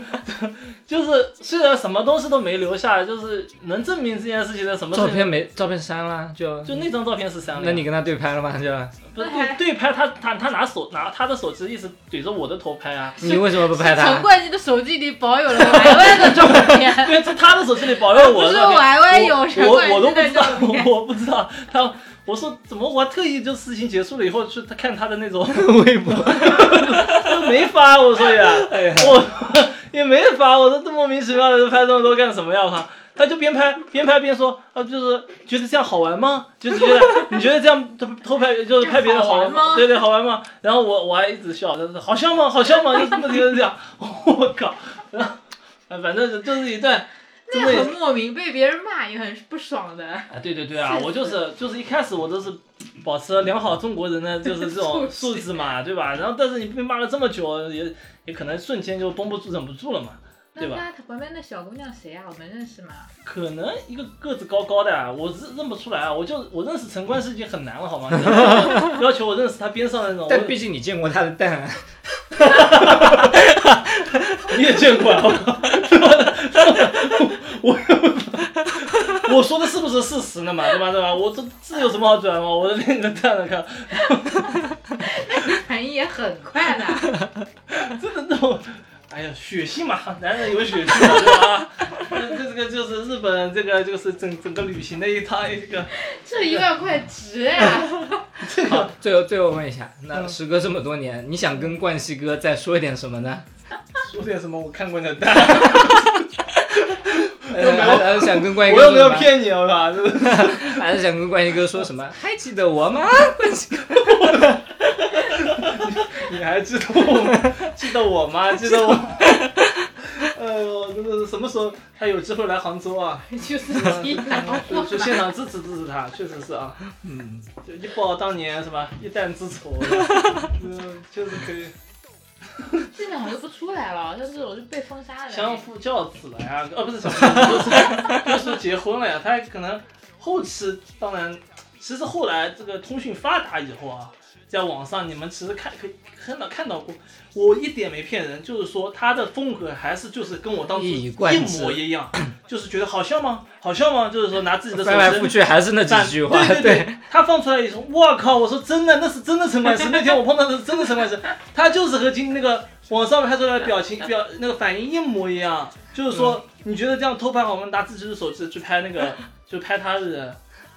S2: 就是虽然什么东西都没留下，就是能证明这件事情的什么事
S1: 照
S2: 情
S1: 片没照片删了就
S2: 就那张照片是删了呀。
S1: 那你跟他对拍了吗？就
S2: 不是
S4: 哎
S2: 对对拍他他他拿手拿他的手机一直怼着我的头拍
S4: *laughs*
S2: 啊，
S1: 你为什么不拍
S4: 陈
S1: 他？
S4: 冠希的手机里保有了 YY 的照片，
S2: 对，这他的手机里保佑我的
S4: 不是
S2: 照片
S4: 我还会有人
S2: 我
S4: 会
S2: 我我都不知道
S4: 在
S2: *laughs*
S4: 那，
S2: 我不知道他，我说怎么我还特意就事情结束了以后去看他的那种 *laughs*
S1: 微博，
S2: 没发，我说呀，
S1: 哎呀，
S2: *laughs* 我也没发，我说这莫名其妙的拍这么多干什么呀？哈，他就边拍边拍边说，啊，就是觉得这样好玩吗？就是觉得你觉得这样偷偷拍就是拍别人
S4: 这样好玩吗
S2: 对对，好玩吗？然后我我还一直笑，他说好笑吗？好笑吗？就这么觉得这样， *laughs* 我靠，然后啊反正就是一段。真的
S4: 那很莫名，被别人骂也很不爽的。
S2: 啊，对对对啊，我就是就是一开始我都是保持良好中国人的就是这种
S4: *laughs* 素
S2: 素
S4: 质
S2: 质嘛，对吧？然后但是你被骂了这么久，也也可能瞬间就绷不住、忍不住了嘛，对
S4: 那
S2: 吧？
S4: 他旁边那小姑娘谁啊？我们认识吗？
S2: 可能一个个子高高的、啊，我认认不出来啊，我就我认识陈冠希已经很难了， *laughs* 好吗？你要要求我认识他边上的那种，
S1: 但
S2: 我
S1: 毕竟你见过他的蛋啊，
S2: 你也见过啊，我 *laughs* 我我说的是不是事实呢嘛，对吧？对吧？我这这有什么好转吗？我的脸能看了看。
S4: 反应也很快的，
S2: 真的那种，哎呀，血性嘛，男人有血性嘛，对吧？这这个就是日本这个就是整整个旅行的一趟一个
S4: 这一万块值啊！
S2: 这个
S1: 最后最后问一下，那
S2: 嗯
S1: 时隔这么多年，你想跟冠希哥再说一点什么
S2: *laughs*
S1: 呢？
S2: 说点什么我看过你 *laughs* 的蛋，
S1: 呃还是想跟冠希
S2: *laughs* 我
S1: 哥
S2: 又没
S1: 说什
S2: 有
S1: 么？
S2: 骗你，我靠，这个
S1: 还是想跟冠希哥说什么？还记得我吗？冠希
S2: *laughs*
S1: 哥，
S2: 你还记得我记得我吗？记得我。哎呦，真的是什么时候他有机会来杭州啊？
S4: 就是一拿
S2: 就就现场支持支持他，确实是啊，
S1: 嗯，
S2: 就一报当年什么一弹之仇，嗯，确实可以。
S4: 这两个不出来了，像这种就被封杀了。
S2: 相夫教子了呀，哦，不是相夫教子，就是就是结婚了呀。他可能后期，当然，其实后来这个通讯发达以后啊，在网上你们其实看可以看到看到过，我一点没骗人，就是说他的风格还是就是跟我当初
S1: 一以
S2: 一
S1: 贯之
S2: 模一样，就是觉得好笑吗？好笑吗？就是说拿自己的
S1: *laughs*
S2: 手
S1: 翻来覆
S2: 机
S1: 去还是那几句话，
S2: 对对，他放出来以后，我靠！我说真的，那是真的陈冠希。那天我碰到的是真的陈冠希，他就是和今那个网上拍出来的表情表那个反应一模一样，就是说、你觉得这样偷拍好吗？拿自己的手机去拍那个， *laughs* 就拍他的人，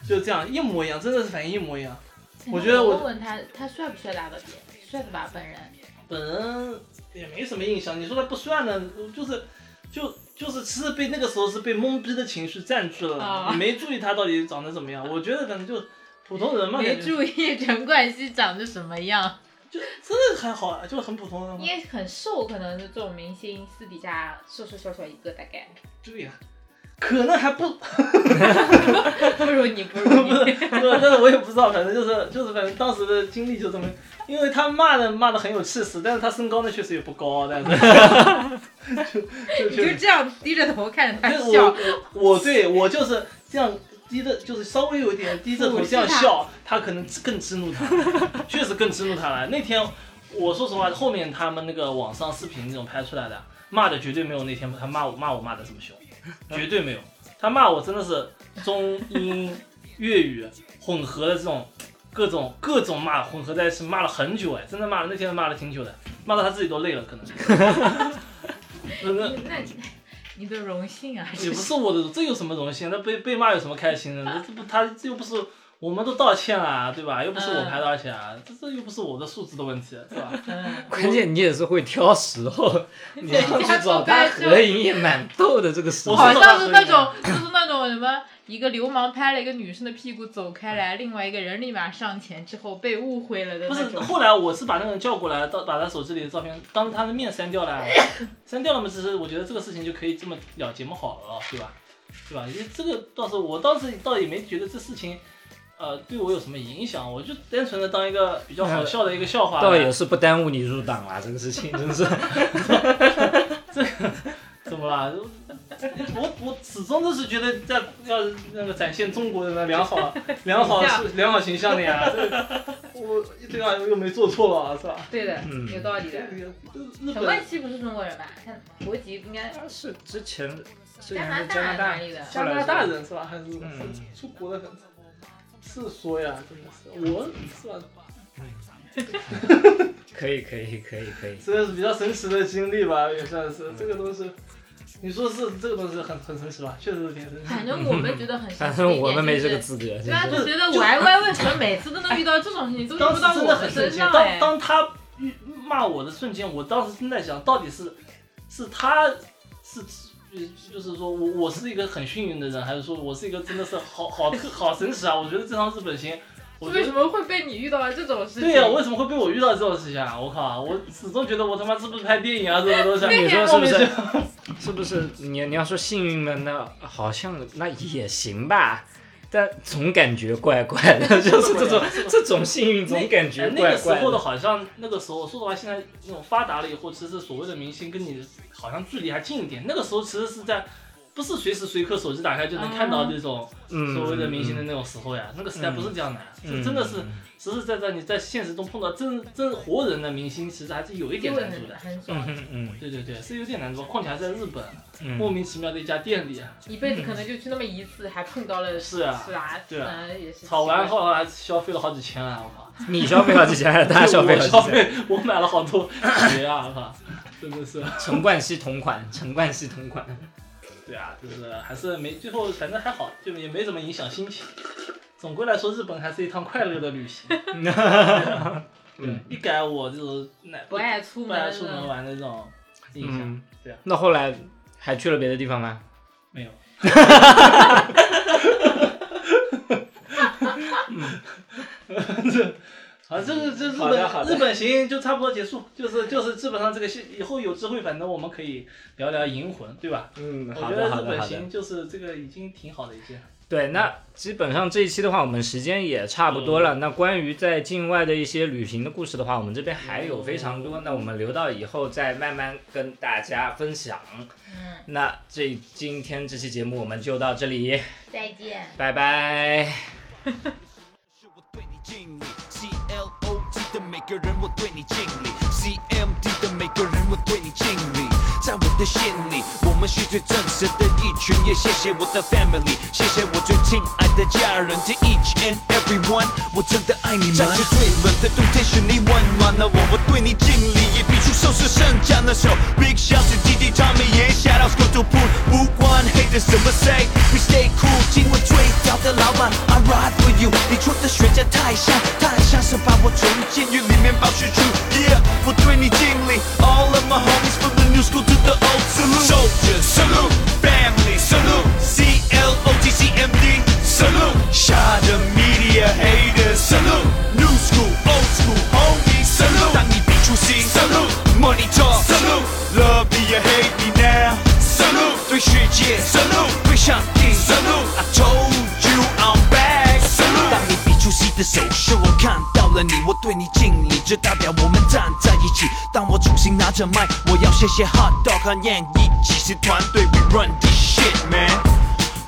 S2: 就这样一模一样，真的是反应一模一样。我觉得我
S4: 问问他，他帅不帅大头贴？帅的吧，本人。
S2: 本人也没什么印象，你说他不算呢，就是就就是其实被那个时候是被懵逼的情绪占据了，
S4: 啊
S2: 没注意他到底长得怎么样。我觉得可能就普通人嘛，
S4: 没
S2: 感觉
S4: 注意陈冠希长得什么样，
S2: 就真的还好啊，就很普通的嘛。
S4: 因为很瘦，可能就这种明星私底下瘦瘦小小一个，大 *laughs* 概
S2: 对呀、可能
S4: *laughs*
S2: 还不，
S4: 不如你，不如 *laughs* 你。
S2: 我但是我也不知道，反正就是就是反正当时的经历就这么，因为他骂的骂的很有气势，但是他身高呢确实也不高，啊但是 *laughs* 就
S4: 你
S2: 就
S4: 就
S2: 就
S4: 这样低着头看着他
S2: 就是
S4: *laughs* 笑
S2: 我，我对我就是这样低着，就是稍微有一点低着头这样笑，他可能更激怒他， *laughs* 确实更激怒他了。那天我说实话，后面他们那个网上视频那种拍出来的，骂的绝对没有那天他骂我骂我骂的这么凶，绝对没有。他骂我真的是中英粤语混合的这种各种各种骂混合在一起，骂了很久哎，真的骂了那天骂了挺久的，骂到他自己都累了可能。真的
S4: 那你你的荣幸啊，
S2: *laughs* 也
S4: 这
S2: 不
S4: 是
S2: 是我的，这有什么荣幸？那被被骂有什么开心的？这不他又不是我们都道歉了，对吧？又不是我
S4: 嗯
S2: 拍的，而且啊，这这又不是我的素质的问题，对吧？
S4: 嗯，
S1: 关键你也是会挑时候，你要去找他合影也蛮逗的。这个时
S2: 我
S1: 候，
S4: 好
S2: 是
S4: 像是那种，就是那种什么，一个流氓拍了一个女生的屁股走开来，另外一个人立马上前之后被误会了的
S2: 不
S4: 那
S2: 是，
S4: 种。
S2: 后来我是把那个人叫过来，到把他手机里的照片当着他的面删掉了，删掉了嘛，只是我觉得这个事情就可以这么了结嘛，好了，对吧？对吧？因为这个倒是我当时倒也没觉得这事情，呃，对我有什么影响，我就单纯的当一个比较好笑的一个笑话。
S1: 倒也是不耽误你入党啦，这个事情
S2: *laughs*
S1: 真是。
S2: 怎么啦？ *laughs* 我我始终都是觉得在要那个展现中国人的良 *laughs* 好啊良好是良好形象的呀，这我对吧？又没做错了，是吧？
S4: 对的，
S1: 嗯
S4: 有道理的。
S2: 日
S4: 陈
S2: 本
S4: 冠希不是中国人吧？他国籍应该
S1: 他是之前之
S4: 加拿
S1: 前是
S4: 大
S1: 加拿
S4: 哪
S1: 大，
S4: 里的？
S2: 加拿大人是吧？还是
S1: 嗯
S2: 出国的很是说呀，真的是我是吧？
S1: 可以可以可以可以，
S2: 这个是比较神奇的经历吧，也算是这个东西。你说是这个东西很很神奇吧？确实是挺神奇的。
S4: 反正我们觉得很神
S1: 反
S4: 奇的一
S1: 正
S4: 点
S1: 我们没
S4: 就
S1: 这
S4: 是
S1: 个资格。
S4: 对啊，
S1: 真是
S4: 就觉得 YY 为什么每次都能遇到这种事情，都遇
S2: 当
S4: 不
S2: 时
S4: 到
S2: 真的
S4: 我
S2: 很
S4: 们
S2: 生
S4: 身
S2: 气。
S4: 上
S2: 当
S4: 哎？
S2: 当他骂我的瞬间，我当时正在想，到底是是他是呃就是说我我是一个很幸运的人，还是说我是一个真的是好好特好神奇啊？我觉得这趟日本行，我觉
S4: 为
S2: 得
S4: 什么会被你遇到了这种事情？
S2: 对呀、为什么会被我遇到这种事情啊？我靠啊，我始终觉得我他妈是不是拍电影啊，什么东西、啊？
S1: 你说是
S2: 莫
S1: 不
S2: 名其
S1: 是
S2: 妙？？ *laughs*
S1: 是不是你你要说幸运了，那好像那也行吧，但总感觉怪怪的， *laughs* 就是这种这种幸运总感觉
S2: 哎那
S1: 怪
S2: 个时
S1: 怪
S2: 候的。好像那个时候，说实话，现在那种发达了以后，其实所谓的明星跟你好像距离还近一点。那个时候其实是在不是随时随刻手机打开就能看
S4: 啊
S2: 到这种
S1: 嗯，嗯
S2: 所谓的明星的那种时候呀，那个时代不是这样的呀，是真的是实实在在你在现实中碰到真真活人的明星，其实还是有一点
S4: 就
S2: 难度
S4: 很
S2: 的。
S4: 很
S1: 嗯
S4: 爽，
S1: 嗯嗯
S2: 对对对，是有点难度，况且还在日本，
S1: 嗯
S2: 莫名其妙的一家店里，啊
S4: 一辈子可能就去那么一次，还碰到了
S2: 是啊
S4: 是吧？
S2: 对啊
S4: 嗯，也是
S2: 炒完
S4: 奇怪
S2: 后来消费了好几千啊，我靠！
S1: 你消费好几 *laughs* 千，还是他消费
S2: 我
S1: 好
S2: 消
S1: 几千？
S2: 费，我买了好多鞋啊，我靠，真的是。
S1: 陈冠希同款，陈冠希同款。
S2: 对啊，就是还是没最后，反正还好，就也没怎么影响心情。总归来说，日本还是一趟快乐的
S1: *laughs*
S2: 旅行。对
S1: 嗯，
S2: 一改我就是那
S4: 不爱出
S2: 不
S4: 门
S2: 爱
S4: 了，
S2: 出门玩的这种印象。
S1: 嗯
S2: 对啊，
S1: 那后来还去了别的地方吗？
S2: 没有，好，这个这日
S1: 嗯好的好
S2: 本
S1: 的
S2: 日本行就差不多结束，就是就是基本上这个戏以后有机会，反正我们可以聊聊银魂，对吧？
S1: 嗯
S2: 我觉得日本行就是这个已经挺好的一件，
S1: 对，那基本上这一期的话，我们时间也差不多了。那关于在境外的一些旅行的故事的话，我们这边还有非常多，那我们留到以后再慢慢跟大家分享。
S4: 嗯，
S1: 那这今天这期节目我们就到这里，
S3: 再见。
S1: 拜拜。
S5: 是我对你敬礼，CLOT 的每个人我对你敬礼，CMD 的每个人我对你敬礼。在我的心里，我们是最真实的一群，也谢谢我的 family，谢谢我最亲爱的家人，To each and everyone，我真的爱你们。在这最冷的冬天，是你温暖了我，我对你敬礼，也必须收拾剩下的手。Big shout to DJ Tommy，也 shout out to o 不管 haters 怎么 say，we stay cool，今晚最屌的老板，I ride with you，你出的雪茄太香，太香是把我从监狱里面保释出，Yeah，我对你敬礼，All of my homies from the new school to the old salute，Soldiers salute，Family salute，CLOTCMD salute，Shot the media haters salute，New school old school homies salute，当你比出心 salute，Money talk salute，Love me or hate me now salute，对世界 salute，对上帝 salute，I told you I'm back salute，当你比出心的手势，我看到了你，我对你敬礼，这代表我们站在一起。当我重新拿着麦，我要谢谢 Hot Dog 和 Yan 一起是团队，We run this shit man。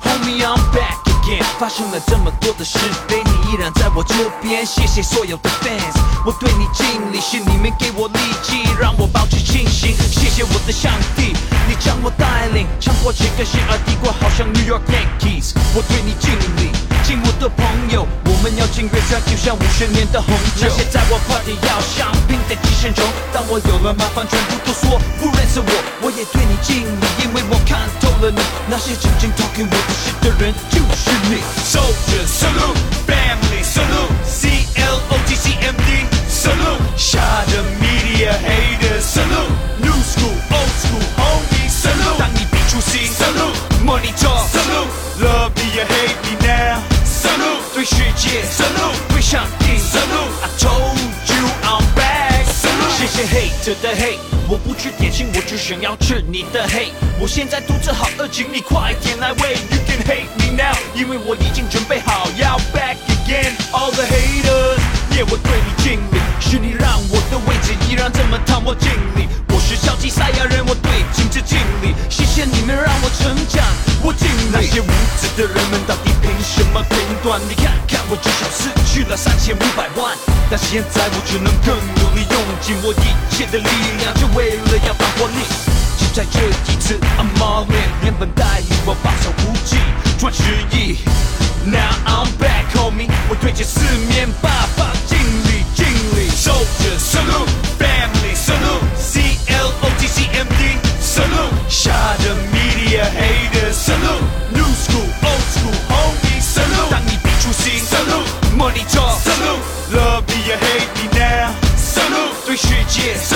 S5: Homie, I'm back again。发生了这么多的是非，你依然在我这边。谢谢所有的 fans，我对你敬礼，是你们给我力气，让我保持清醒。谢谢我的上帝，你将我带领，穿过整个邪恶帝国，好像 New York Yankees。我对你敬礼，敬我的朋友，我们要敬月亮，就像五十年的红酒。那些在我 party 要香槟的寄生虫，当我有了麻烦，全部都说不认识我，我也对你敬礼，因为我看透了你。那些曾经 talking 我不是的人，就是你。Soldiers salute family。 Salute. Shine media haters. Salute. New school, old school, homies. Salute. 땅이 B2C. Salute. Money talk. Salute. Love me or hate me now. Salute. 对世界 Salute. 对上帝 Salute. I told you I'm back. Salute. 谢谢 hate 的 hate，我不吃点心，我只想要吃你的 hate。我现在肚子好饿，请你快点来喂。You can hate me now，因为我已经准备好要 back again。All the haters，也我对你敬礼，是你让我的位置依然这么躺我敬礼。我是超级赛亚人，我对镜子敬礼，谢谢你们让我成长，我敬礼。那些无知的人们到底凭什么评断？你看看我至少失去了三千五百万，但现在我只能更努力，用尽我一切的力量，就为了要打过你。就在这一次，I'm all in。原本带以我把守不计，赚十亿。Now I'm back, homie。我对着四面八方敬礼，敬礼。Soldier salute, family salute, C L O T C M D salute。下的 media hater salute, new school, old school, homie salute。当你笔出新 salute, money talk salute, love me or hate me now salute。对世界 salute。